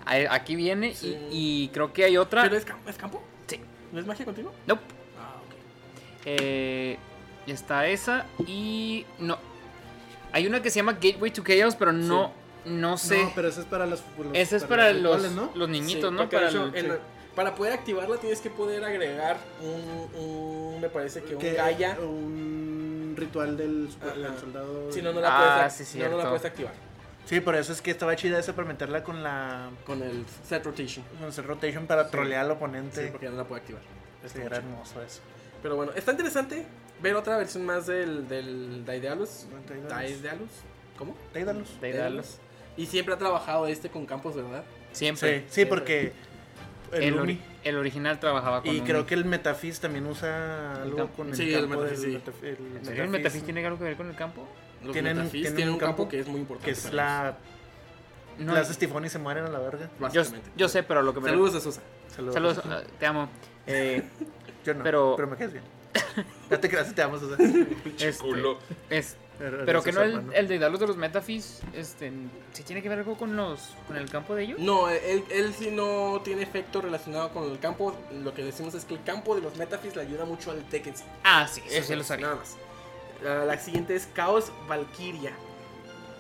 Ahí- Aquí viene Sí. y, y creo que hay otra. ¿Pero es, cam- es campo? Sí. ¿No es magia continua? Nope. Ah, ok. Eh, está esa y no. Hay una que se llama Gateway to Chaos, pero no, no sé. No, pero ese es para las. los- Esa es para los, rituales, ¿no? los niñitos, Sí, ¿no? porque de Para hecho, el- en la- para poder activarla tienes que poder agregar un, un- me parece que un Que- Gaia. Un ritual del, super- Ajá. del soldado. Si no, no la, Ah, puedes, sí, si no, no la cierto. puedes activar. Sí, por eso es que estaba chida esa para meterla con la. Con el set rotation. con el rotation para trolear al Sí, oponente. porque ya no la puedo activar. Sí, era hermoso eso. Pero bueno, está interesante ver otra versión más del, del Daedalus. Daedalus. Daedalus. ¿Cómo? Daedalus. Daedalus. Y siempre ha trabajado este con campos, ¿verdad? Siempre. Sí, sí, porque. El, El, Uni- ori- el original trabajaba con Y Uni. creo que el Metafis también usa algo campo. con el Sí, el campo del Metaphys, sí. Metaf- el ¿En serio? ¿El Metaphys, Metaphys tiene algo que ver con el campo? Los Tienen- Metaphys tienen tienen un un campo campo que es muy importante. Que es para la. No, Las Estifón y se mueren a la verga. ellos, yo, básicamente. yo sé, pero lo que me. Saludos a Sosa. Saludos. Saludos, ah, te amo. Eh, Yo no, pero- pero, me quedas bien. Ya te creas, te Eh, vamos a este, Culo. es- pero que no el, el Daedalus de los Metafis, este, ¿sí tiene que ver algo con los, con el campo de ellos? No, él, él sí no tiene efecto relacionado con el campo. Lo que decimos es que el campo de los Metafis le ayuda mucho al Tekken. Ah, sí, eso sí lo sabía. Nada más. La, la siguiente es Caos Valkyria.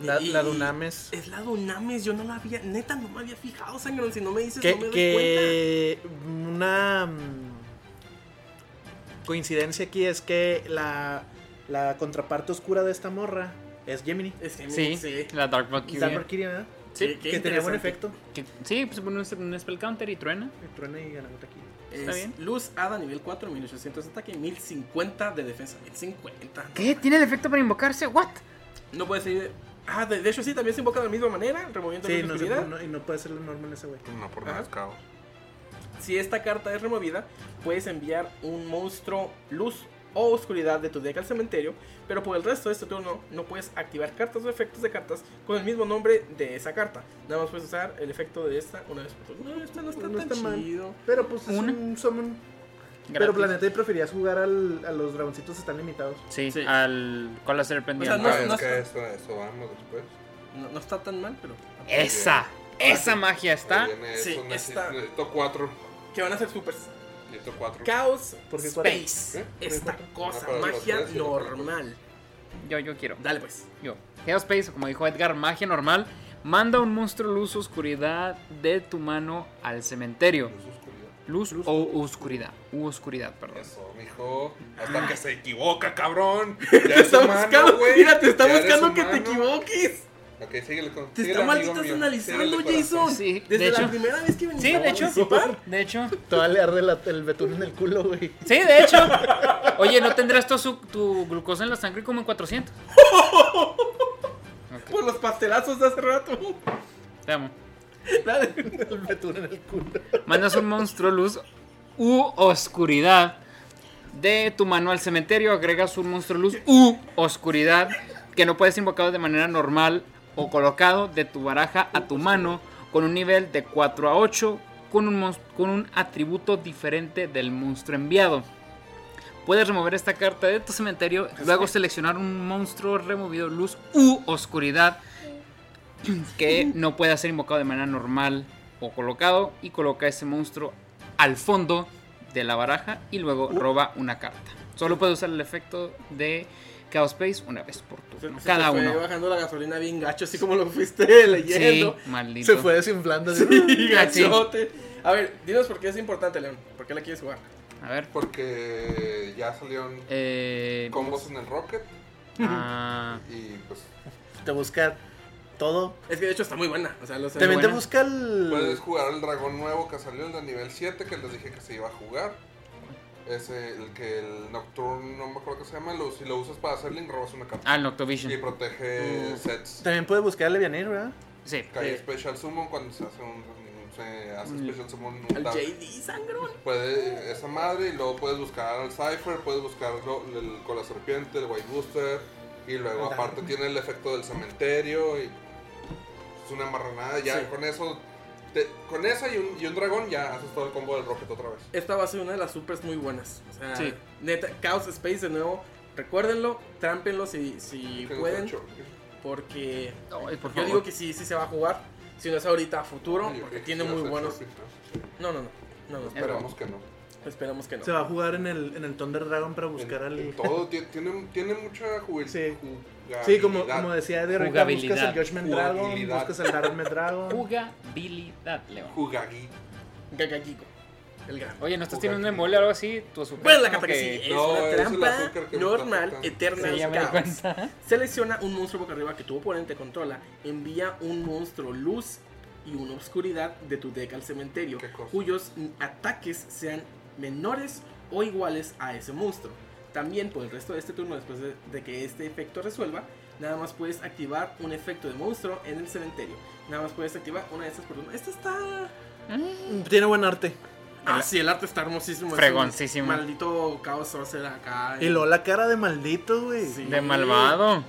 La, Y- la Dunames. Es la Dunames, yo no la había. Neta, no me había fijado, Sangrón. Si no me dices, Que, no me doy que una mm, coincidencia aquí es que la, la contraparte oscura de esta morra es Gemini. cuenta. Es que Sí, la Dark Valkyria. Dark Valkyria, ¿verdad? Sí, qué que tenía buen interesante. efecto. que- sí, pues pone un, un spell counter y truena. Y truena y ganamos aquí. Es Está bien. Luz Hada nivel 4, 1800 de ataque, 1050 de defensa. 1050. ¿Qué? ¿Tiene el efecto para invocarse? ¿What? No puede ser. Ah, de, de hecho, sí, también se invoca de la misma manera, removiendo Sí, la no, oscuridad. no, no- y no puede ser lo normal ese güey. No, por nada es caos. Si esta carta es removida, puedes enviar un monstruo luz o oscuridad de tu deck al cementerio, pero por el resto de este turno no puedes activar cartas o efectos de cartas con el mismo nombre de esa carta. Nada más puedes usar el efecto de esta una vez por turno. No, esta no está No tan está mal. chido. Pero pues es Una. un summon. Gratis. Pero Planeta y preferías jugar al, a los dragoncitos están limitados. Sí, Sí. al con la serpiente. O sea, y no- al- Ah, es no está- que a eso, a eso vamos después. No, no está tan mal, pero... Esa, esa magia está. Ahí viene Sí, eso, necesito, está. necesito cuatro. Que van a ser supers. Necesito cuatro. Caos ¿Por qué Space. ¿Eh? Esta Ah, cosa, para los magia tres y otro para los normal. Yo, yo quiero. Dale pues. Yo. Chaospace, como dijo Edgar, magia normal. Manda un monstruo luz oscuridad de tu mano al cementerio. Luz oscuridad. Luz, o oscuridad. U oscuridad, perdón. Eso, mijo. Hasta que se equivoca, cabrón. Ya es Está humano, buscando, güey. mira, te está Ya eres buscando que te humano. equivoques. Ok, síguele con. Te síguele, está amigo maldito mío. analizando, Síguele, corazón. Jason. Sí, Desde de la hecho. primera vez que venimos Sí, a de hecho. participar. De hecho. Toda le arde la- el betún en el culo, güey. Sí, de hecho. Oye, ¿no tendrás tu, azu- tu glucosa en la sangre como en 400? Por los pastelazos de hace rato. Te amo. Dale. El betún en el culo. Mandas un monstruo luz u oscuridad de tu mano al cementerio. Agregas un monstruo luz u oscuridad que no puedes invocar de manera normal o colocado de tu baraja a tu mano con un nivel de 4 a 8 con un, mons- con un atributo diferente del monstruo enviado. Puedes remover esta carta de tu cementerio, luego seleccionar un monstruo removido luz u oscuridad que no pueda ser invocado de manera normal o colocado y coloca ese monstruo al fondo de la baraja y luego Uh. roba una carta. Solo puede usar el efecto de Chaos Space una vez por Se- se turno. te Cada fue uno. bajando la gasolina bien gacho, así como lo fuiste Sí, leyendo. maldito. Se fue desinflando. así. Sí, Gacho. gachote. A ver, dinos por qué es importante, León. ¿Por qué la quieres jugar? A ver. Porque ya salieron Eh, combos pues. en el Rocket ah, y pues Te busca todo. Es que de hecho está muy buena. O sea, lo sé. También te buena. busca el. puedes jugar el dragón nuevo que salió, el de nivel 7 que les dije que se iba a jugar. Es el que el Nocturne, no me acuerdo qué se llama, lo- si lo usas para hacer link robas una carta. ah, el Y Noctovision. protege sets. También puedes buscar el Levianero, ¿verdad? Sí. Cae Special Summon cuando se hace un. Se hace Special Summon un Al tap. JD Sangrón. Puede esa madre y luego puedes buscar al Cypher, puedes buscar lo- el- con la serpiente, el White Booster. Y luego aparte tiene el efecto del cementerio y es una marranada. Ya Sí. con eso, te- con esa y un, y un dragón ya haces todo el combo del Rocket otra vez. Esta va a ser una de las supers muy buenas. O sea, Sí. neta, Chaos Space de nuevo. Recuérdenlo, trámpenlo si, si Que no pueden. está hecho. Porque Ay, por yo favor. digo que sí, sí se va a jugar. Si no es ahorita, a futuro. Yo creo Porque que tiene sí muy va a ser buenos. Rocket, ¿no? No, no, no. No, no, Esperamos que no. esperamos que no. Se va a jugar en el, en el Thunder Dragon para buscar En- en al. Todo ti- tiene, tiene mucha juventud. Sí. Sí, como, como decía Edgar, ahorita Jugabilidad. buscas el Judgment Dragon, Jugabilidad. buscas el Dark Dragon. Jugabilidad, León. Gagagico. El gran. Oye, ¿no estás teniendo un emole o algo así? Tu azúcar. Bueno, la como carta que sí que- es No, una es el trampa azúcar que me normal, está eterna. Sí, ya me di caos. cuenta. Selecciona un monstruo boca arriba que tu oponente controla. Envía un monstruo luz y una oscuridad de tu deck al cementerio, Qué cosa. cuyos ataques sean menores o iguales a ese monstruo. También por el resto de este turno, después de, de que este efecto resuelva, nada más puedes activar un efecto de monstruo en el cementerio. Nada más puedes activar una de estas por turno. Esta está Tiene buen arte. Ah, sí, el arte está hermosísimo. es un Fregoncísimo. Maldito caos sorcerer acá. eh. Y luego la cara de maldito, güey. eh. Sí. De malvado.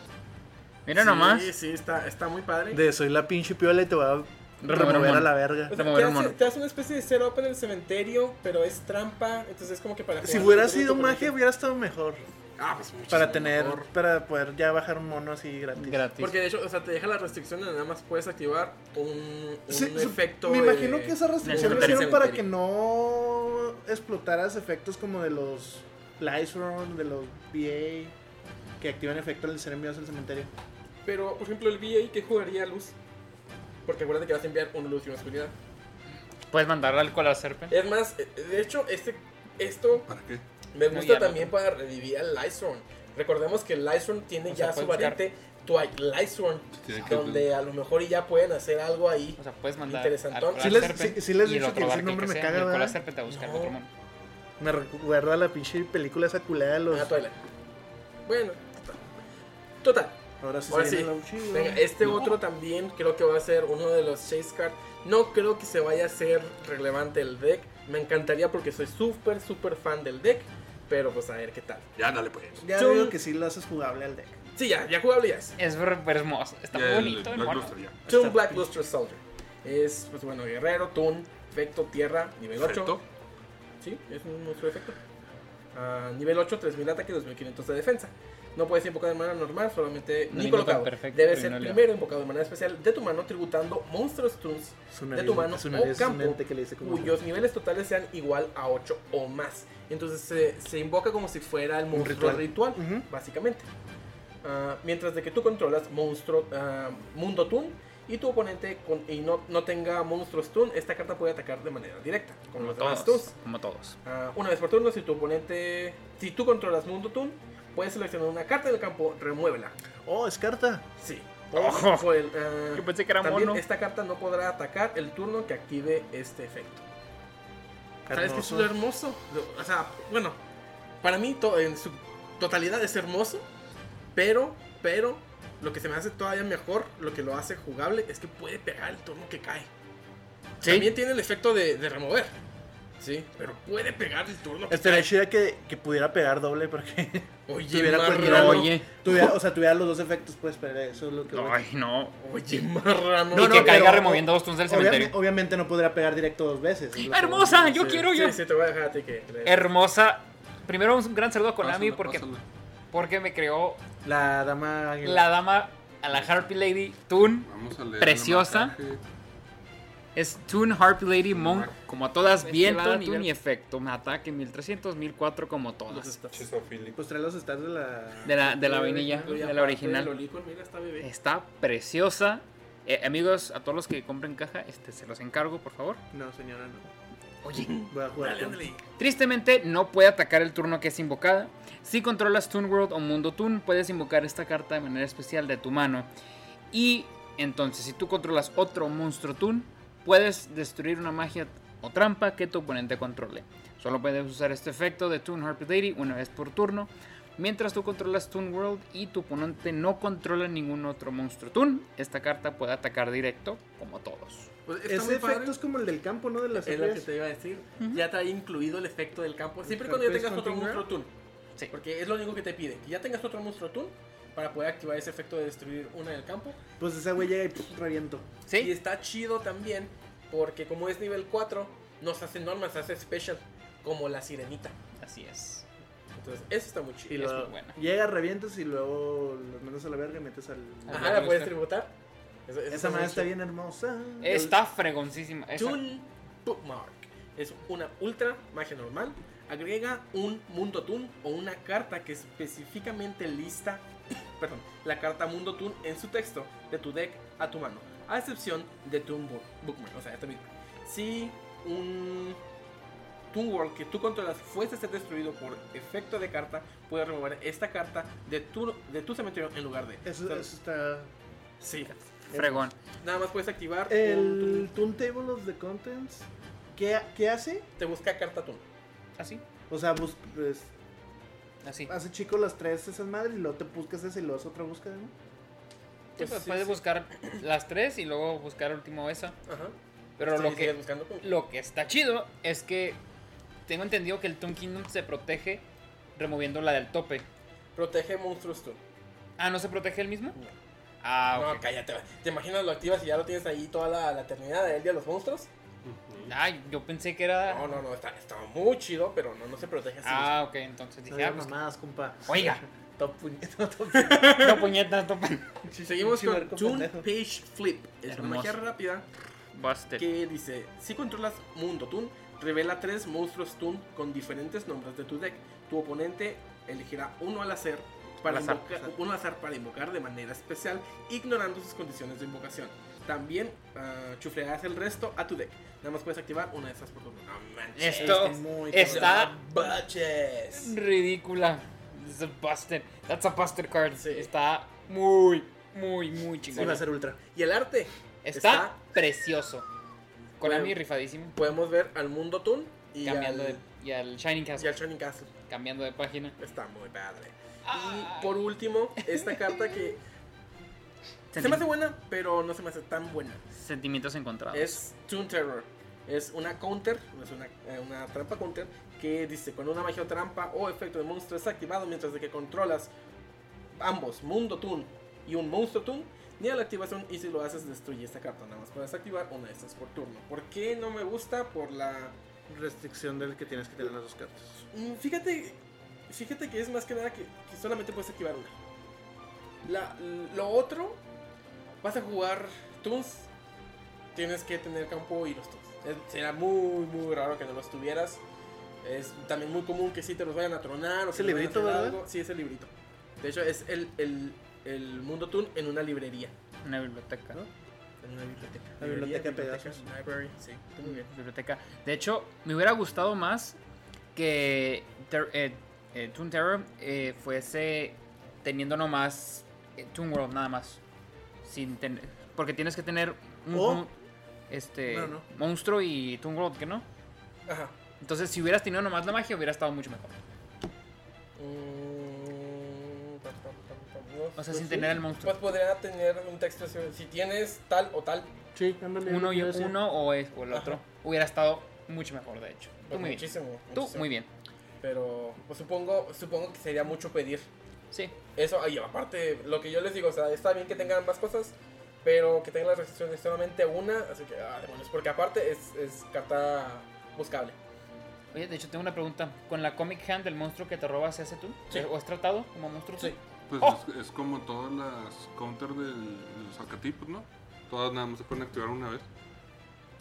Mira Sí, nomás. Sí, está, está muy padre. De soy la pinche piola y te va a un remover mono. a la verga. O sea, de mover te un hace- mono. te hace una especie de set-up en el cementerio, pero es trampa. Entonces es como que para. Si jugar hubiera contra sido tu magia, oponente. hubiera estado mejor. Ah, pues muchísimo Para tener, mejor. para poder ya bajar un mono así gratis. Gratis. Porque de hecho, o sea, te deja la restricción de nada más puedes activar un, un Sí, sí, efecto. me de- imagino que esa restricción cementerio. lo hicieron para Cementerio. que no explotaras efectos como de los Lyceron, de los VA, que activan efectos al ser enviados al cementerio. Pero, por ejemplo, el VA que jugaría luz. Porque acuérdate que vas a enviar una luz y una oscuridad. Puedes mandar alcohol al serpent. Es más, eh, de hecho, este, esto ¿Para qué? Me No, gusta ya no. también para revivir al Lyzron. Recordemos que Lyzron tiene O sea, ya su puedes sacar- variante Twilight Lyzron, tiene que- donde a lo mejor ya pueden hacer algo ahí. O sea, puedes mandar Interesantón. alcohol Sí al les- serpent. sí- sí les y he dicho lo que ese probar nombre me sea caga, alcohol al ¿verdad? serpent a buscar No. otro mono. Me recuerda a la pinche película esa culada de los. Ah, Twilight. Bueno, total. total. Ahora sí Ahora se sí, viene lo chido. venga, este otro también creo que va a ser uno de los Chase Card. No creo que se vaya a ser relevante el deck. Me encantaría porque soy súper, súper fan del deck. Pero pues a ver qué tal. Ya, dale pues. Ya Chum. veo que sí lo haces jugable al deck. Sí, ya, ya jugable ya es. Es súper hermoso. Está Ya, el- bonito el Black mono. Luster, ya. Toon Black Luster Soldier. Es, pues bueno, guerrero, Toon, efecto, tierra, nivel 8. Perfecto. Sí, es un monstruo de efecto. Ah, nivel 8, 3000 de ataque, 2500 de defensa. No puedes invocar de manera normal, solamente No ni hay colocado. ningún perfecto Debe ser primero. primero invocado de manera especial de tu mano, tributando monstruos tunes Su de nariz- tu mano su nariz o es un campo ente que le dice como- cuyos niveles totales sean igual a 8 o más. Entonces se, se invoca como si fuera el monstruo ritual. ritual, Ujú. básicamente. Ah, mientras de que tú controlas monstruo, ah, mundo Toon y tu oponente con- y no, no tenga monstruos Toon, esta carta puede atacar de manera directa, con Como los demás todos. Toons. Como todos. Ah, una vez por turno, si tu oponente. Si tú controlas Mundo Toon, puedes seleccionar una carta del campo, remuévela. Oh, es carta. Sí. Ojo. Fue el, ah, Yo pensé que era también mono. esta carta no podrá atacar el turno que active este efecto. ¿Sabes qué es lo Hermoso. hermoso? Lo- O sea, bueno, para mí to- en su totalidad es hermoso, pero, pero, lo que se me hace todavía mejor, lo que lo hace jugable, es que puede pegar el turno que cae. Sí. También tiene el efecto de, de remover. Sí, pero puede pegar el turno que Estaría Este cae. chida que, que pudiera pegar doble porque Oye, Tuviera cualquiera. marrano. Oye. tuviera- o sea, tuviera los dos efectos, pues, pero eso es lo que. Ay, no. Oye, marrano. y No, no, que caiga pero- removiendo dos tunes del Obviamente- cementerio. obviamente no podrá pegar directo dos veces. es lo que- Hermosa, yo quiero yo. Sí, sí, te voy a dejar a ti que. Hermosa. Primero un gran saludo a Konami Pásala, porque, pásala. porque me creó La dama. águila. la dama, a la Harpy Lady, Toon. Vamos a leer el Preciosa. marcaje. Es Toon, Harpy Lady, Monk, como a todas, viento, Mezclada, ni Toon. y efecto. Me ataque 1300, 1004, como todas. Chisofílico. Pues trae los stats de la. De la, de la vainilla, Oye, de aparte la original. del Olicon, mira, está bebé. Eh, Está preciosa. Eh, amigos, a todos los que compren caja, este, se los encargo, por favor. No, señora, no. Oye, Voy a jugar. Dale, con- ándale. tristemente no puede atacar el turno que es invocada. Si controlas Toon World o Mundo Toon, puedes invocar esta carta de manera especial de tu mano. Y entonces, si tú controlas otro monstruo Toon, puedes destruir una magia o trampa que tu oponente controle. Solo puedes usar este efecto de Toon Harpy Lady una vez por turno. Mientras tú controlas Toon World y tu oponente no controla ningún otro monstruo Toon, esta carta puede atacar directo como todos. Pues está Ese muy padre. efecto es como el del campo, ¿no? De las Es lo que águilas. te iba a decir. Ya te ha incluido el efecto del campo. Siempre ¿El cuando ya efecto tengas otro continuo? monstruo Toon. Sí. Porque es lo único que te pide. Que ya tengas otro monstruo Toon para poder activar ese efecto de destruir una del campo. Pues esa güey llega y pff, reviento. Y está chido también porque como es nivel 4, no se hace normal, se hace special. Como la sirenita. así es. Entonces, eso está muy Y chido. es luego muy buena. llega, revientas y luego los mandas a la verga y metes al. Ajá, la puedes tributar. Eso- eso Esa muy madre está chido. bien hermosa. Está fregoncísima. esa. Toon Bookmark. Es una ultra magia normal. Agrega un mundo Toon o una carta que específicamente lista perdón, la carta mundo Toon en su texto de tu deck a tu mano. A excepción de Toon Bo- Bookmark. O sea, esta misma. Si un Toon World que tú controlas fuese a ser destruido por efecto de carta, puedes remover esta carta de tu, de tu cementerio en lugar de. Eso, O sea, eso está. Sí. Fregón. Nada más puedes activar. un El Toon- Toon Table of the Contents. ¿Qué, qué hace? te busca carta Toon. Así, O sea, bus- pues, así. Ah, hace chico las tres esas madres y luego te buscas esa y luego haces otra búsqueda, ¿no? Sí, pues, sí, puedes sí. buscar las tres y luego buscar último esa. Ajá. Pero Sí, lo, sigues que, buscando Toon. lo que está chido es que tengo entendido que el Toon Kingdom se protege removiendo la del tope. Protege monstruos tú. Ah, ¿no se protege el mismo? No. Ah, no, ok. cállate. va. ¿Te imaginas lo activas y ya lo tienes ahí toda la, la eternidad del día de los monstruos? Ay, yo pensé que era. No, no, no. Está, está muy chido, pero no, no se protege así. ah, ok, entonces dije, ah, pues, mamadas, compa. Oiga, Top puñet- top- no puñetas, topa. Si seguimos Pinche con barco Toon pendejo. Page Flip. Es una Hermoso. magia rápida Busted. que dice: Si controlas Mundo Toon, revela tres monstruos Toon con diferentes nombres de tu deck. Tu oponente elegirá uno al azar. Para Al azar. invocar- uno al azar para invocar de manera especial, ignorando sus condiciones de invocación. También ah, chuflearás el resto a tu deck. Nada más puedes activar una de esas por turno. No manches. Esto Está muy está Baches. ridícula. This is a busted. That's a busted card. Sí. Está muy, muy, muy chingón. Sí, va a ser ultra. Y el arte. Está, precioso. Konami Bueno. rifadísimo. Podemos ver al mundo Toon y, Cambiando al, de. Y al Shining y Castle. al Shining Castle. Cambiando de página. Está muy padre. Ah. Y por último, esta carta que se me hace buena, pero no se me hace tan buena. Sentimientos encontrados. Es Toon Terror. Es una counter, no es una, eh, una trampa counter, que dice cuando una magia o trampa o efecto de monstruo es activado mientras de que controlas ambos, Mundo Toon y un Monstruo Toon, ni a la activación y si lo haces destruye esta carta, nada más puedes activar una de estas por turno. ¿Por qué no me gusta? Por la... Restricción del que tienes que tener las dos cartas. Mm, Fíjate, fíjate que es más que nada que, que solamente puedes activar una. La- lo otro, vas a jugar Toons, tienes que tener campo y los Toons. Es- será muy, muy raro que no los tuvieras. Es también muy común que sí te los vayan a tronar. O Ese que les vayan a librito, hacer ¿verdad? algo. Sí, ese librito. De hecho, es el, el, el mundo Toon en una librería. Una biblioteca. ¿No? En una biblioteca. La biblioteca de Pegasus. Library, sí, está muy bien. Biblioteca. De hecho, me hubiera gustado más que Ter- eh, eh, Toon Terror eh, fuese teniendo nomás eh, Toon World, nada más. Sin tener. Porque tienes que tener un Oh. O- mon- este No, no. monstruo y Toon World, ¿que no? Ajá. Entonces, si hubieras tenido nomás la magia, hubiera estado mucho mejor. Mm, pam, pam, pam, pam, no, O sea, no sin sé. tener el monstruo. Pues podría tener un texto así, si tienes tal o tal, pues, Sí, ándale. Uno, y, yo decía. uno o, es, o el otro. Hubiera estado mucho mejor, de hecho. Tú pues muy bien. muchísimo. Tú muchísimo. muy bien. Pero pues supongo, supongo que sería mucho pedir. Sí. Eso, y aparte, lo que yo les digo, o sea, está bien que tengan ambas cosas, pero que tengan las restricciones solamente una, así que, ah, demonios, porque aparte es, es carta buscable. Oye, de hecho tengo una pregunta. ¿Con la Comic Hand del monstruo que te robas se hace tú? Sí. ¿O es tratado como monstruo? Sí. Pues ¡Oh! es, es como todas las counter del, de los arquetipos, ¿no? Todas nada más se pueden activar una vez.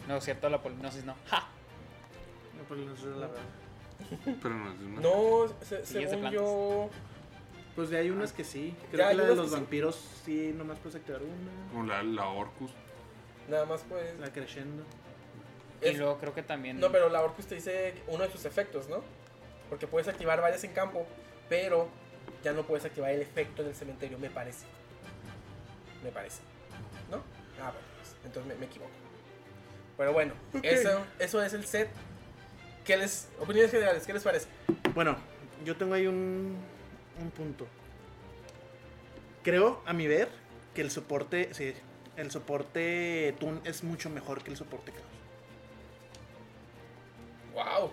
No, es cierto, la polinosis no. ¡Ja! No, pues, no sé, la verdad. Pero no es de una. No, se- Sí, es de según plantas. yo, Pues de hay unas que sí. Ya, Creo que hay la de unas los que sí. vampiros sí, nomás puedes activar una. Como la, la Orcus. nada más pues... La crescendo. Y es- luego creo que también. No, pero la Orcus te dice uno de sus efectos, ¿no? Porque puedes activar varias en campo, pero ya no puedes activar el efecto en el cementerio, me parece. Me parece. ¿No? Ah, bueno, pues, entonces me, me equivoco. Pero bueno, eso, eso es el set. ¿Qué les, opiniones generales, ¿qué les parece? Bueno, yo tengo ahí un, un punto. Creo, a mi ver, que el soporte, sí, el soporte Toon es mucho mejor que el soporte Chaos. ¡Wow!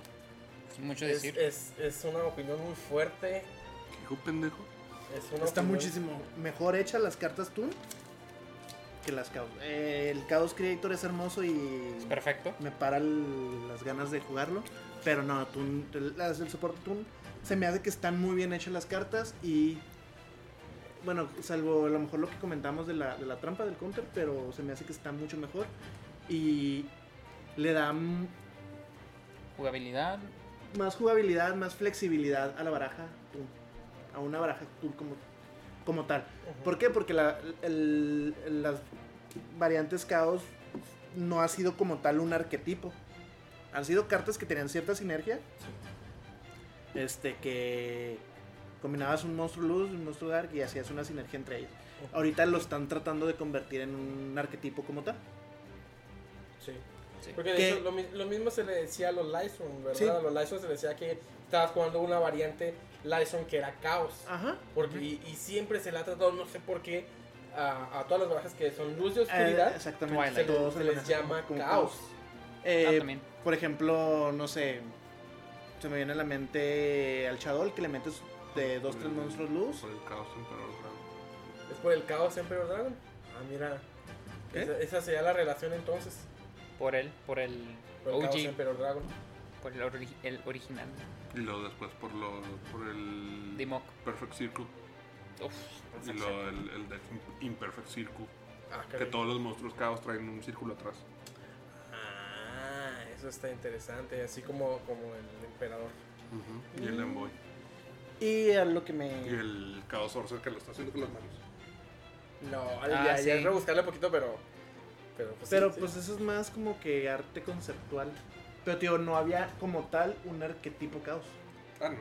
Es mucho Es, decir. es, es una opinión muy fuerte. ¿Qué hijo pendejo? Es una Está opinión- muchísimo mejor hecha las cartas Toon que las Chaos. Eh, el Chaos Creator es hermoso y Es perfecto. me para el- las ganas de jugarlo. Pero no, Toon, las del soporte Toon se me hace que están muy bien hechas las cartas y... Bueno, salvo a lo mejor lo que comentamos de la, de la trampa del counter, pero se me hace que está mucho mejor. Y le da mm, Jugabilidad. ah, más jugabilidad, más flexibilidad a la baraja Toon. A una baraja Toon como, como tal. Ujú. ¿Por qué? Porque la- el- el- las variantes caos no ha sido como tal un arquetipo. Han sido cartas que tenían cierta sinergia. Este que combinabas un monstruo luz, un monstruo dark y hacías una sinergia entre ellos. Ujú. Ahorita lo están tratando de convertir en un arquetipo como tal. Sí. Sí. Porque de ¿Qué? hecho, lo, mi- lo mismo se le decía a los Lyson, ¿verdad? Sí. A los Lyson se le decía que estabas jugando una variante Lyson que era caos. Ajá. Porque, y, y siempre se le ha tratado, no sé por qué, a, a todas las barajas que son luz de oscuridad, exactamente. se, Twilight. le- Eh, Todos se se les manejan llama como caos. Eh, Ah, también. Por ejemplo, no sé. Se me viene a la mente al Shadow, que le metes de dos, Mm. tres monstruos luz. Por el caos emperador dragón. Es por el caos en Emperor Dragon. Ah, mira. ¿Qué? Esa, esa sería la relación entonces. Por él, por el Por el caos en OG, Emperor Dragon. por el, ori- el original. Y luego después por lo por el Dimok. Perfect Circle. Uf, Y luego el, el Death Imperfect Circle. Ah, Que caray. todos los monstruos caos traen un círculo atrás. Ah, eso está interesante. Así como, como el emperador. Y Mm. el Envoy. Y a lo que Y me. el Chaos Sorcerer que lo está haciendo con las manos. No, Ah, ya, ya sí. es rebuscarle un poquito, pero. Pero pues. sí, Pero sí. pues eso es más como que arte conceptual. Pero tío, no había como tal un arquetipo caos. Ah, no.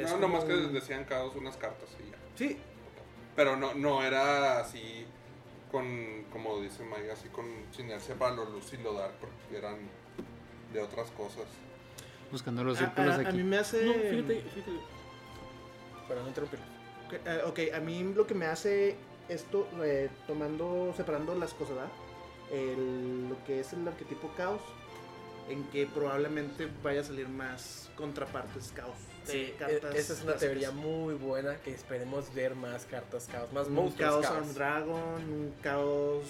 Es no, como nomás que un- decían caos unas cartas y ya. Sí, Pero no, no era así con, como dice Mike, así con sinergia para lo luz y lo dark, porque eran de otras cosas. Buscando los Ah, a, a- a mí me hace. No, fíjate, fíjate. Para no interrumpirlo. Que, eh, ok, a mí lo que me hace esto, eh, tomando, separando las cosas, ¿verdad? El- lo que es el arquetipo caos, en que probablemente vaya a salir más contrapartes caos. de Sí, cartas e- esa es una clásicas. teoría muy buena que esperemos ver más cartas caos, más Un monstruos caos caos. on Dragon, un caos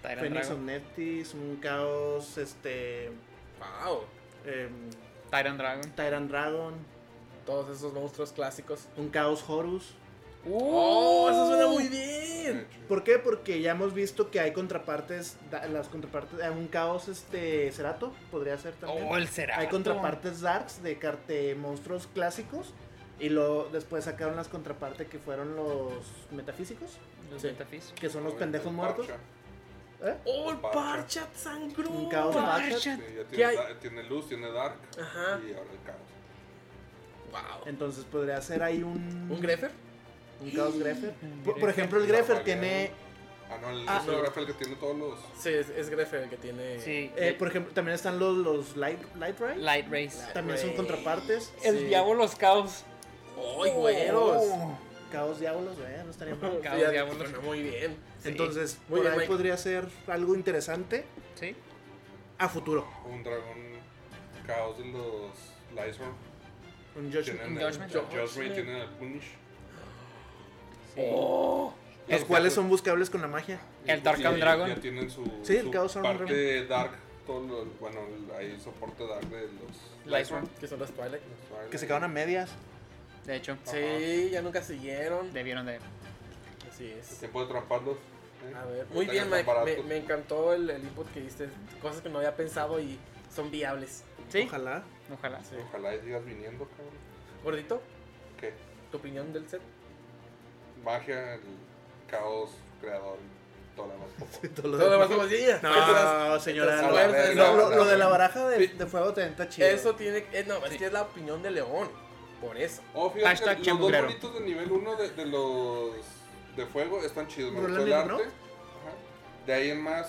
Tyrant Phoenix Dragon. on Neptis, un caos este Wow, em, ah, Tyrant Dragon. Tyrant Dragon, todos esos monstruos clásicos. un caos Horus. ¡Uh! Oh, eso suena muy De bien. hecho, ¿Por qué? Porque ya hemos visto que hay contrapartes, da- las contrapartes, eh, un caos este Cerato podría ser también. Oh, el será. hay contrapartes darks de, car- de monstruos clásicos y luego después sacaron las contrapartes que fueron los metafísicos, Los Sí. Metafis. que son los obviamente pendejos el muertos. Parcha. ¿Eh? Oh, el Parchat. Parchat sangró. Un caos Parchat. Sí, ya ¿Qué hay? tiene, da- tiene luz, tiene dark Ajá. y ahora el caos. Wow. Entonces podría ser ahí un ¿Un Grefer? un caos Greffer. Por, por Greffer. ejemplo, el La Greffer variedad. tiene Ah, no, el, Ah, es el no. Rafael que tiene todos los. Sí, es, es Grefer el que tiene. Sí. eh, por ejemplo, también están los, los Light, light Rays. Light Race. También son Rays. contrapartes. El Sí. Diablos Caos. ¡Ay, güeros! Caos Diablos, eh, no estaría mal. Sí, Caos ya- diablos. suena muy bien. Entonces, Muy por bien, ahí Mike. podría ser algo interesante Sí. a futuro. Un dragón caos de los Lyson. Un Judgment. Tienen el Judgment. Ju- Judgment, tienen el Punish. Oh. Los cuales son buscables con la magia. El Dark Y and ya- Dragon. Ya tienen su, Sí, el su Chaos Armor parte dark. Todo lo- bueno, el- hay soporte dark de los. Lightsworn, Que son las Twilight. los- Que se quedan a medias. de hecho. Sí, ya nunca siguieron. Debieron de. Así es. Se puede atraparlos. ¿eh? A ver, No muy bien, tengan tan Mike. Me, baratos. me encantó el, el input que diste. Cosas que no había pensado y son viables. Sí, ojalá. Ojalá. Sí. Ojalá y sigas viniendo, cabrón. Gordito, ¿Qué? ¿tu opinión del set? Magia, el caos, creador, todo lo demás. Todo Todo lo lo demás. demás como si ya. No, señora. Entonces, lo- a la verga. lo, lo- No, no, lo de no. la baraja de, Sí. de fuego también está chido. Eso tiene que. eh, No, es que es la opinión de León. Por eso. Oh, fíjate, Hashtag los dos chamugrero. bonitos de nivel 1 de, de los de fuego están chidos. Me gustó Roland el arte. Miller, Ajá. De ahí en más,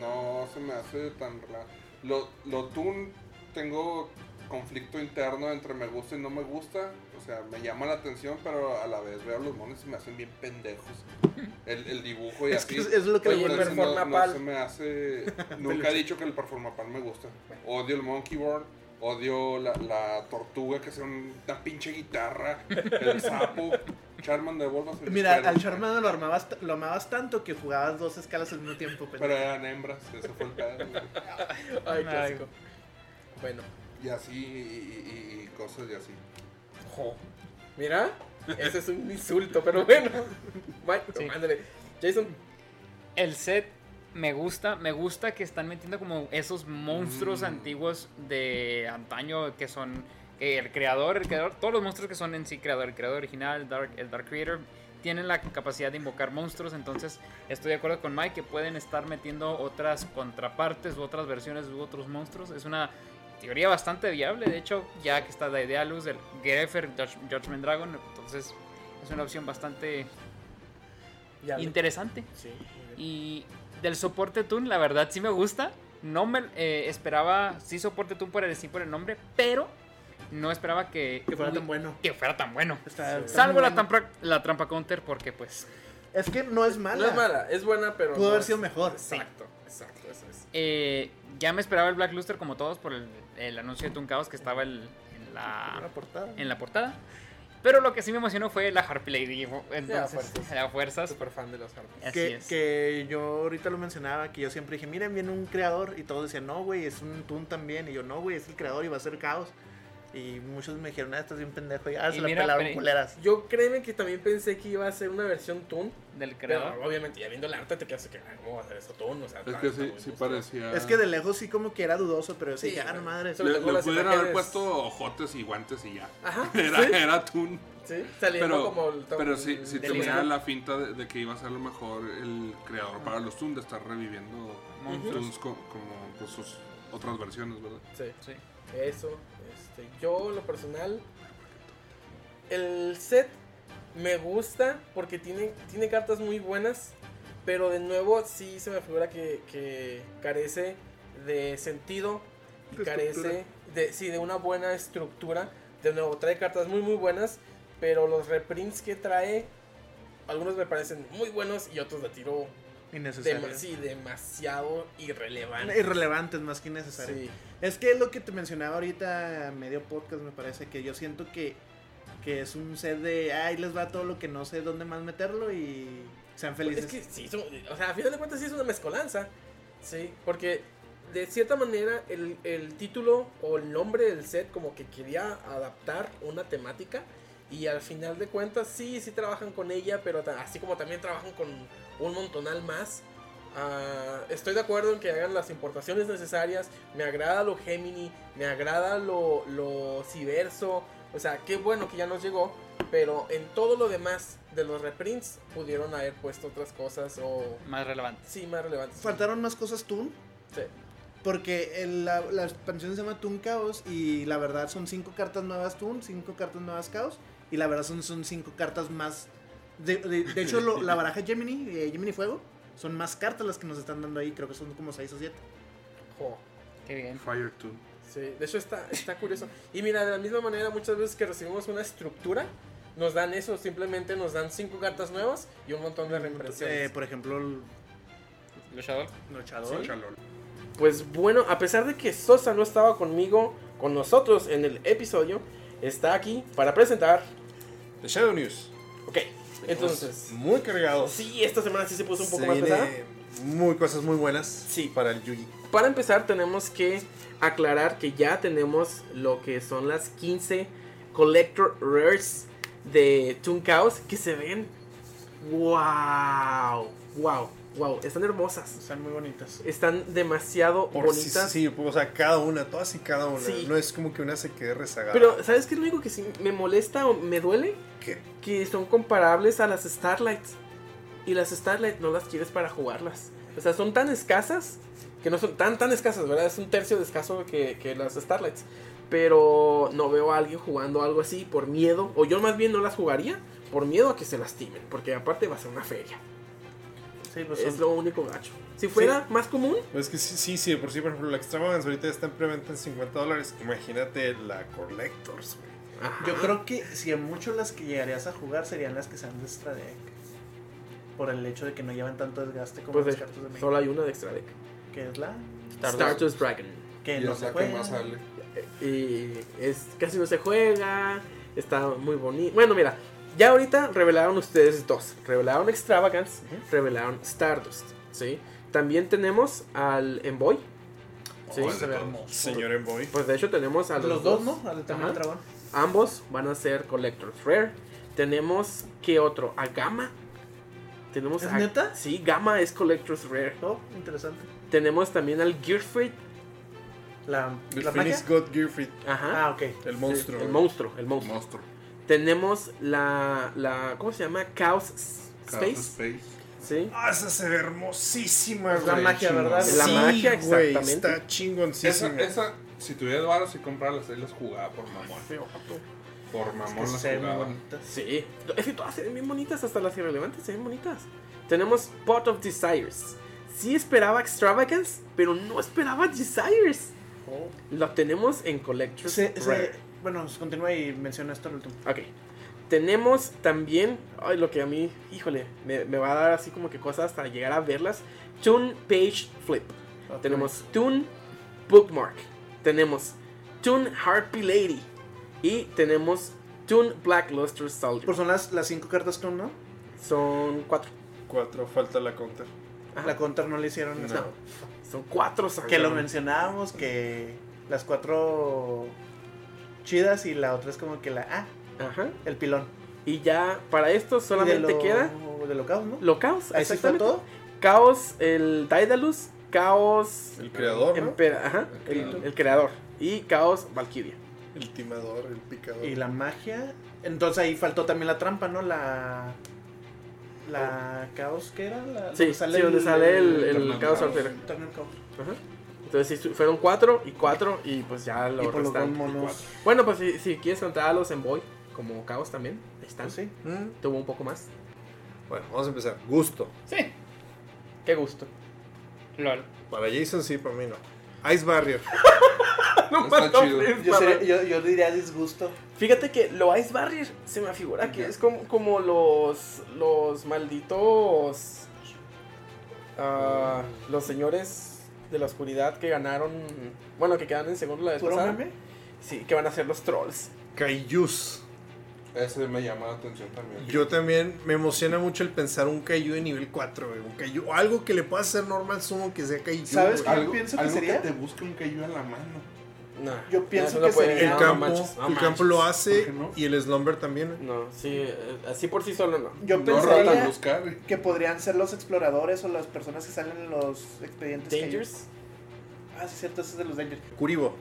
no se me hace tan raro. Lo, lo Toon, tengo conflicto interno entre me gusta y no me gusta. O sea, me llama la atención, pero a la vez veo a los monos y me hacen bien pendejos. El, el dibujo y Es así. que es- es lo que le gusta. entonces no- no, Performapal. se me hace. Nunca he dicho que el performapal me gusta. Odio el monkey board. Odio la, la tortuga que sea un- una pinche guitarra. El sapo. Charmander de Volvas. Mira, al Charmander lo, armabas, t- lo amabas tanto que jugabas dos escalas al mismo tiempo. pendejo. Pero eran hembras, ese fue el pedo. güey. Ay, clásico. Bueno, Y así, y, y- y cosas y así. jo. Mira, ese es un insulto, pero bueno. Mike, Sí. ándale. Jason, El set me gusta, me gusta que están metiendo como esos monstruos antiguos de antaño que son que el creador, el creador, todos los monstruos que son en sí creador, el creador original, el Dark, el Dark Creator, tienen la capacidad de invocar monstruos, entonces estoy de acuerdo con Mike que pueden estar metiendo otras contrapartes u otras versiones u otros monstruos. Es una teoría bastante viable, de hecho, ya que está la idea luz del Greffer Judge- Judgment Dragon, entonces es una opción bastante ya. le- interesante. Sí, muy bien. Y del soporte Toon, la verdad sí me gusta. No me eh, esperaba, sí soporte Toon por el, sí por el nombre, pero no esperaba que, que fuera tan bueno. que fuera tan bueno. Está- está Salvo muy la, bueno. tampra- la trampa counter, porque pues Es que no es mala. No es mala, es buena, pero. Pudo no haber es- sido mejor. Exacto, exacto, eso es. eh, ya me esperaba el Black Luster como todos por el, el anuncio de Toon Chaos que estaba el- en, Una la, portada. en la portada. Pero lo que sí me emocionó fue la Harpy Lady. Entonces, fuerzas. a fuerzas. Súper fan de los Harpies. Así Que, es. que yo ahorita lo mencionaba, que yo siempre dije, miren, viene un creador. Y todos decían, no, güey, es un Toon también. Y yo, no, güey, es el creador y va a ser caos. Y muchos me dijeron, ah, estás bien pendejo. Y ah, Y se la mira, pelaron pero- culeras. Yo créeme que también pensé que iba a ser una versión Toon. Del creador. Pero obviamente, ya viendo el arte, te quedas que, ah, ¿cómo va a ser eso Toon? O sea, Es está- que está muy sí, sí monstruoso. parecía. Es que de lejos sí como que era dudoso, pero sí, Sí, ya, güey. no madre. Sobre- Le, Luego le las pudieron imágenes- haber puesto ojotes y guantes y ya. Ajá, Era, sí. era Toon. Sí, saliendo Pero, como el pero sí, sí de te Lisa. miraba la finta de, de que iba a ser a lo mejor el creador para los Toons, de estar reviviendo Monstruos. Toons co- como pues, sus otras versiones, ¿verdad? Sí. Sí. Eso, este, yo en lo personal, el set me gusta porque tiene, tiene cartas muy buenas, pero de nuevo sí se me figura que, que carece de sentido y De carece de, sí, de una buena estructura. De nuevo, trae cartas muy muy buenas, pero los reprints que trae, algunos me parecen muy buenos y otros la tiro Innecesario. dema- sí, demasiado irrelevante. Irrelevantes más que innecesarios. Sí. Es que es lo que te mencionaba ahorita, medio podcast, me parece, que yo siento que, que es un set de, ay, les va todo lo que no sé dónde más meterlo y sean felices. Pues, Es que sí, son- o sea, a final de cuentas sí es una mezcolanza. Sí, porque de cierta manera el, el título o el nombre del set como que quería adaptar una temática y al final de cuentas sí, sí trabajan con ella, pero ta- así como también trabajan con un montonal más. Ah, estoy de acuerdo en que hagan las importaciones necesarias. Me agrada lo Gemini, me agrada lo, lo Civerso. O sea, qué bueno que ya nos llegó. Pero en todo lo demás de los reprints pudieron haber puesto otras cosas o... Más relevante. Sí, más relevantes. Faltaron más cosas Toon, Sí. porque el- la, la expansión se llama Toon Chaos y la verdad son cinco cartas nuevas Toon, cinco cartas nuevas Chaos y la verdad son, son cinco cartas más... De, de- de hecho, lo- la baraja Gemini, eh, Gemini Fuego, son más cartas las que nos están dando ahí, creo que son como seis o siete. Jo. Qué bien. Fire Toon. Sí, de hecho está, está curioso. Y mira, de la misma manera, muchas veces que recibimos una estructura, nos dan eso, simplemente nos dan cinco cartas nuevas y un montón de Eh, reimpresiones. por ejemplo, el Luchador. luchador. Chalol. Pues bueno, a pesar de que Sosa no estaba conmigo, con nosotros en el episodio está aquí para presentar. The Shadow News. Ok, entonces. Muy cargados. Sí, esta semana sí se puso un poco Se más viene pesada. Muy cosas muy buenas Sí. para el Yugi. Para empezar, tenemos que aclarar que ya tenemos lo que son las 15 Collector Rares de Toon Chaos que se ven. ¡Wow! ¡Wow! ¡Wow! Están hermosas. Están muy bonitas. Están demasiado Por sí, bonitas. sí, o sea, cada una, todas y cada una. Sí. No es como que una se quede rezagada. Pero, ¿sabes qué es lo único que sí me molesta o me duele? ¿Qué? Que son comparables a las Starlights. Y las Starlight no las quieres para jugarlas. O sea, son tan escasas. Que no son tan, tan escasas, ¿verdad? Es un tercio de escaso que, que las Starlights. Pero no veo a alguien jugando algo así por miedo. O yo más bien no las jugaría por miedo a que se lastimen. Porque aparte va a ser una feria. Sí, pues Es son- lo único gacho. Si fuera más común, Pues que sí, sí, sí, de por sí, por ejemplo, la Extravagance ahorita está en preventa en 50 dólares. Imagínate la Collectors, güey. ajá, Yo creo que si a mucho las que llegarías a jugar serían las que sean de extra deck. Por el hecho de que no llevan tanto desgaste como pues, las eh, cartas de Magic. solo hay una de extra deck. Que es la. Stardust Dragon. Que Y no es se la que juega. más sale. y es casi no se juega, está muy bonito. Bueno, mira, ya ahorita revelaron ustedes dos, revelaron Extravagance, revelaron Stardust, ¿sí? También tenemos al Envoy. Sí, Oh, se ve hermoso. Señor Envoy. Pues de hecho tenemos a los, Los dos, ¿no? Al también Ajá. el dragón. Ambos van a ser Collectors Rare. Tenemos que otro, a Gamma. Tenemos ¿Es a- neta? Sí, Gamma es Collectors Rare. Oh, interesante. Tenemos también al Gearfit. La, The la magia. Phoenix God Gearfit, Ajá. Ah, ok. el monstruo. El güey. monstruo, el monstruo. Monstruo. Tenemos la, la ¿cómo se llama? Chaos S- Casa Space, Space. ¿sí? Ah, esa se ve hermosísima, Es la güey. magia, ¿verdad? Chingón. La Sí, magia, güey, exactamente. Está chingoncísima. esa, esa, si tuvieras varos y comprarlas, ahí las jugaba por mamón. Por Es mamón que las se ven muy jugaba. bonitas. Sí. Es que todas se ven bien bonitas, hasta las irrelevantes se ven bonitas. Tenemos Pot of Desires. Sí esperaba Extravagance, pero no esperaba Desires. Oh. Lo tenemos en Collectors Se- se- Rare. Pues, eh, bueno, pues, continúa y menciona esto al último. Ok. Tenemos también, ay, lo que a mí, híjole, me, me va a dar así como que cosas hasta llegar a verlas. Tune Page Flip. Tenemos Tune Bookmark. Tenemos Tune Harpy Lady. Y tenemos Tune Black Luster Soldier. Pues son las, las cinco cartas tú, ¿no? Son cuatro. Cuatro, falta la counter. Ajá. La counter no le hicieron No. nada. Son cuatro sangrón. Que lo mencionábamos, que las cuatro chidas y la otra es como que la. Ah, Ajá. el pilón. Y ya para esto solamente Y de lo- queda De lo caos, ¿no? lo caos. Ahí sí fue exactamente. todo. Caos, el Daedalus, caos. El creador, ¿no? Empera- ajá, el, el creador. Y caos Valkyria. El timador, el picador. Y la magia. Entonces ahí faltó también la trampa, ¿no? La. La caos que era. La, Sí, sí, donde sale el, el Eternal caos Caos. artero. Eternal Caos. Ajá. Entonces sí, fueron cuatro y cuatro y pues ya lo Y por los dos restante. monos. Bueno, pues si, si quieres contar a los Envoy como caos también, ahí están. Sí. Mm. Tuvo un poco más. Bueno, vamos a empezar. Gusto. Sí. Qué gusto. LOL. Para Jason sí, para mí no. Ice Barrier. No, pues, Está no, chido. es Yo, para- sería- yo, yo diría disgusto. Fíjate que lo Ice Barrier se me figura que Ya. es como, como los los malditos ah, los señores de la oscuridad que ganaron, bueno, que quedan en segundo la vez ¿Puro pasada. meme? Sí, que van a ser los trolls. Kaijus. Ese me llama la atención también. Yo también me emociona mucho el pensar un Kaiju de nivel 4, güey. Un Kaiju, o algo que le pueda hacer normal sumo que sea Kaiju. ¿Sabes güey. qué? algo, pienso que algo sería? te busque un cayó en la mano. No, Yo no, pienso eso que puede- sería- El no, no campo, manches, no el campo lo manches. hace ¿Por qué no? y el Slumber también. No, sí, eh, así por sí solo no. Yo no pensaría Roland Buscari. que podrían ser los exploradores o las personas que salen en los expedientes. que hay. Dangers. Ah, sí, cierto, ese es de los Dangers. Kuribo.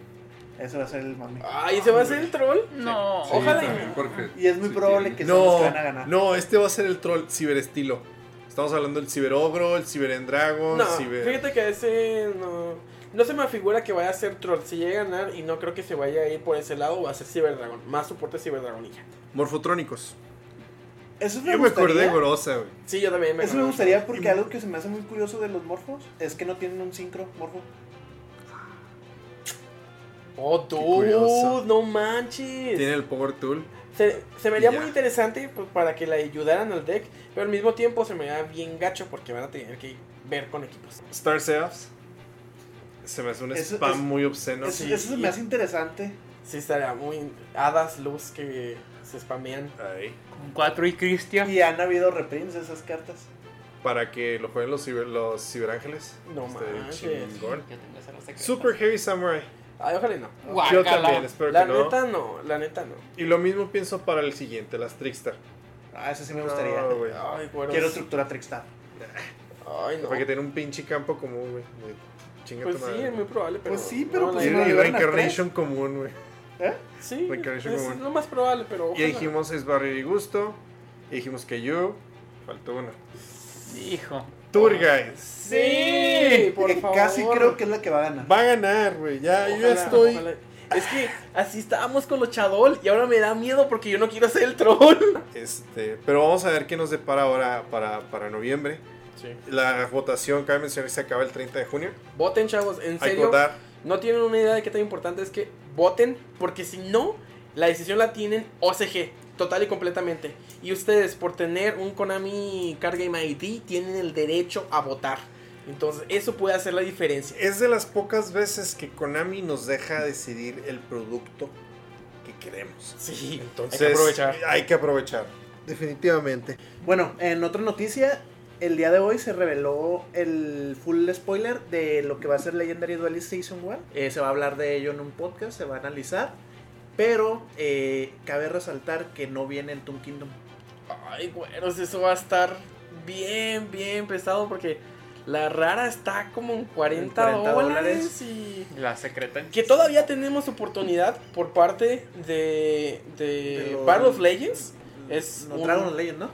Ese va a ser el mame. Ay, ¿se va a hacer el troll? No. Sí, Ojalá y también, no. porque Y es muy sí probable que tiene. son los que No, van a ganar. no, este va a ser el troll ciberestilo. Estamos hablando del ciberogro, el ciberendragon, No, ciber... fíjate que ese no, no se me figura que vaya a ser troll. Si llega a ganar y no creo que se vaya a ir por ese lado, va a ser Ciberdragón. Más soporte Ciberdragonilla. morfotrónicos. Eso me Yo me acordé gustaría. de Gorosa, güey. Sí, yo también me Eso me acuerdo. gustaría porque algo que se me hace muy curioso de los morfos es que no tienen un sincro morfo. Oh, dude, curioso. no manches. Tiene el Power Tool. Se, se me haría Y ya. muy interesante pues, para que le ayudaran al deck, pero al mismo tiempo se me da bien gacho porque van a tener que ver con equipos. Star Seas. se me hace un Eso- spam es- muy obsceno. Eso, sí, eso se me y- hace interesante. Sí, estaría muy. Hadas, luz que se spamean. Ahí. Con 4 y Cristian. Y han habido reprints de esas cartas. Para que lo jueguen los, ciber, los ciberángeles. No manches. chingón. Super Heavy Samurai. Ay, ojalá y no. Yo también, espero La que no. neta no, la neta no. Y lo mismo pienso para el siguiente, las Trickstar. Ah, eso sí me gustaría. No, güey. Ay, güero. Quiero estructura Trickstar. Ay, no. Para que tenga un pinche campo común, güey. De- Chinga Pues tu sí, madre. es muy probable, pero. Pues sí, pero no, pues la- Y- no y llegaron a Reincarnation común, güey. Sí, me quedé es como- lo más probable, pero. Y ojalá. dijimos es Barrio y Gusto. Y dijimos que yo. Faltó uno. Hijo. Tour Guides. Sí, por Que favor. Casi creo que es la que va a ganar. Va a ganar, güey. Ya, yo ya Ojalá, estoy. ojalá. Es que así estábamos con los Chadol y ahora me da miedo porque yo no quiero ser el troll. Este, pero vamos a ver qué nos depara ahora para, para noviembre. Sí. La votación, cabe mencionar que se acaba el 30 de junio. Voten, chavos, en Hay que serio. votar. No tienen una idea de qué tan importante es que voten, porque si no, la decisión la tienen OCG, total y completamente. Y ustedes, por tener un Konami Card Game ID, tienen el derecho a votar. Entonces, eso puede hacer la diferencia. Es de las pocas veces que Konami nos deja decidir el producto que queremos. Sí, Entonces, hay que aprovechar. Hay que aprovechar. Definitivamente. Bueno, en otra noticia, el día de hoy se reveló el full spoiler de lo que va a ser Legendary Duelist Season 1. Eh, se va a hablar de ello en un podcast, se va a analizar. Pero eh, cabe resaltar que no viene el Toon Kingdom. Ay, güeros, eso va a estar bien, bien pesado porque la rara está como en 40, 40 dólares. dólares. y- La secreta. Que todavía tenemos oportunidad por parte de, de, De lo- Battle of Legends. Es No un- Dragon of Legend, ¿no?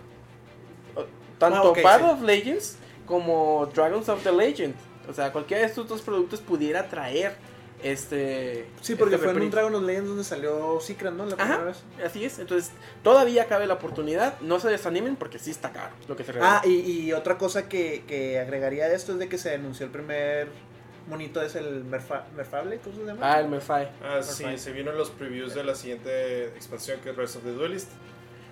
Tanto Ah, ok, Battle sí. of Legends como Dragons of the Legend. O sea, cualquiera de estos dos productos pudiera traer este. Sí, porque este fue en un reprint. Dragon of Legends donde salió Secret, ¿no? La Ajá. primera vez. Así es, entonces todavía cabe la oportunidad. No se desanimen porque sí está caro lo que se regala. Ah, y, y otra cosa que, que agregaría a esto es de que se anunció el primer monito, es el Merfa- Merfable, ¿cómo se llama? Ah, el Merfai. Ah, sí, se vieron los previews de la siguiente expansión que es Rise of the Duelist.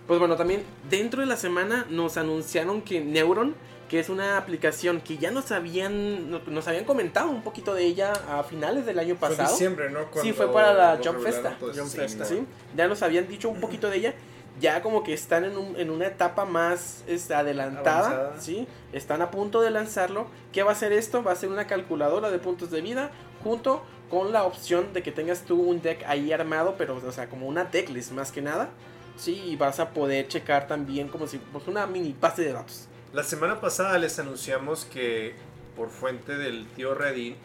Pues bueno, también dentro de la semana nos anunciaron que Neuron, que es una aplicación que ya nos habían no- nos habían comentado un poquito de ella a finales del año Fue en pasado. diciembre, ¿no? sí, Cuando fue para la lo Jump revelaron Festa. todo eso. Jump Sí, Festa. mo- ¿sí? Ya nos habían dicho un poquito de ella. Ya como que están en, un- en una etapa más este, adelantada, Avanzada. ¿sí? Están a punto de lanzarlo. ¿Qué va a ser esto? Va a ser una calculadora de puntos de vida junto con la opción de que tengas tú un deck ahí armado, pero o sea, como una decklist más que nada. Sí, y vas a poder checar también como si pues una mini base de datos. La semana pasada les anunciamos que por fuente del tío Redin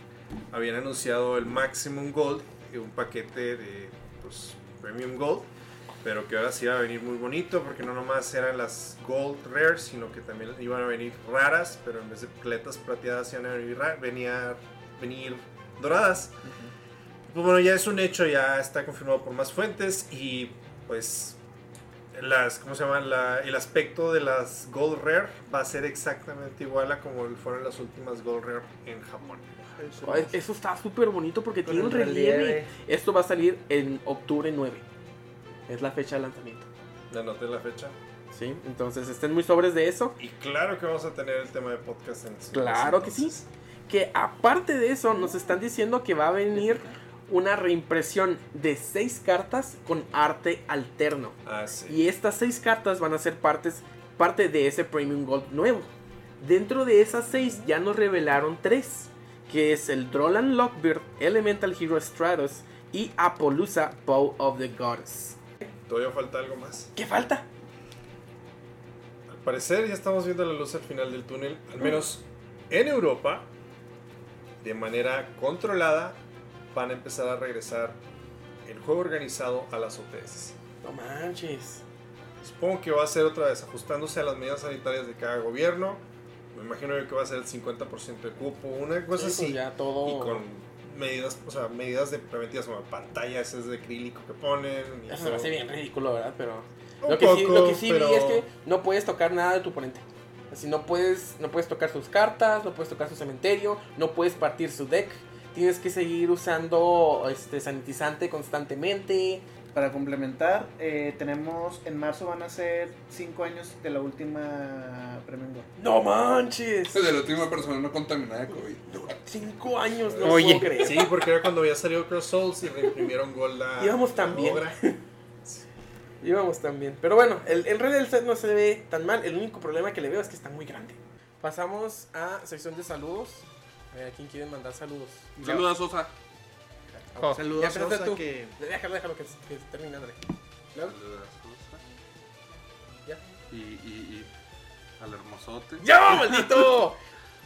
habían anunciado el Maximum Gold, eh, un paquete de pues, Premium Gold, pero que ahora sí iba a venir muy bonito porque no nomás eran las Gold Rares, sino que también iban a venir raras, pero en vez de pletas plateadas iban a venir, ra- venía- venir doradas. Pues bueno, ya es un hecho, ya está confirmado por más fuentes y pues las cómo se llama La- el aspecto de las gold rare va a ser exactamente igual a como fueron las últimas gold rare en Japón Ay, Eso está súper bonito porque Con tiene un el relieve. relieve. Esto va a salir en octubre 9. Es la fecha de lanzamiento. anoté la fecha Sí, entonces estén muy sobres de eso. y claro que vamos a tener el tema de podcast en ese- Claro que sí. entonces. Que aparte de eso, nos están diciendo que va a venir una reimpresión de seis cartas con arte alterno. ah sí Y estas seis cartas van a ser partes, parte de ese Premium Gold nuevo. Dentro de esas seis ya nos revelaron tres, que es el Drolan Lockbeard, Elemental Hero Stratos y Apolusa Bow of the Goddess. todavía falta algo más ¿Qué falta? al parecer ya estamos viendo la luz al final del túnel al menos en Europa de manera controlada van a empezar a regresar el juego organizado a las OTS No manches. Supongo que va a ser otra vez ajustándose a las medidas sanitarias de cada gobierno. Me imagino yo que va a ser el 50% de cupo, una cosa Sí, pues así. ya todo. Y con medidas, o sea, medidas de preventivas como pantallas es de acrílico que ponen. y Eso se me hace bien ridículo, ¿verdad? Pero. Un Lo que, sí, poco, lo que sí pero- vi es que no puedes tocar nada de tu oponente. Así no puedes, no puedes tocar sus cartas, no puedes tocar su cementerio, no puedes partir su deck. Tienes que seguir usando este sanitizante constantemente. Para complementar, eh, tenemos en marzo van a ser 5 años de la última Premium Gold. ¡No manches! Desde la última persona no contaminada de COVID. Cinco años, no Oye, puedo creer. Sí, porque era cuando había salido Cross Souls y reimprimieron Gold la. Íbamos tan la bien. obra. Íbamos también. Pero bueno, el, en realidad el set no se ve tan mal. El único problema que le veo es que está muy grande. Pasamos a sección de saludos. A ver, ¿a quién quieren mandar saludos? Saludos, Sosa. Jo. Ya Saludos empezaste Sosa, tú. que Déjalo, déjalo que, que termine André. Luego, Saludos, Sosa. Ya. Y, y, y al hermosote. ¡Ya, maldito!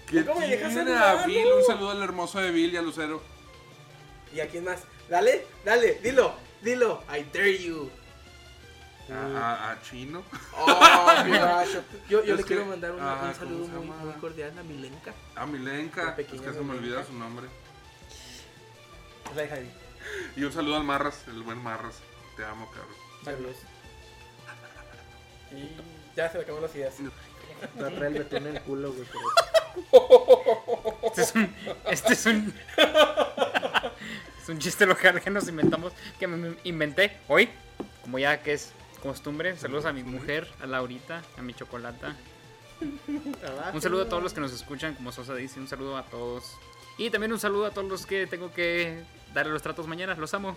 ¿Qué ¿Cómo me dejas tiene hablar? a Bill? Un saludo al hermoso de Bill y a Lucero. ¿Y a quién más? Dale, dale, dilo, dilo. I dare you. A, a- a Chino. Oh, qué gacho. Yo, yo le Es que- quiero mandar un, ah, un ¿cómo saludo se muy, llama? muy cordial a Milenka. A La Milenka. Es que pequeña se me Milenka. olvida su nombre. Es la hija de Bill. Y un saludo al Marras, el buen Marras. Te amo, cabrón. Saludos. Y ya se me acabaron las ideas. Va a traer el betún en el culo, güey. pero- Este es un. Este es un. es un chiste local que nos inventamos. Que me inventé hoy. Como ya que es costumbre. Saludos a mi mujer, a Laurita, a mi chocolata. Ah, Un saludo a todos los que nos escuchan, como Sosa dice. Un saludo a todos. Y también un saludo a todos los que tengo que darle los tratos mañana. Los amo.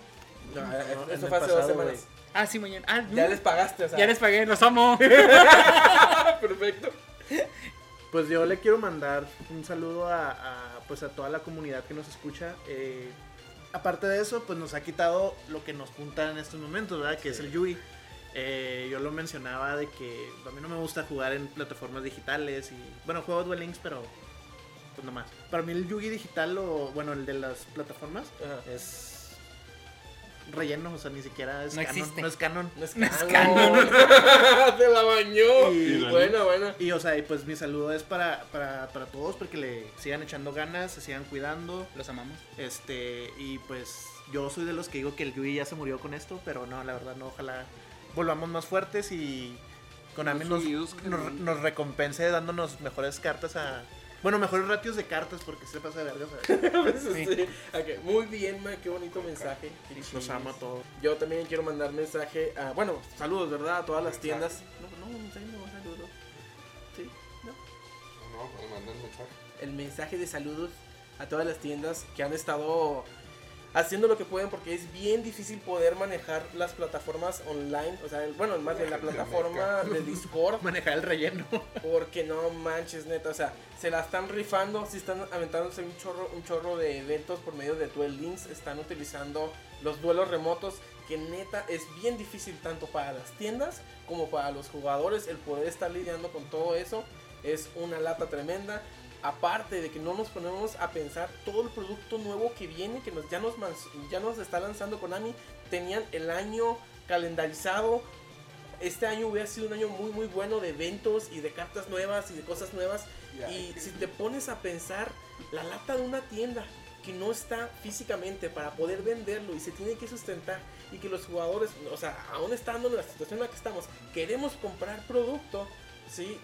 No, eh, en eso el fue hace dos pasado, semanas. Ah, sí, mañana. Ah, no. Ya les pagaste, o sea. Ah, Ya les pagué, los amo. Perfecto. Pues yo le quiero mandar un saludo a, a, pues a toda la comunidad que nos escucha. eh, aparte de eso, pues nos ha quitado lo que nos junta en estos momentos, ¿verdad? Que es el Yui. Eh, yo lo mencionaba de que a mí no me gusta jugar en plataformas digitales y bueno, juego Duel Links, pero pues nomás. Para mí el Yugi digital o bueno, el de las plataformas Ajá. es relleno, o sea, ni siquiera es No canon, existe. no es canon. No es canon. Te Ah, la bañó. Y- Buena, buena. Y o sea, y pues mi saludo es para, para, para todos, porque le sigan echando ganas, se sigan cuidando. Los amamos. Este, y pues yo soy de los que digo que el Yui ya se murió con esto, pero no, la verdad no, ojalá volvamos más fuertes y Konami Los nos, sonidos que nos, no- nos recompense dándonos mejores cartas a... Bueno, mejores ratios de cartas, porque se pasa de verga. o sea, Eso sí. Pues, este, Ok, Muy bien, ma, qué bonito mensaje. Los amo a todos. Yo también quiero mandar mensaje a, bueno, saludos, ¿verdad? A todas las tiendas. No, no, mensaje no, saludos. Sí, no. No, pues manda el mensaje. El mensaje de saludos a todas las tiendas que han estado haciendo lo que pueden porque es bien difícil poder manejar las plataformas online, o sea, el- bueno, más bien la plataforma de Discord. Manejar el relleno. Porque no manches, neta. O sea, se la están rifando. Si están aventándose un chorro, un chorro de eventos por medio de Duel Links. Están utilizando los duelos remotos. Que neta es bien difícil tanto para las tiendas como para los jugadores. El poder estar lidiando con todo eso es una lata tremenda. Aparte de que no nos ponemos a pensar todo el producto nuevo que viene, que nos, ya, nos, man- ya nos está lanzando Konami. Tenían el año calendarizado, este año hubiera sido un año muy muy bueno de eventos y de cartas nuevas y de cosas nuevas. Y si te pones a pensar, la lata de una tienda que no está físicamente para poder venderlo y se tiene que sustentar y que los jugadores, o sea, aún estando en la situación en la que estamos, queremos comprar producto, ¿sí?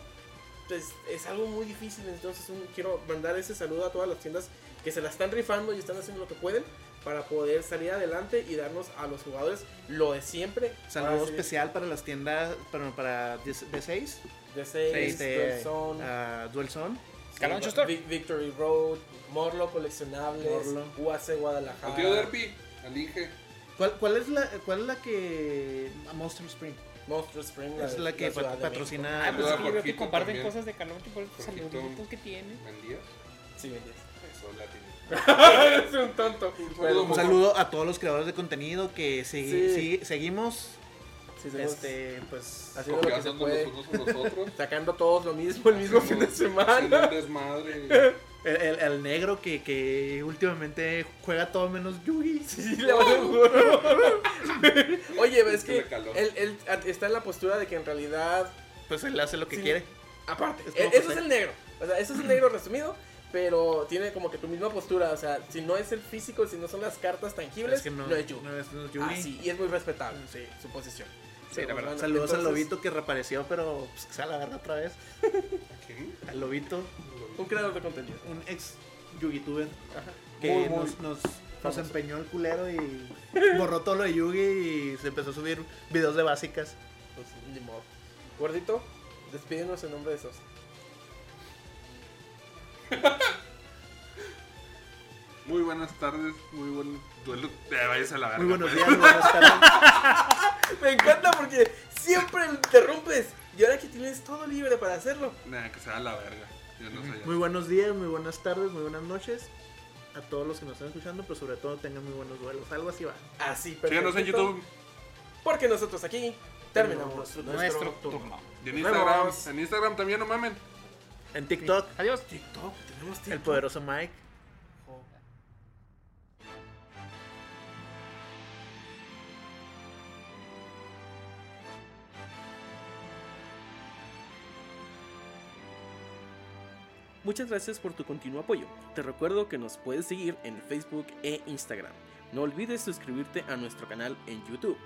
Pues es algo muy difícil, entonces un- quiero mandar ese saludo a todas las tiendas que se la están rifando y están haciendo lo que pueden para poder salir adelante y darnos a los jugadores lo de siempre. Saludo Ahora Ah, sí, especial para las tiendas, perdón, para D6, de seis, este, Person, a Duel Zone. Caloncho Store. Vic- Victory Road, Morlo Coleccionables, Morlo. UAC El Guadalajara. tío Derpy, al Inge. ¿Cuál, cuál, es la, ¿Cuál es la que... Monster Spring? Monster Spring. Es la que Ciudad pat- de patrocina. Ah, México. Saluda Ah, a veo Jorgito también. de calor por el Jorgito. que tiene. México. ¿Vendías? Sí, yes. Eso, latino. es un tonto. saludo. Un saludo a todos los creadores de contenido que segui- Sí. sigue- seguimos Sí, somos este, pues, haciendo lo que se Copiándonos puede. los unos a los otros. Sacando todos lo mismo el mismo fin de Hacemos- haciendo semana. un desmadre. el, el- el negro que, que últimamente juega todo menos Yugi. Sí, le vale un gorro. Oye, ves Se que le caló. él, él está en la postura de que en realidad Pues él hace lo que Sí. quiere. Aparte, Es e- como eso José. es el negro. O sea, eso es el negro resumido, pero tiene como que tu misma postura. O sea, si no es el físico, si no son las cartas tangibles, Es que no, no es yo. no es- no es Yugi. Ah, sí, y es muy respetable Sí. su posición. Sí, la Pero, verdad. bueno, Saludos al entonces, lobito que reapareció, pero pues, que se la agarra otra vez. ¿A quién? Al lobito, Un creador de contenido. un ex Yugituber Ajá. que Muy, muy- nos, nos Nos famoso. empeñó el culero y borró todo lo de Yugi y se empezó a subir videos de básicas. Pues, ni modo. Gordito, despídenos en nombre de esos. Muy buenas tardes, muy buen duelo. Te vayas a la verga. Muy buenos pues. días, buenas tardes. Me encanta porque siempre lo interrumpes. Y ahora que tienes todo libre para hacerlo. Nah, que se va a la verga. Yo no sé. Muy buenos días, muy buenas tardes, muy buenas noches. A todos los que nos están escuchando, pero sobre todo tengan muy buenos duelos. Algo así va. Así, pero. Síganos en YouTube, Porque nosotros aquí terminamos. Nuestro turno. y en Nos Instagram. vemos. En Instagram también, no mamen. En TikTok, Adiós. TikTok, tenemos el TikTok. poderoso Mike. Muchas gracias por tu continuo apoyo. Te recuerdo que nos puedes seguir en Facebook e Instagram. No olvides suscribirte a nuestro canal en YouTube.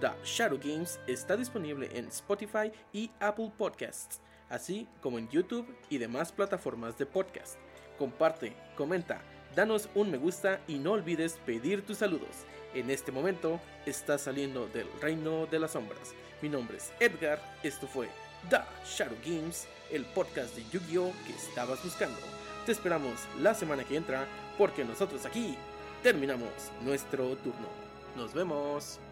The Shadow Games está disponible en Spotify y Apple Podcasts, así como en YouTube y demás plataformas de podcast. Comparte, comenta, danos un me gusta y no olvides pedir tus saludos. En este momento estás saliendo del reino de las sombras. Mi nombre es Edgar, esto fue Da Shadow Games, el podcast de Yu-Gi-Oh que estabas buscando. Te esperamos la semana que entra porque nosotros aquí terminamos nuestro turno. Nos vemos.